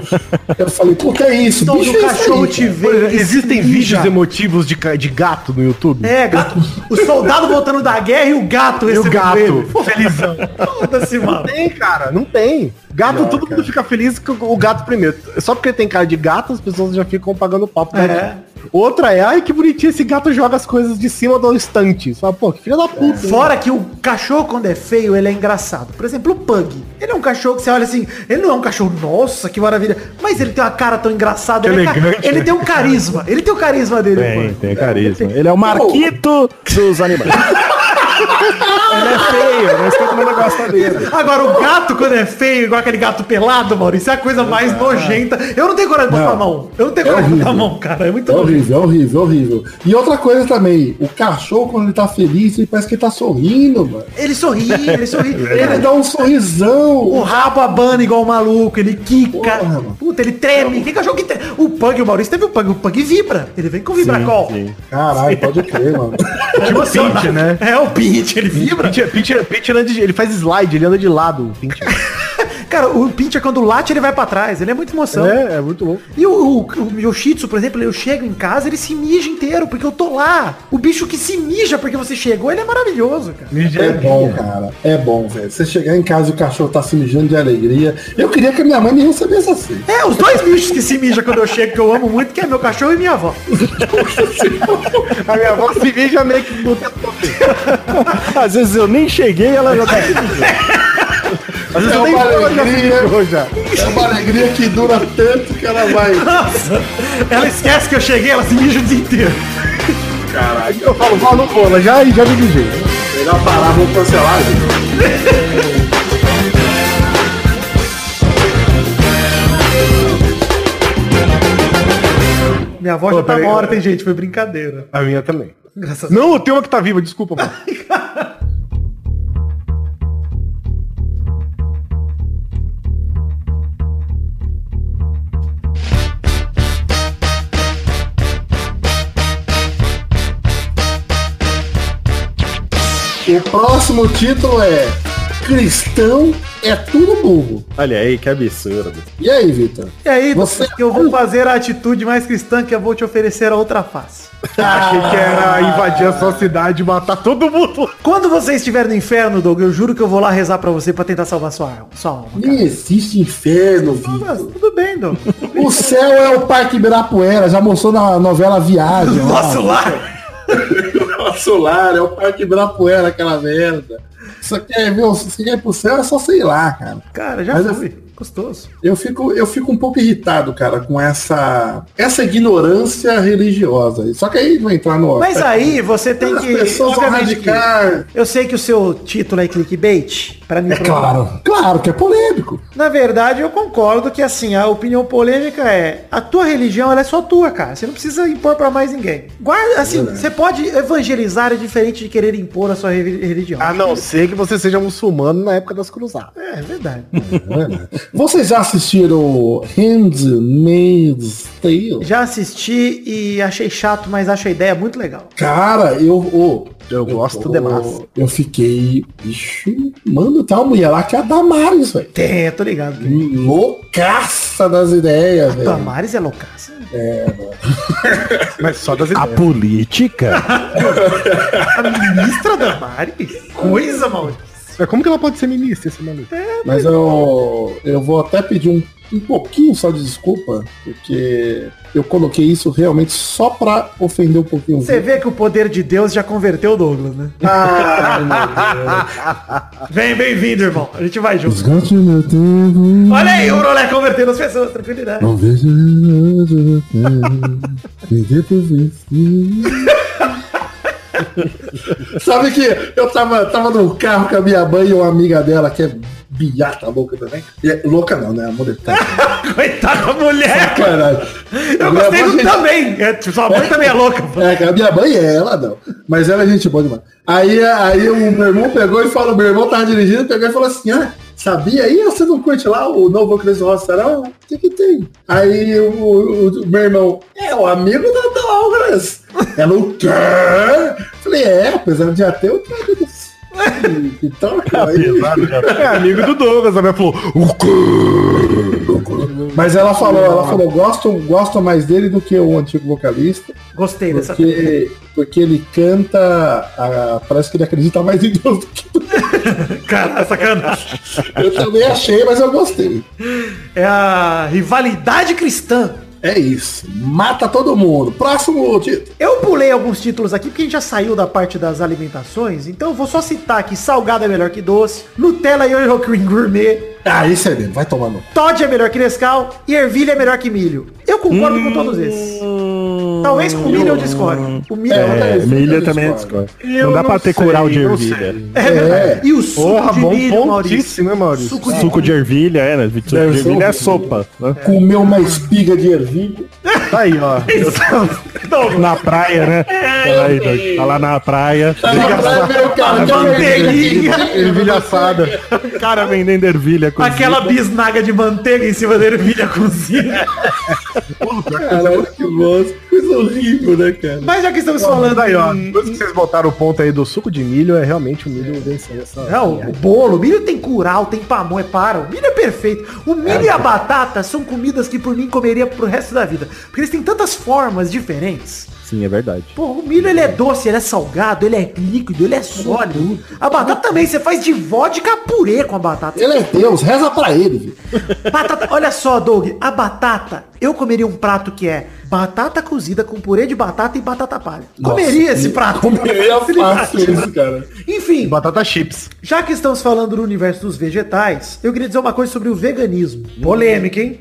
A: Eu falei, pô, que é isso?
E: Então,
A: bicho,
E: o
A: é isso
E: cachorro
A: aí,
E: te
A: cara."
E: vê. ele
B: Existem
E: se
B: vídeos
E: mija.
B: emotivos de, ca- de gato no YouTube?
E: É, gato. O soldado voltando da guerra e o gato
B: E o
E: recebendo
B: gato,
E: ele.
B: felizão.
E: Foda-se,
B: Não
E: mano.
B: tem, cara, não tem. Gato, todo mundo fica feliz que o gato primeiro. Só porque ele tem cara de gato, as pessoas já ficam pagando papo. pra
E: É.
B: gato. Outra é, ai que bonitinho, esse gato joga as coisas de cima do estante. Você fala, pô, que filha da puta. hein?
E: Fora que o cachorro, quando é feio, ele é engraçado. Por exemplo, o Pug. Ele é um cachorro que você olha assim, ele não é um cachorro, nossa, que maravilha. Mas ele tem uma cara tão engraçada.
B: Que
E: ele, é ca-
B: elegante,
E: ele
B: né?
E: tem um carisma. Ele tem o carisma dele,
C: Tem,
E: mano.
C: tem carisma. Ele é o Marquito dos animais.
B: Ele é feio, mas todo mundo gosta dele.
E: Agora, o gato, quando é feio, igual aquele gato pelado, Maurício, é a coisa mais nojenta. Eu não tenho coragem de botar a mão. Eu não tenho
A: É
E: coragem de botar a
A: horrível.
E: mão, cara. É muito
A: É
E: nojento.
A: horrível, é horrível, é horrível. E outra coisa também, o cachorro, quando ele tá feliz, ele parece que ele tá sorrindo, mano.
E: Ele sorri, ele sorri.
A: Ele
E: ele...
A: dá um sorrisão.
E: O rabo abana igual um maluco, ele quica.
A: Porra, mano.
E: Puta, ele treme. Tem cachorro que treme. O Pug, o Maurício teve o Pug. O Pug vibra. Ele vem com vibracol.
A: Caralho, pode crer, mano.
B: Tipo Pint, né? é
E: É o Pint, ele vibra.
B: Pint, Pint, Pint anda de- ele faz slide, ele anda de lado. Pint.
E: Cara, o Pincher quando late, ele vai pra trás. Ele é muito emoção.
B: É, é muito louco.
E: E o, o, o, o Shih Tzu, por exemplo, eu chego em casa, ele se mija inteiro, porque eu tô lá. O bicho que se mija porque você chegou, ele é maravilhoso, cara.
A: É bom, cara. É bom, velho. Você chegar em casa e o cachorro tá se mijando de alegria. Eu queria que a minha mãe me recebesse assim.
E: É, os dois bichos que se mijam quando eu chego, que eu amo muito, que é meu cachorro e minha avó.
B: A minha avó se veja meio que no
C: Às vezes eu nem cheguei ela já tá
B: Às vezes
A: É
B: eu nem
A: uma
B: falo, já se
A: alegria.
B: mijou já.
A: É uma alegria que dura tanto que ela vai.
E: Nossa, ela esquece que eu cheguei, ela se mija o dia inteiro.
B: Eu falo, fala no bola, já, já me mijei.
A: Melhor parar, vou cancelar. gente.
E: Minha avó já tá
B: peraí,
E: morta,
B: cara.
E: hein, gente? Foi brincadeira.
B: A minha também.
E: Graças
B: Não, tem uma que tá viva, desculpa, mano.
A: O próximo título é Cristão é tudo burro.
C: Olha aí, que absurdo.
A: E aí, Vitor?
E: E aí, você que
B: é
E: eu vou fazer a atitude mais cristã que eu vou te oferecer a outra face.
B: Achei que era invadir a sua cidade e matar todo mundo.
E: Quando você estiver no inferno, Doug, eu juro que eu vou lá rezar pra você pra tentar salvar sua alma. Sua alma.
A: Nem existe inferno, Vitor.
E: Mas tudo bem, Doug.
A: O céu é o Parque Ibirapuera, já mostrou na novela Viagem. lá.
E: Nosso lar.
A: Nosso lar é o Parque Ibirapuera, aquela merda. Você quer ver, você quer ir pro céu, é só sei lá, cara.
E: Cara, já
A: Mas eu-
E: fui. Gostoso.
A: Eu fico, eu fico um pouco irritado, cara, com essa, essa ignorância religiosa. Só que aí vai entrar no. É
E: Mas aí você tem
A: As
E: que.
A: pessoas vão
E: obviamente que-
A: radicar.
E: Eu sei que o seu título é clickbait. Pra mim,
A: É claro, claro que é polêmico.
E: Na verdade, eu concordo que assim, a opinião polêmica é a tua religião, ela é só tua, cara. Você não precisa impor pra mais ninguém. Guarda, assim, você pode evangelizar é diferente de querer impor a sua re- religião.
A: Ah.
B: A não ser que você seja muçulmano na época das cruzadas.
E: É, é verdade.
A: Vocês já assistiram Handmaid's Tale?
E: Já assisti e achei chato, mas acho a ideia muito legal.
A: Cara, eu. ô,
B: Eu gosto demais.
A: Eu fiquei. Bicho, mano, tá uma mulher lá que é a Damares, velho.
E: Tem, eu É, tô ligado.
A: Loucaça das ideias, velho.
B: Tá.
E: Damares é loucaça.
B: Mas só das
C: A
B: ideias.
C: política?
E: A ministra Damares? Coisa, Maurício.
B: Mas Como que ela pode ser ministra, esse maluco?
A: Mas eu, eu vou até pedir um, um pouquinho só de desculpa, porque eu coloquei isso realmente só pra ofender um pouquinho o
E: Você
A: Vitor.
E: vê que o poder de Deus já converteu o Douglas, né?
A: Ah, meu Deus.
E: Vem, bem-vindo, irmão. A gente vai junto.
A: Desgaste meu tempo.
E: Olha aí, o Brolé convertendo as pessoas, tranquilidade.
A: Não vejo hoje eu tenho. Perder por vencer. Sabe que eu tava, tava no carro com a minha mãe e uma amiga dela que é biata louca também. E é- louca não, né? Amor de
E: Coitada da mulher, cara.
A: Caralho.
E: Eu gostei do também. É, tipo, sua mãe também é louca. pô.
A: É, cara, minha mãe é ela, não. Mas ela é gente boa demais. Aí, aí o meu irmão pegou e falou, meu irmão tava dirigindo, pegou e falou assim, ah, sabia aí? Você não curte lá o novo Cris do Rossarão? O que que tem? Aí o, o- o meu irmão, é o amigo da, da Algras. Ela, o quê? Falei, é, apesar de já ter o trago desse. Então, aí,
B: É amigo do Douglas, a minha falou. "O
A: mas ela falou, ela falou, gosto, gosto mais dele do que o antigo vocalista.
E: Gostei dessa
A: Porque, porque ele canta. ah, parece que ele acredita mais em Deus do que tu.
E: Cara, sacanagem.
A: Eu também achei, mas eu gostei.
E: É a rivalidade cristã.
A: É isso. Mata todo mundo. Próximo título.
E: Eu pulei alguns títulos aqui porque a gente já saiu da parte das alimentações, então eu vou só citar aqui Salgado é melhor que doce, Nutella e Oreo Cream Gourmet,
A: Ah, isso é mesmo. Vai tomar no.
E: Todd é melhor que Nescau e ervilha é melhor que milho. Eu concordo com todos esses. Talvez com milho eu discordo. O tá milho
A: É,
C: É, milha também é
A: discordo.
C: discordo.
B: Eu
C: Não dá
B: não
C: pra ter
B: sei,
C: coral de
B: não
C: ervilha.
E: É verdade. E o suco
B: Porra,
E: de
B: bom
E: milho, Maurício.
B: pontíssimo, hein, Maurício?
E: Suco de
C: Suco de ervilha, é, né? Suco de
A: Deve ser
C: ervilha é
A: horrível.
C: sopa. né?
A: Comeu uma espiga de ervilha.
B: Tá aí, ó.
C: Na praia, né? Tá aí, Doug. Tá lá na praia.
E: Ah, é,
A: meu cara. que
E: Manteiguinha.
B: Ervilha assada.
C: O cara vendendo ervilha. cozida.
E: Aquela bisnaga de manteiga em cima da ervilha
B: é.
E: cozida.
A: Caralho, que gosto. Coisa horrível, né, cara?
E: Mas já que estamos falando
B: Tá Aí, ó.
E: em-
B: Depois que vocês botaram o ponto aí do suco de milho, é realmente o milho venceu essa.
E: Não, o bolo, o milho tem curau, tem pamonha, para, o milho é perfeito. O milho
A: É.
E: e a batata são comidas que por mim comeria pro resto da vida, porque eles têm tantas formas diferentes.
C: Sim, é verdade.
E: Pô, o milho ele é doce, ele é salgado, ele é líquido, ele é sólido.
A: Uhum.
E: A batata também, você faz de vodka purê com a batata.
A: Ele é Deus, reza pra ele, viu?
E: Batata, olha só, Doug, a batata, eu comeria um prato que é batata cozida com purê de batata e batata palha. Comeria esse prato.
A: Comeria fácil isso, cara.
E: Enfim,
B: Batata chips.
E: Já que estamos falando do universo dos vegetais, eu queria dizer uma coisa sobre o veganismo. Polêmica, hein?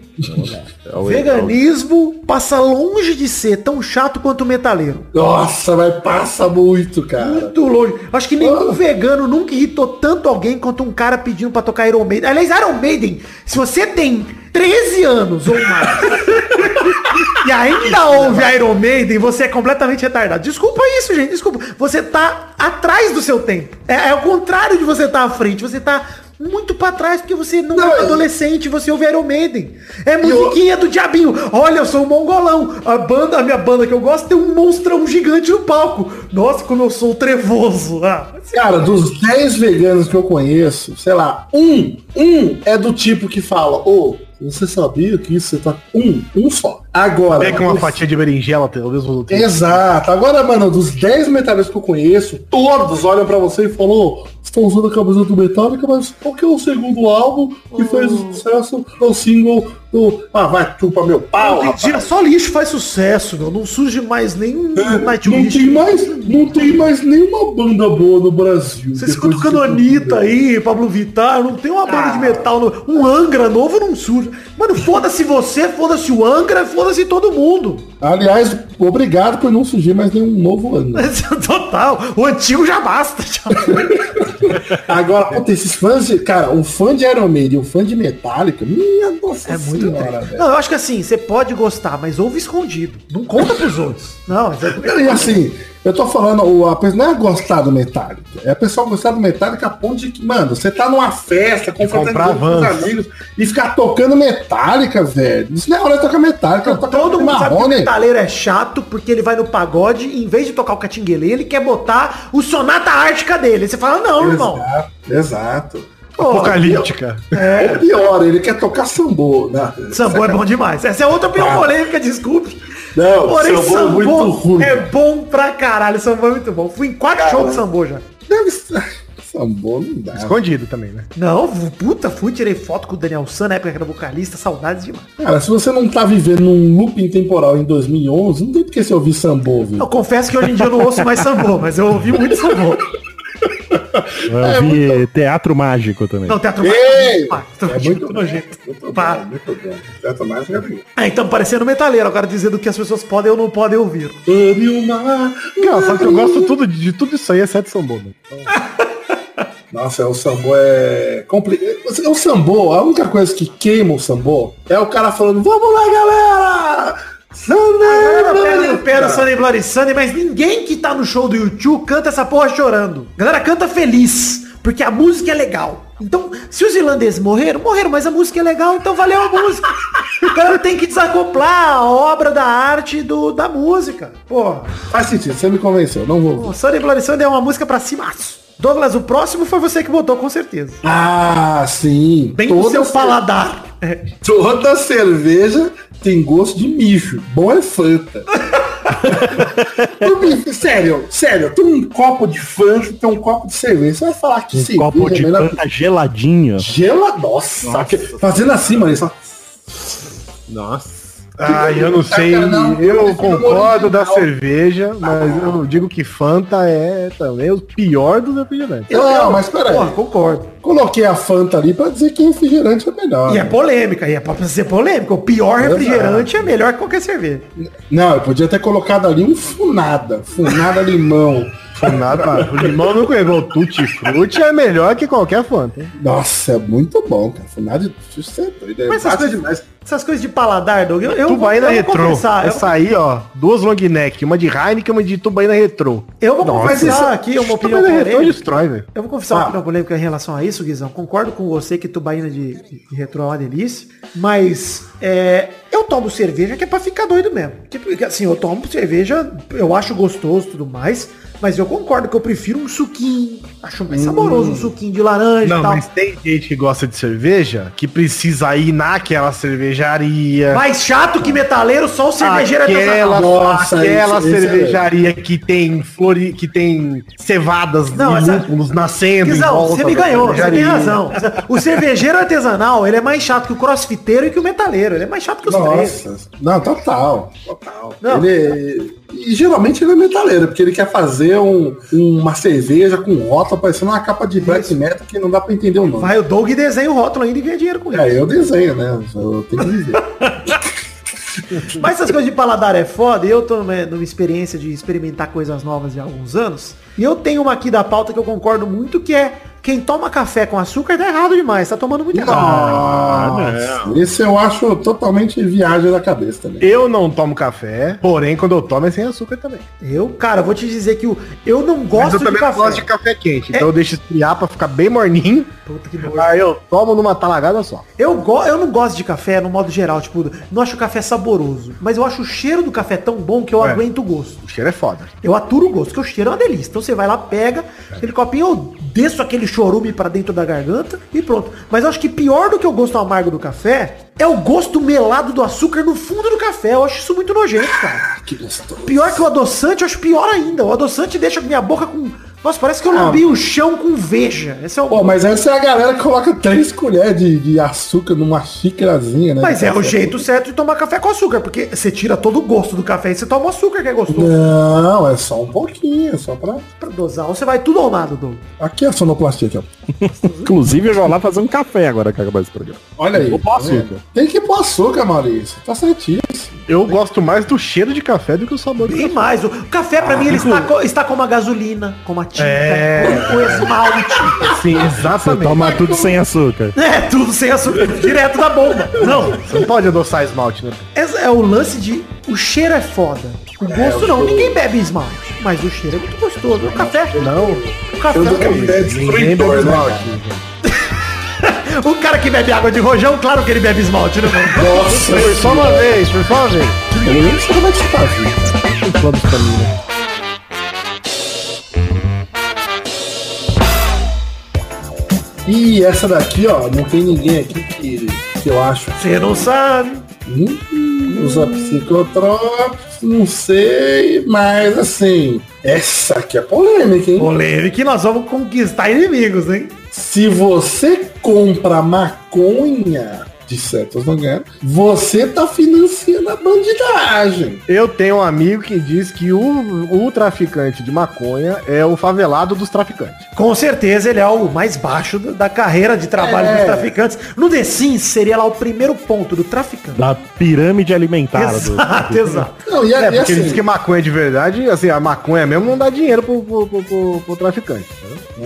E: veganismo passa longe de ser tão chato quanto o metaleiro.
A: Nossa, mas passa muito, cara.
E: Muito longe. Acho que nenhum vegano nunca irritou tanto alguém quanto um cara pedindo pra tocar Iron Maiden. Aliás, Iron Maiden, se você tem 13 anos ou mais e ainda ouve
A: né?
E: Iron Maiden, você é completamente retardado. Desculpa isso, gente. Desculpa. Você tá atrás do seu tempo. É, é o contrário de você estar tá à frente. Você tá muito pra trás, porque você não, é adolescente, você ouve Iron Maiden. É musiquinha do diabinho. Olha, eu sou um mongolão. A banda, a minha banda que eu gosto tem um monstrão gigante no palco. Nossa, como eu sou trevoso. Ah,
A: Cara, dos 10 veganos que eu conheço, sei lá, um, um é do tipo que fala, ô, você sabia que isso você tá. Um, um só. Agora.
B: Pega uma
A: os-
B: fatia de berinjela, um talvez o outro.
A: Exato. Agora, mano, dos 10 metaleiros que eu conheço, todos olham pra você e falam, "Ô, você estão usando a camisa do Metallica, mas qual que é o segundo álbum que fez sucesso? É o single do. Ah, vai chupa meu pau, rapaz.
E: Mentira, só lixo faz sucesso, meu. Não surge mais nenhum
A: É, Não tem, mais, não tem mais nenhuma banda boa no Brasil.
E: Vocês escutam Canonita aí, Pablo Vittar, não tem uma banda de metal, no- um Angra novo não surge. Mano, foda-se você, foda-se o Angra, foda-se todo mundo.
A: Aliás, obrigado por não surgir mais nenhum novo ano.
E: Total, o antigo já basta.
A: Agora,
E: É.
A: puta, esses fãs de. Cara, um fã de Iron Maiden e um fã de Metallica, minha nossa É muito senhora, velho.
E: Não, eu acho que assim, você pode gostar, mas ouve escondido. Não conta pros outros. Não, mas é-
A: E assim, eu tô falando, o- a pessoa não é gostar do Metallica. É a pessoa gostar do Metallica a ponto de que, mano, você tá numa festa com
B: comprar
A: os
B: Vans.
A: amigos e ficar tocando Metallica, velho. Isso não é hora de tocar Metallica, toca
E: Todo mundo sabe que o
A: Marrone.
E: metaleiro é chato porque ele vai no pagode e em vez de tocar o catinguelê, ele quer botar o Sonata Ártica dele. Aí Você fala, não, irmão.
A: Exato, exato.
E: Pô,
B: Apocalíptica.
E: É.
A: Ou pior, ele quer tocar sambô, né?
E: Sambô é bom demais. Essa é outra opinião polêmica, desculpe.
A: Ah. Não,
E: Porém,
A: sambô é
E: sambô
A: muito ruim.
E: é bom pra caralho. Sambô é muito bom. Fui em quatro
A: Cara, né?
E: shows de sambô já.
A: Deve ser. Sambô não dá.
B: Escondido também, né?
E: Não, fu- puta, fui, tirei foto com o Daniel San na época que era vocalista, saudades demais.
A: Cara, se você não tá vivendo um looping temporal em 2011, não tem por que você ouvir sambô,
E: Eu
A: viu?
E: confesso que hoje em dia eu não ouço mais sambô, mas eu ouvi muito sambô.
C: Eu
A: É
C: vi Teatro Mágico também.
E: Não, teatro
A: Ei,
E: mágico. É muito nojento. Pá.
A: Muito bom. Certo, mais é bem.
E: Ah, então parecendo metaleiro agora dizendo que as pessoas podem ou não podem ouvir.
A: Animar.
B: Cara, só que eu gosto tudo, de de tudo isso aí, exceto sambô. Né?
A: Nossa, o sambô é complicado. O sambô, a única coisa que queima o sambô é o cara falando, vamos lá, galera!
E: Pera,
A: Sambô!
E: pera,
A: Tá.
E: pera, Sunny Bloody Sunny, mas ninguém que tá no show do YouTube canta essa porra chorando. Galera, canta feliz, porque a música é legal. Então, se os irlandeses morreram, morreram, mas a música é legal, então valeu a música. O cara tem que desacoplar a obra da arte do, da música. Porra,
A: Faz sentido, você me convenceu, não vou.
E: o Sunny Bloody Sunny é uma música pra cimaço. Douglas, o próximo foi você que botou, com certeza.
A: Ah, sim.
E: Bem
A: Toda
E: do seu
A: ce-
E: paladar. É.
A: Toda cerveja tem gosto de mijo. Bom é Fanta. Tu me- sério, sério, tem um copo de Fanta, tem um copo de cerveja. Você vai falar que
C: Um
A: cerveja
C: copo de
A: é melhor
C: canta geladinho.
A: Gela, nossa, que- fazendo assim, mano. Só...
B: Nossa. Ah, eu não sei. Eu concordo da cerveja, mas eu digo que Fanta é também o pior dos refrigerantes.
A: Não, É, mas peraí.
E: Porra, concordo.
A: Coloquei a Fanta ali pra dizer que refrigerante é melhor.
E: E é polêmica, e é pra ser polêmica. O pior refrigerante é melhor que qualquer cerveja.
A: Não, eu podia ter colocado ali um funada, funada limão.
B: Nada, mano. O limão eu não conhece. O Tutti Frutti é melhor que qualquer Fanta. hein?
A: Nossa, é muito bom, cara. Funada, isso é doido. É
E: Mas essas
A: massa
E: coisas,
A: demais.
E: essas coisas de paladar, Doug, eu, eu, vou- eu
B: Tubaína
E: vou
B: Retrô.
E: confessar. Eu,
B: Essa aí, ó. Duas long neck. Uma de Heineken e uma de Tubaína Retrô.
E: eu vou confessar
B: isso-
E: aqui uma opinião
B: Tubaína Retrô Ah.
E: polêmica.
B: destrói, velho.
E: Eu vou confessar uma opinião polêmica em relação a isso, Guizão. Concordo com você que tubaína de, de retrô é uma delícia, mas é, eu tomo cerveja que é pra ficar doido mesmo. Que- Porque, assim, eu tomo cerveja, eu acho gostoso e tudo mais, mas eu concordo que eu prefiro um suquinho, acho mais saboroso um suquinho de laranja
B: Hum. Não,
E: e tal.
B: mas tem gente que gosta de cerveja que precisa ir naquela cervejaria.
E: Mais chato que metaleiro, só o cervejeiro
B: é-
E: é
B: aquela,
E: artesanal.
A: Nossa,
B: aquela
A: isso- isso é
B: cervejaria que tem flori, que tem cevadas
E: Não,
B: e
E: essa-
B: lúpulos nascendo. em
E: Guizão,
B: volta
E: um,
B: né?
E: você me
B: da
E: ganhou, você tem
B: cervejaria.
E: razão. O cervejeiro artesanal, ele é mais chato que o crossfiteiro e que o metaleiro. Ele é mais chato que os três.
A: Nossa, não, total, total.
E: Não.
A: Ele, e geralmente ele é metaleiro, porque ele quer fazer um- uma cerveja com rótulo parecendo uma capa de black metal que não dá pra entender o nome.
E: Vai o Doug e desenha o rótulo ainda e ganha dinheiro com
A: É,
E: isso.
A: eu desenho, né? Eu tenho que dizer.
E: Mas essas coisas de paladar é foda. e Eu tô né, numa experiência de experimentar coisas novas há alguns anos. E eu tenho uma aqui da pauta que eu concordo muito, que é quem toma café com açúcar tá errado demais, tá tomando muito errado.
A: Nossa, esse eu acho totalmente viagem da cabeça também.
B: Eu não tomo café, porém quando eu tomo é sem açúcar também.
E: Eu, cara, vou te dizer que o- eu não
B: Mas
E: gosto
B: eu também
E: de
B: não
E: café. É-
B: gosto de café quente, então eu deixo esfriar pra ficar bem morninho.
E: Puta que nojo.
B: Aí eu tomo numa talagada só.
E: Eu, go eu não gosto de café no modo geral, tipo, não acho o café saboroso. Mas eu acho o cheiro do café tão bom que eu
B: É.
E: aguento o gosto.
B: O cheiro é foda.
E: Eu aturo o gosto, que o cheiro é uma delícia. Então você vai lá, pega aquele copinho, eu desço aquele chorume pra dentro da garganta e pronto. Mas eu acho que pior do que o gosto amargo do café é o gosto melado do açúcar no fundo do café. Eu acho isso muito nojento, cara.
A: Ah, Que gostoso.
E: Pior que o adoçante, eu acho pior ainda. O adoçante deixa minha boca com. Nossa, parece que eu lambi o chão com veja. Esse é o.
A: Pô, mas essa é a galera que coloca três colheres de, de açúcar numa xícarazinha, né?
E: Mas é o jeito certo de tomar café com açúcar, porque você tira todo o gosto do café e você toma o açúcar que é gostoso.
A: Não, é só um pouquinho, é só pra...
E: Pra dosar, ou você vai tudo ou nada, Douglas.
A: Aqui é a sonoplastia, aqui, ó.
C: Inclusive, eu vou lá fazer um café agora que acabar esse programa.
A: Olha aí.
C: Vou pôr
A: tá vendo?
C: açúcar.
A: Tem que pôr açúcar, Maurício. Tá certíssimo.
B: Eu gosto mais do cheiro de café do que o sabor do
E: Bem
B: café.
E: mais. O café, pra mim, ele está, co- está como a gasolina, como a tinta,
B: É.
E: como o esmalte.
B: Sim,
C: Você
B: exatamente.
C: toma tudo sem açúcar.
E: É, tudo sem açúcar, direto da bomba. Não,
B: Você não pode adoçar esmalte, né?
E: esse é o lance de o cheiro é foda. O gosto não, ninguém bebe esmalte, mas o cheiro é muito gostoso. O café,
B: Não.
E: o café,
A: é
B: Ninguém bebe
C: né?
B: esmalte.
E: o cara que bebe água de rojão, claro que ele bebe esmalte, né? mano?
A: Nossa,
B: Foi só uma vez, foi só uma vez.
A: eu nem sei como é que você tá vivo.
B: Vamos pra mim, né?
A: E essa daqui, ó, não tem ninguém aqui que, que eu acho
E: Você não sabe.
A: Hum, usa psicotrópicos, não sei, mas assim, essa aqui é polêmica, hein?
E: Polêmica que nós vamos conquistar inimigos, hein?
A: Se você compra maconha de certos lugares, você tá financiando a bandidagem.
B: Eu tenho um amigo que diz que o, o traficante de maconha é o favelado dos traficantes.
E: Com certeza ele é o mais baixo da da carreira de trabalho
A: É.
E: dos traficantes. No The Sims seria lá o primeiro ponto do traficante.
C: Da pirâmide alimentar. do-
E: Exato, exato.
A: Não, e, a-
B: É,
A: e
B: porque ele diz
A: assim,
B: que maconha de verdade, assim, a maconha mesmo não dá dinheiro pro, pro, pro- pro- pro traficante. tá?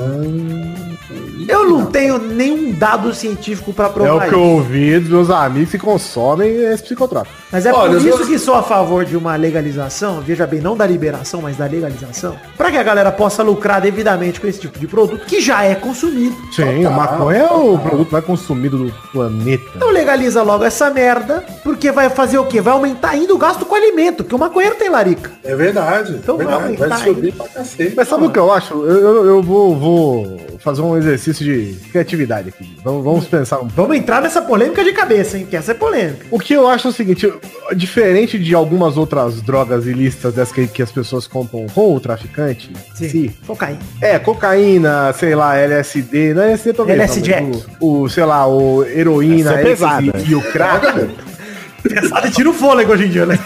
E: Eu não tenho nenhum dado científico pra
A: Então
B: É o
E: provar
B: que eu ouvi dos meus amigos que consomem esse psicotrópico.
E: Mas é
A: Olha,
E: por
A: eu
E: isso
A: não-
E: que sou a favor de uma legalização, veja bem, não da liberação, mas da legalização, pra que a galera possa lucrar devidamente com esse tipo de produto que já é consumido.
B: Sim, a maconha é o produto mais consumido do planeta.
E: Então legaliza logo essa merda, porque vai fazer o quê? Vai aumentar ainda o gasto com alimento, que o maconheiro tem larica.
A: é verdade,
E: Então vai
A: verdade, vai,
E: aumentar
A: subir pra cacete.
B: Mas sabe o que eu acho? Eu, eu- eu vou, vou fazer um exercício de criatividade aqui. Vamos, vamos pensar um
E: Vamos entrar nessa polêmica de cabeça, hein? Que essa é polêmica.
B: O que eu acho é o seguinte, diferente de algumas outras drogas ilícitas dessas que, que as pessoas compram com o traficante, em si,
E: Cocaína.
B: é, cocaína, sei lá, LSD, não é LSD talvez.
E: LSD.
B: talvez, o, o, sei lá, o heroína,
C: Essa é pesada.
B: LSD e o crack,
E: Pesado tira o fôlego hoje em dia, né?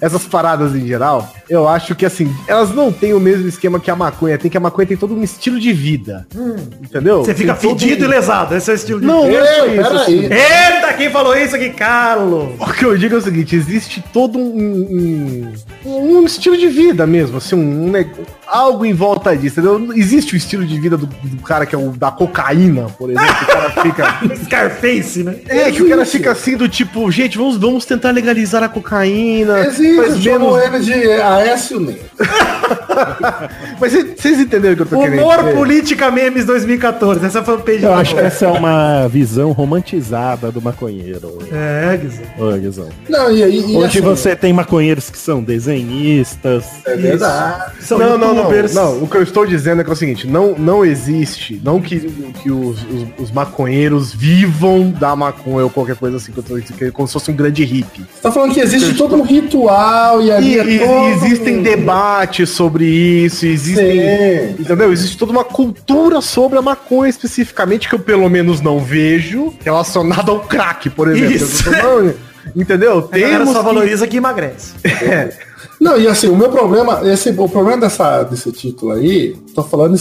B: essas paradas em geral, eu acho que assim, elas não têm o mesmo esquema que a maconha, tem que a maconha tem todo um estilo de vida. Entendeu?
E: Hum. Você fica
B: Tem todo
E: fedido e
B: um-
E: lesado. Esse é o estilo de
B: Não, não é só
A: Ei,
B: isso. assim.
A: peraí.
E: Eita, quem falou isso aqui, Carlos?
B: O que eu digo é o seguinte, existe todo um, um, um estilo de vida mesmo, assim, um, ne- algo em volta disso, entendeu? Existe o estilo de vida do, do cara que é o da cocaína, por exemplo, que o cara fica...
E: Scarface, né?
B: É, que o cara fica assim do tipo, gente, vamos, vamos tentar legalizar a cocaína. faz
A: Existe,
B: menos-
A: chamam
E: é
A: ele de Aécio Neto.
B: Mas cê- vocês entenderam o que eu tô querendo
E: Humor
B: dizer?
E: Política Memes 2014. Essa fanpage.
C: Eu
E: do-
C: acho que essa é uma visão romantizada do maconheiro.
E: É, Guizão.
C: ô, Guizão.
A: Não, e aí... e
C: Hoje
A: assim,
C: você tem maconheiros que são desenhistas.
A: É verdade.
E: São
B: não, não, não,
E: youtubers.
B: não. O que eu estou dizendo é, que é o seguinte: não, não existe, não que, que os, os- os maconheiros vivam da maconha ou qualquer coisa assim, que eu tô, que é como se fosse um grande hippie.
A: Você tá falando que existe todo um ritual e ali
B: E,
A: é
B: e-
A: todo
B: e existem
A: um-
B: debates sobre isso, existem.
A: Sim.
B: Entendeu? Existe toda uma cultura sobre a maconha especificamente que eu pelo menos não vejo relacionada ao crack, por exemplo.
E: Isso.
B: Eu tô falando, entendeu?
E: A galera
B: Temos
E: só
B: que-
E: valoriza que emagrece.
A: Não, e assim, o meu problema, esse, o problema dessa, desse título aí, tô falando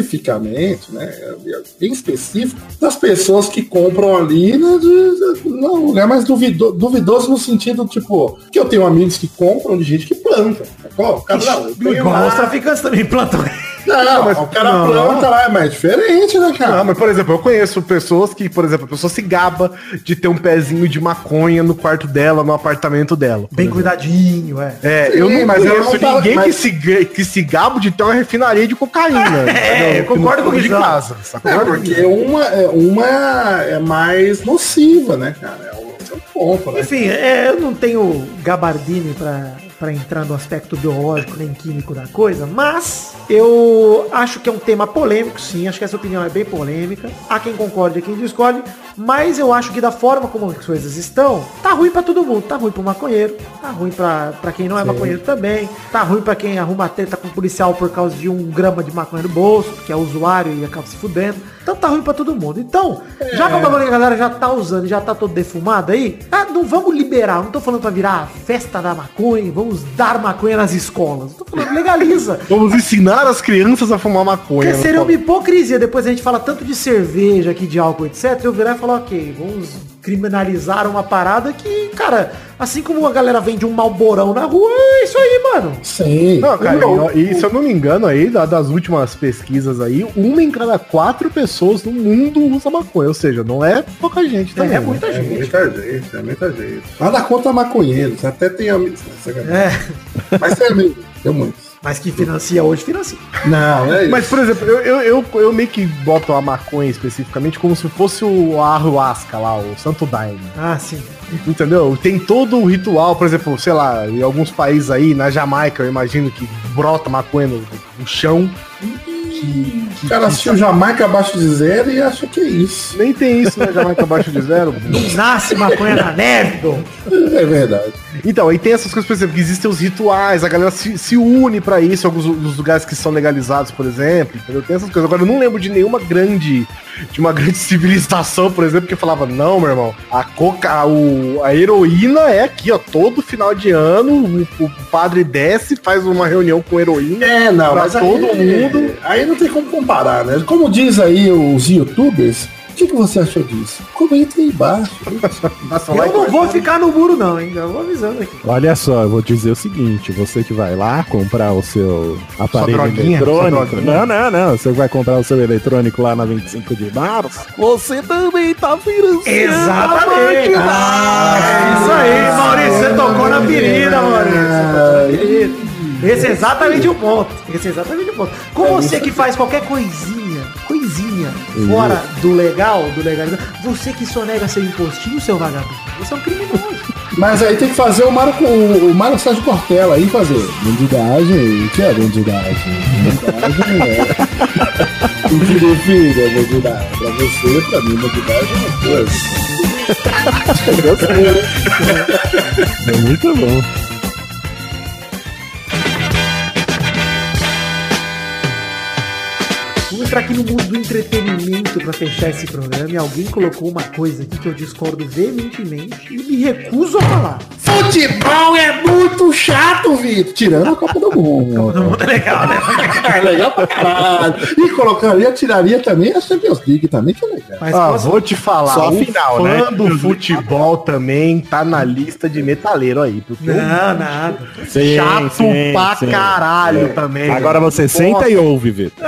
A: especificamente, né, é bem específico, das pessoas que compram ali, né, de, de, não, lugar mais duvido, duvidoso no sentido, tipo, que eu tenho amigos que compram de gente que planta, sacou? Cada um tem
E: Igual os
A: lá,
E: traficantes também plantam.
A: Não, mas o cara planta lá, é mais diferente, né, cara?
B: Não, mas, por exemplo, eu conheço pessoas que, por exemplo, a pessoa se gaba de ter um pezinho de maconha no quarto dela, no apartamento dela.
E: Bem cuidadinho, é.
B: É, eu não, mas eu não sou ninguém que, se, ga- que se gabo de ter uma refinaria de cocaína.
A: É,
B: entendeu?
A: eu concordo com o
B: de
A: Guizão.
B: casa.
A: É, porque uma, é- uma é mais nociva, né, cara? É um é um ponto, né?
E: Enfim, é, eu não tenho gabardine pra, pra entrar no aspecto biológico nem químico da coisa, mas eu acho que é um tema polêmico, sim. Acho que essa opinião é bem polêmica. Há quem concorde, há quem discorde, mas eu acho que da forma como as coisas estão, tá ruim pra todo mundo. Tá ruim pro maconheiro, tá ruim pra, pra quem não é
B: Sim.
E: maconheiro também, tá ruim pra quem arruma treta com o policial por causa de um grama de maconha no bolso, que é usuário e acaba se fudendo. Então tá ruim pra todo mundo. Então, já que
B: É.
E: o bagulho que a galera já tá usando, já tá todo defumado aí, ah, não vamos liberar, não tô falando pra virar a festa da maconha, vamos dar maconha nas escolas. Tô falando, legaliza.
B: Vamos ensinar as crianças a fumar maconha.
E: Porque
B: no
E: seria uma
B: colégio.
E: hipocrisia. Depois a gente fala tanto de cerveja aqui, de álcool, etc. Eu virar e falar, ok, vamos criminalizar uma parada que, cara, assim como a galera vende um malborão na rua, é isso aí, mano.
A: Sim.
B: Não, cara, e, e se eu não me engano aí, da- das últimas pesquisas aí, uma em cada quatro pessoas no mundo usa maconha. Ou seja, não é pouca gente também. né?
A: É muita gente, é muita gente. Nada contra maconheiros, é até tem amigos. né, sacanagem. Mas tem amigos, tem muitos.
E: Mas que financia hoje, financia.
A: Não, é isso.
B: Mas, por exemplo, eu, eu, eu, eu meio que boto a maconha especificamente como se fosse o arruasca lá, o santo daime.
E: Ah, sim.
B: Entendeu? Tem todo o ritual, por exemplo, sei lá, em alguns países aí, na Jamaica, eu imagino que brota maconha no, no chão.
A: O cara assistiu Jamaica abaixo de zero e acha que é isso.
B: Nem tem isso, né? Jamaica abaixo de zero.
E: Nasce maconha na neve, Dom.
A: É verdade.
B: Então, aí tem essas coisas, por exemplo, que existem os rituais, a galera se, se une pra isso, alguns os lugares que são legalizados, por exemplo, entendeu? Tem essas coisas. Agora, eu não lembro de nenhuma grande, de uma grande civilização, por exemplo, que falava, não, meu irmão, a coca, a- o, a heroína é aqui, ó, todo final de ano, o, o padre desce, faz uma reunião com heroína
A: É, não,
B: pra
A: mas
B: todo
A: aí-
B: mundo.
A: Aí não tem como comparar, né? Como diz aí os youtubers, o que, que você achou disso? Comenta aí embaixo.
E: Eu não vou ficar no muro, não, hein? Eu vou avisando aqui.
C: Olha só, eu vou dizer o seguinte, você que vai lá comprar o seu aparelho
B: droguinha, sua
C: eletrônico. Não,
B: droguinha.
C: não, não. Você vai comprar o seu eletrônico lá na 25 de março. Você também tá financiando.
E: Exatamente. É isso aí, Maurício. Ah. Você tocou na ferida, Maurício. Você tocou na ferida. Esse é exatamente o ponto. Esse é exatamente o ponto. Com você que faz qualquer coisinha, coisinha, fora do legal, do legalizado, você que sonega seu impostinho, seu vagabundo, você é um criminoso.
A: Mas aí tem que fazer o Mário, o, o Mário Sérgio Cortella aí fazer. Vendidagem, o que é vendidagem? Vendidagem é. O que define a vendidagem? Pra você, pra mim, vendidagem é uma coisa. Gostei, né?
C: É muito bom.
E: Vamos entrar aqui no mundo do entretenimento pra fechar esse programa. E alguém colocou uma coisa aqui que eu discordo veementemente e me recuso a falar.
A: Futebol é muito chato, Vitor. Tirando a Copa do Mundo.
E: Todo mundo é legal, né?
A: É legal pra caralho. E colocaria, tiraria também a Champions League também, que é legal.
E: Mas
B: Ah,
E: posso-
B: vou te falar,
C: Só a
B: o
C: final,
B: fã
C: né?
B: do futebol também tá na lista de metaleiro aí, porque o
E: Não, nada.
C: Sim,
B: chato
C: sim,
B: pra
C: sim.
B: caralho também.
C: Agora você senta e ouve, Vitor.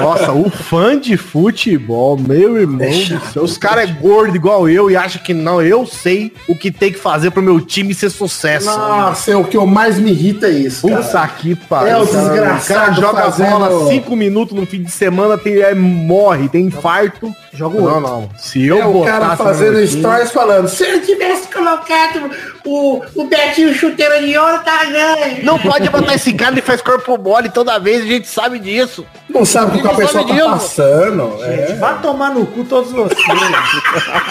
B: Nossa, o fã de futebol, meu irmão do céu. Os caras é gordo igual eu e acha que não, eu sei o que tem que fazer pro meu time ser sucesso.
A: Nossa, é o que eu mais me irrita é isso. cara.
B: Puta que pariu.
A: É, o
B: cara.
A: desgraçado
B: O cara joga
A: fazendo-
B: bola cinco minutos no fim de semana, tem, é, morre, tem infarto.
E: Joga o
B: Não,
E: outro.
B: não. Se eu
A: é o cara
B: botasse no
A: fazendo
B: meu time-
A: stories falando, se eu tivesse colocado o, o Betinho chuteiro de ouro, tá ganho.
B: Não pode botar esse cara, ele faz corpo mole toda vez, a gente sabe disso.
A: Não sabe o que a
B: Não
A: pessoa
B: sabe
A: tá
B: disso.
A: passando.
E: Gente,
A: É.
E: vá tomar no cu todos vocês.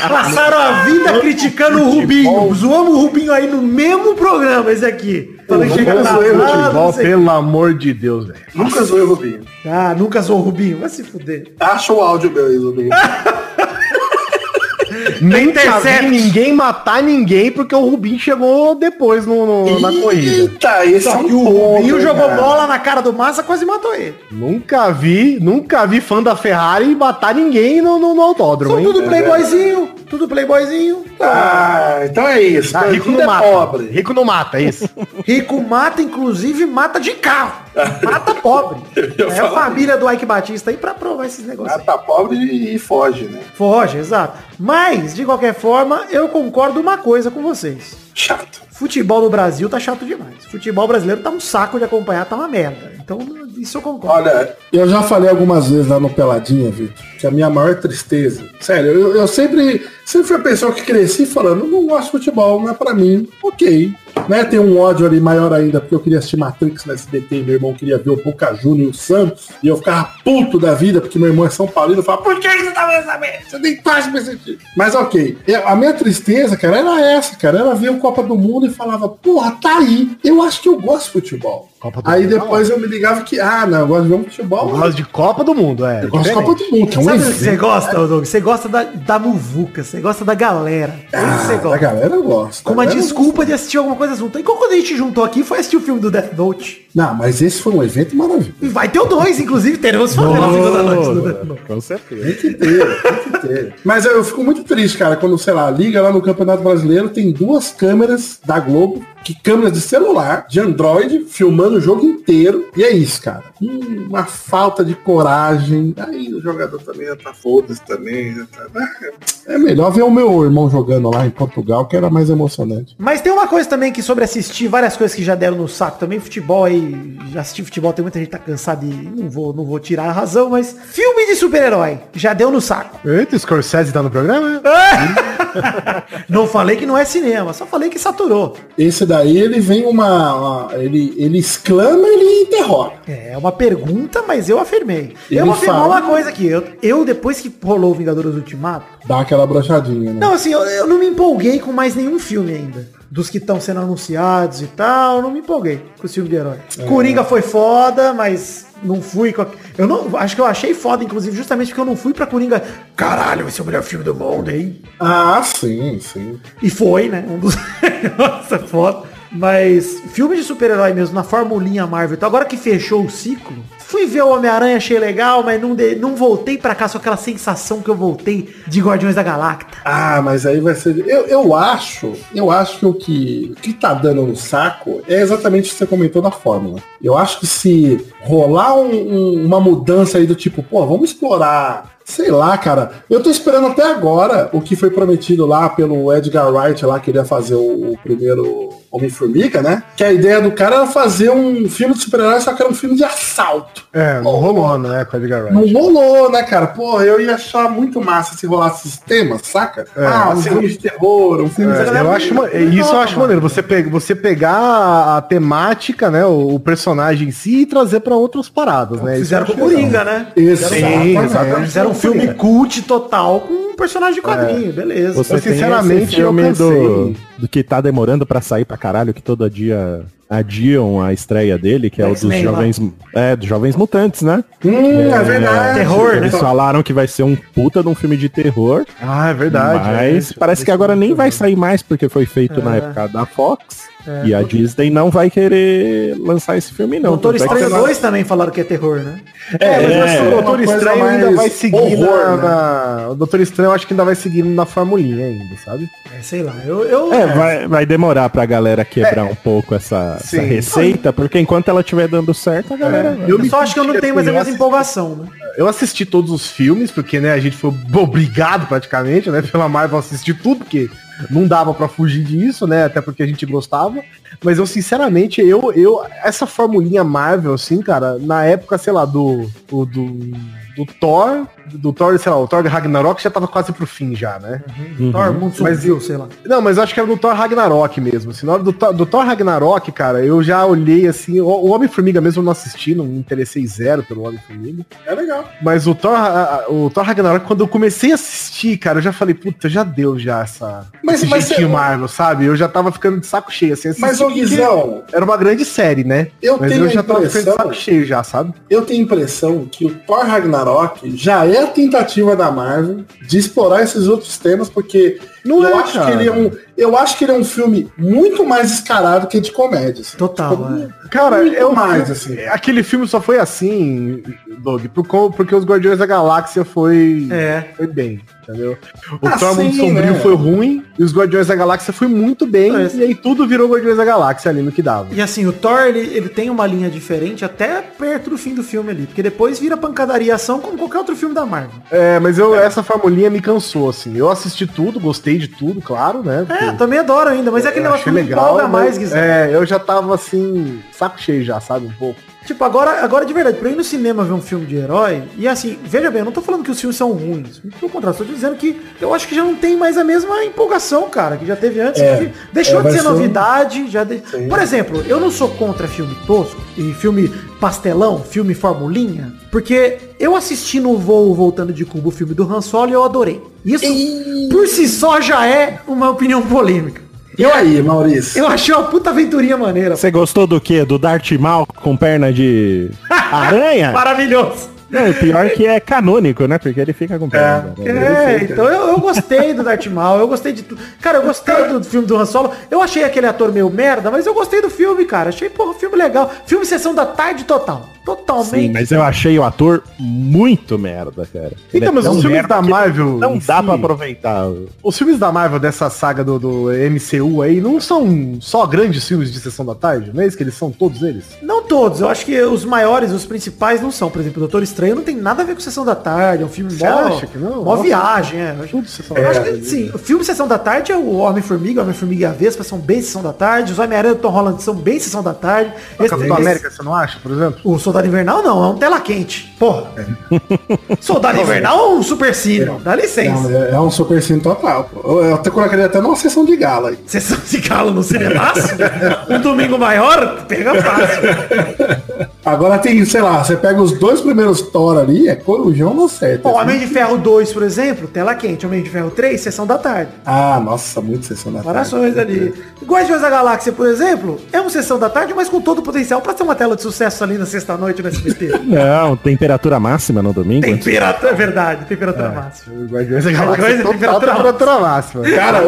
E: Passaram a vida criticando o Rubinho. Zoamos o Rubinho aí no mesmo programa, esse aqui. Falando que chega
B: Nunca
E: atrasado,
B: zoei o
E: não
B: futebol,
E: sei.
B: pelo amor de Deus, velho.
A: Nunca zoei o Rubinho.
E: Ah, nunca zoou o Rubinho. Vai se fuder.
A: Acha o áudio meu aí, Rubinho.
B: Nem
E: Intercept.
B: vi ninguém matar ninguém, porque o Rubinho chegou depois no, no- na corrida.
A: Eita, esse é
E: Só
A: um
E: que o
A: ponto,
E: Rubinho jogou
A: cara.
E: bola na cara do Massa, quase matou ele.
B: Nunca vi, nunca vi fã da Ferrari matar ninguém no, no, no autódromo,
E: São
B: hein?
E: tudo playboyzinho. tudo playboyzinho.
A: Ah, então é isso.
E: Ah, rico
A: Bandido
E: não
A: é
E: mata.
A: pobre.
B: Rico não mata, é isso.
E: Rico mata, inclusive, mata de carro. Mata pobre. É a família do Ike Batista aí pra provar esses negócios.
A: Mata tá pobre e, e foge, né?
E: Foge, exato. Mas, de qualquer forma, eu concordo uma coisa com vocês.
A: Chato.
E: Futebol no Brasil tá chato demais. Futebol brasileiro tá um saco de acompanhar, tá uma merda. Então, isso eu concordo.
A: Olha, eu já falei algumas vezes lá no Peladinha, Vitor, que a minha maior tristeza. Sério, eu, eu sempre, sempre fui a pessoa que cresci falando, não gosto de futebol, não é pra mim. Ok. Né, tem um ódio ali maior ainda, porque eu queria assistir Matrix na SBT e meu irmão queria ver o Boca Júnior e o Santos, e eu ficava puto da vida, porque meu irmão é São Paulino, eu falava, por que você tá vendo essa merda? Você tem quase pra assistir. Mas ok, eu- a minha tristeza, cara, era essa, cara, era ver o Copa do Mundo e falava, porra, tá aí, eu acho que eu gosto de futebol. Aí depois eu me ligava que, ah, não, eu gosto de ver um futebol.
B: Eu gosto de Copa do Mundo, é.
A: Eu gosto de Copa do Mundo, que é um
E: Sabe o que
A: evento.
E: você gosta, Doug? Você gosta da, da muvuca, você gosta da galera. É isso que você gosta.
A: A Ah, galera gosta.
E: Com uma
A: galera
E: desculpa de assistir alguma coisa junto. E quando a gente juntou aqui, foi assistir o filme do Death Note.
A: Não, mas esse foi um evento maravilhoso.
E: E vai ter o dois, inclusive, teremos falando no final da É noite do Death Note.
C: Com certeza.
A: Tem que ter, tem que ter. Mas eu fico muito triste, cara, quando, sei lá, liga lá no Campeonato Brasileiro, tem duas câmeras da Globo, que câmeras de celular, de Android, filmando o jogo inteiro. E é isso, cara. Hum, uma falta de coragem. Aí o jogador também já tá foda-se também. já tá- É melhor ver o meu irmão jogando lá em Portugal, que era mais emocionante.
E: Mas tem uma coisa também que sobre assistir, várias coisas que já deram no saco também, futebol aí, já assisti futebol, tem muita gente que tá cansada e não vou, não vou tirar a razão, mas filme de super-herói, já deu no saco.
B: Eita, o Scorsese tá no programa?
E: Não falei que não é cinema, só falei que saturou.
A: Esse daí, ele vem uma... uma- ele, ele exclama, ele interroga.
E: É uma pergunta, mas eu afirmei. eu
A: Ele
E: vou afirmar
A: fala-
E: uma coisa aqui, eu, eu depois que rolou o Vingadores Ultimato,
A: Dá aquela brochadinha, né?
E: Não, assim, eu, eu não me empolguei com mais nenhum filme ainda. Dos que estão sendo anunciados e tal, eu não me empolguei com o filme de herói.
B: É.
E: Coringa foi foda, mas não fui com a... Eu não, acho que eu achei foda, inclusive, justamente porque eu não fui pra Coringa. Caralho, esse é o melhor filme do mundo, hein?
A: Ah, sim, sim.
E: E foi, né? Um dos... Nossa, foda. Mas filme de super-herói mesmo, na formulinha Marvel. Então, agora que fechou o ciclo, fui ver o Homem-Aranha, achei legal, mas não, de- não voltei pra cá, só aquela sensação que eu voltei de Guardiões da Galacta.
A: Ah, mas aí vai ser. Eu, eu acho, eu acho que o que, o que tá dando no saco é exatamente o que você comentou da fórmula. Eu acho que se rolar um- um- uma mudança aí do tipo, pô, vamos explorar. Sei lá, cara. Eu tô esperando até agora o que foi prometido lá pelo Edgar Wright lá, que ele ia fazer o, o primeiro Homem-Formiga, né? Que a ideia do cara era fazer um filme de super-herói, só que era um filme de assalto.
B: É, não rolou, né, com a Edgar Wright.
A: Não rolou, né, cara? Porra, eu ia achar muito massa se rolasse esse tema, saca?
B: É,
A: ah, um
B: assim,
A: filme de terror, um filme de...
B: É, eu acho, ma- isso eu acho maneiro, você, pe- você pegar a, a temática, né, o, o personagem em si e trazer pra outras paradas, né?
E: Fizeram
B: isso
E: com
B: eu
E: o
B: acho
E: Coringa,
B: legal.
E: né?
A: Isso,
B: Sim,
E: Eles
B: exatamente.
E: Fizeram um filme cult total com um personagem de quadrinho, beleza.
C: Você
B: Eu,
C: sinceramente,
B: sinceramente,
C: tem esse filme
B: eu
C: do,
B: cansei.
C: do que tá demorando pra sair pra caralho, que todo dia adiam a estreia dele, que é o dos
E: X-Men lá.
C: jovens, é, dos jovens mutantes, né?
A: Hum, é, verdade.
E: Terror, né?
C: Eles falaram que vai ser um puta de um filme de terror,
B: Ah, é verdade.
C: mas
B: é.
C: parece que agora nem vai sair mais porque foi feito na época da Fox. e a Disney não vai querer lançar esse filme, não.
E: Doutor
C: Tanto é que
E: Estranho
C: você-
E: 2 também falaram que é terror, né?
B: É, mas eu acho que o
A: uma
B: Doutor
A: coisa
B: Estranho ainda
A: mais
B: vai seguir
A: horror,
B: na,
A: né?
B: na- O Doutor Estranho eu acho que ainda vai seguir na formulinha ainda, sabe?
E: É, sei lá, eu... eu
C: É, vai, vai demorar pra galera quebrar um pouco essa, essa
B: Sim.
C: receita, porque enquanto ela estiver dando certo, a galera vai.
E: eu só acho que eu não
B: senti
E: tenho mais a
B: assim, eu
E: mesma empolgação, né?
B: Eu assisti todos os filmes, porque né, a gente foi obrigado praticamente, né, pela Marvel a assistir tudo, porque não dava pra fugir disso, né, até porque a gente gostava. Mas eu sinceramente, eu eu essa formulinha Marvel assim, cara, na época, sei lá, do o- do, do Thor, do Thor, sei lá, o Thor Ragnarok já tava quase pro fim já, né?
E: Thor, Mundo
B: Mas
E: Sombrio, sei lá.
B: Não, mas eu acho que era do Thor Ragnarok mesmo. Assim, na hora do, Thor- do Thor Ragnarok, cara, eu já olhei assim. O, o Homem-Formiga mesmo eu não assisti, não me interessei zero pelo Homem-Formiga.
A: É legal.
B: Mas o Thor, a- a- o Thor Ragnarok, quando eu comecei a assistir, cara, eu já falei, puta, já deu já essa.
A: Mas-
B: esse
A: mas
B: jeitinho
A: você-
B: Marvel, sabe? Eu já tava ficando de saco cheio, assim.
A: Mas,
B: assisti
A: ô
B: porque
A: Guizão,
B: Era uma grande série, né?
A: Eu
B: mas
A: tenho
B: eu
A: a
B: já tava ficando de
A: impressão-
B: saco cheio já, sabe?
A: eu tenho a impressão que o Thor Ragnarok já é a tentativa da Marvel de explorar esses outros temas, porque Não eu, acho que ele é um, eu acho que ele é um filme muito mais escarado que de comédia. assim.
B: Total.
A: Tipo,
B: Cara,
A: muito
B: eu
A: mais, assim.
B: Aquele filme só foi assim, Doug, por co- porque os Guardiões da Galáxia foi,
E: É.
B: foi bem, entendeu? O
A: É. Ah,
B: ah, Thor Mundo
A: sim,
B: Sombrio
A: né?
B: foi ruim e os Guardiões da Galáxia foi muito bem e aí tudo virou Guardiões da Galáxia ali no que dava.
E: E assim, o Thor, ele, ele tem uma linha diferente até perto do fim do filme ali. Porque depois vira pancadaria e ação como qualquer outro filme da Marvel.
B: É, mas eu, essa formulinha me cansou, assim. Eu assisti tudo, gostei de tudo, claro, né?
E: É, eu também adoro ainda, mas é aquele negócio que me empolga mais, Guizão.
B: É, eu já tava assim, saco cheio já, sabe? Um pouco.
E: Tipo, agora, agora de verdade, pra eu ir no cinema ver um filme de herói, e assim, veja bem, eu não tô falando que os filmes são ruins. Pelo contrário, tô dizendo que eu acho que já não tem mais a mesma empolgação, cara, que já teve antes.
A: É.
E: Enfim, deixou
A: É,
E: de
A: vai
E: ser
A: ser um-
E: novidade. Já de- Por exemplo, eu não sou contra filme tosco e filme pastelão, filme formulinha, porque eu assisti no voo voltando de Cuba o filme do Han Solo e eu adorei. Isso por si só já é uma opinião polêmica.
A: E aí, Maurício?
E: Eu achei uma puta aventurinha maneira.
C: Você gostou do quê? Do Darth Maul com perna de aranha?
E: Maravilhoso.
C: Não, o pior que é canônico, né? Porque ele fica com perna. de aranha.
E: É, então eu, eu gostei do Darth Maul, eu gostei de tudo. Cara, eu gostei do filme do Han Solo. Eu achei aquele ator meio merda, mas eu gostei do filme, cara. Achei, porra, um filme legal. Filme Sessão da Tarde total. Totalmente.
C: Sim, mas eu achei o ator muito merda, cara. Ele é
B: Então, mas
C: tão
B: os filmes
C: merda
B: da
C: que
B: Marvel.
C: Não
B: em
C: dá
B: si,
C: pra aproveitar.
B: Os filmes da Marvel dessa saga do, do MCU aí não são só grandes filmes de sessão da tarde, não é isso que eles são todos eles?
E: Não todos, eu acho que os maiores, os principais não são. Por exemplo, Doutor Estranho não tem nada a ver com Sessão da Tarde, é um filme
B: Você
E: mó,
B: acha que não?
E: mó
B: Nossa.
E: viagem, é. Eu acho- Eu acho que, sim, o filme Sessão da Tarde é o Homem-Formiga, Homem-Formiga e a Vespa são bem Sessão da Tarde, os Homem-Aranha do Tom Holland são bem Sessão da Tarde.
B: O Capitão América, você não acha, por exemplo?
E: O Soldado Invernal não, é um tela quente. Porra. Soldado Invernal é um super cine, dá licença.
A: É, é um super cine total. pô. Eu, eu até colocaria até numa sessão de gala aí.
E: Sessão de gala no cinemaço? um domingo maior? Pega fácil.
A: Agora tem, sei lá, você pega os dois primeiros Thor ali, é corujão no certo.
E: Ó, Homem de Ferro 2, por exemplo, tela quente. Homem de Ferro 3, Sessão da Tarde.
A: Ah, nossa, muito sessão da tarde.
E: Comparações ali. Guardiões da Galáxia, por exemplo, é uma sessão da tarde, mas com todo o potencial pra ser uma tela de sucesso ali na sexta-noite no SBT.
C: Não, temperatura máxima no domingo.
E: temperatura, é verdade, temperatura máxima.
B: Guardiões
A: da Galáxia total,
B: temperatura máxima.
A: Cara,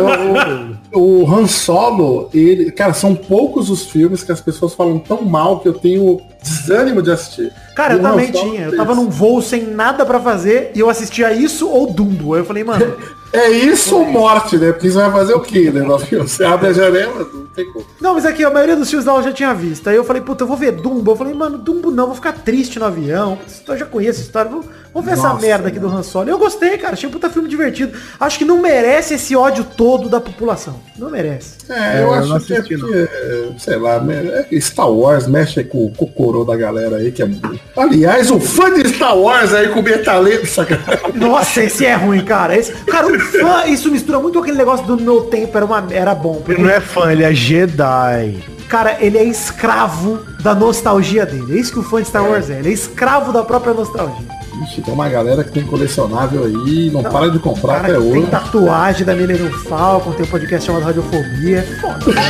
A: o, o, o Han Solo, ele, cara, são poucos os filmes que as pessoas falam tão mal que eu tenho desânimo de assistir.
E: Cara,
A: E
E: eu
A: o Han
E: também
A: Solo
E: tinha. Eu
A: fez.
E: tava num voo sem nada pra fazer e eu assistia isso ou Dumbo. Aí eu falei, mano.
A: É isso ou morte, né? Porque você vai fazer o quê, né? Nossa, Você abre a janela, não tem como.
E: Não, mas aqui, a maioria dos filmes lá eu já tinha visto. Aí eu falei, puta, eu vou ver Dumbo. Eu falei, mano, Dumbo não, vou ficar triste no avião. Eu já conheço a história. Vou, vou ver essa
A: Nossa,
E: merda aqui do Han Solo. E Eu gostei, cara. Achei um puta filme divertido. Acho que não merece esse ódio todo da população. Não merece.
A: É, eu, acho que é porque, é, sei lá, né, é que Star Wars mexe com, com o coro da galera aí, que é. Aliás, o fã de Star Wars aí com o metaleiro, sacanagem.
E: Nossa, esse é ruim, cara. Esse, cara, um fã, isso mistura muito com aquele negócio do meu tempo era, uma, era bom.
B: Ele não é fã, ele é Jedi.
E: Cara, ele é escravo da nostalgia dele. É isso que o fã de Star Wars é. Ele é escravo da própria nostalgia.
A: Ixi, tem uma galera que tem colecionável aí, não, para de comprar
E: Cara,
A: até
E: tem
A: hoje.
E: tatuagem da Millennium Falcon, tem um podcast chamado Radiofobia. É Foda. né?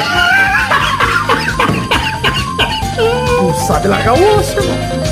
E: Não sabe largar o osso, irmão.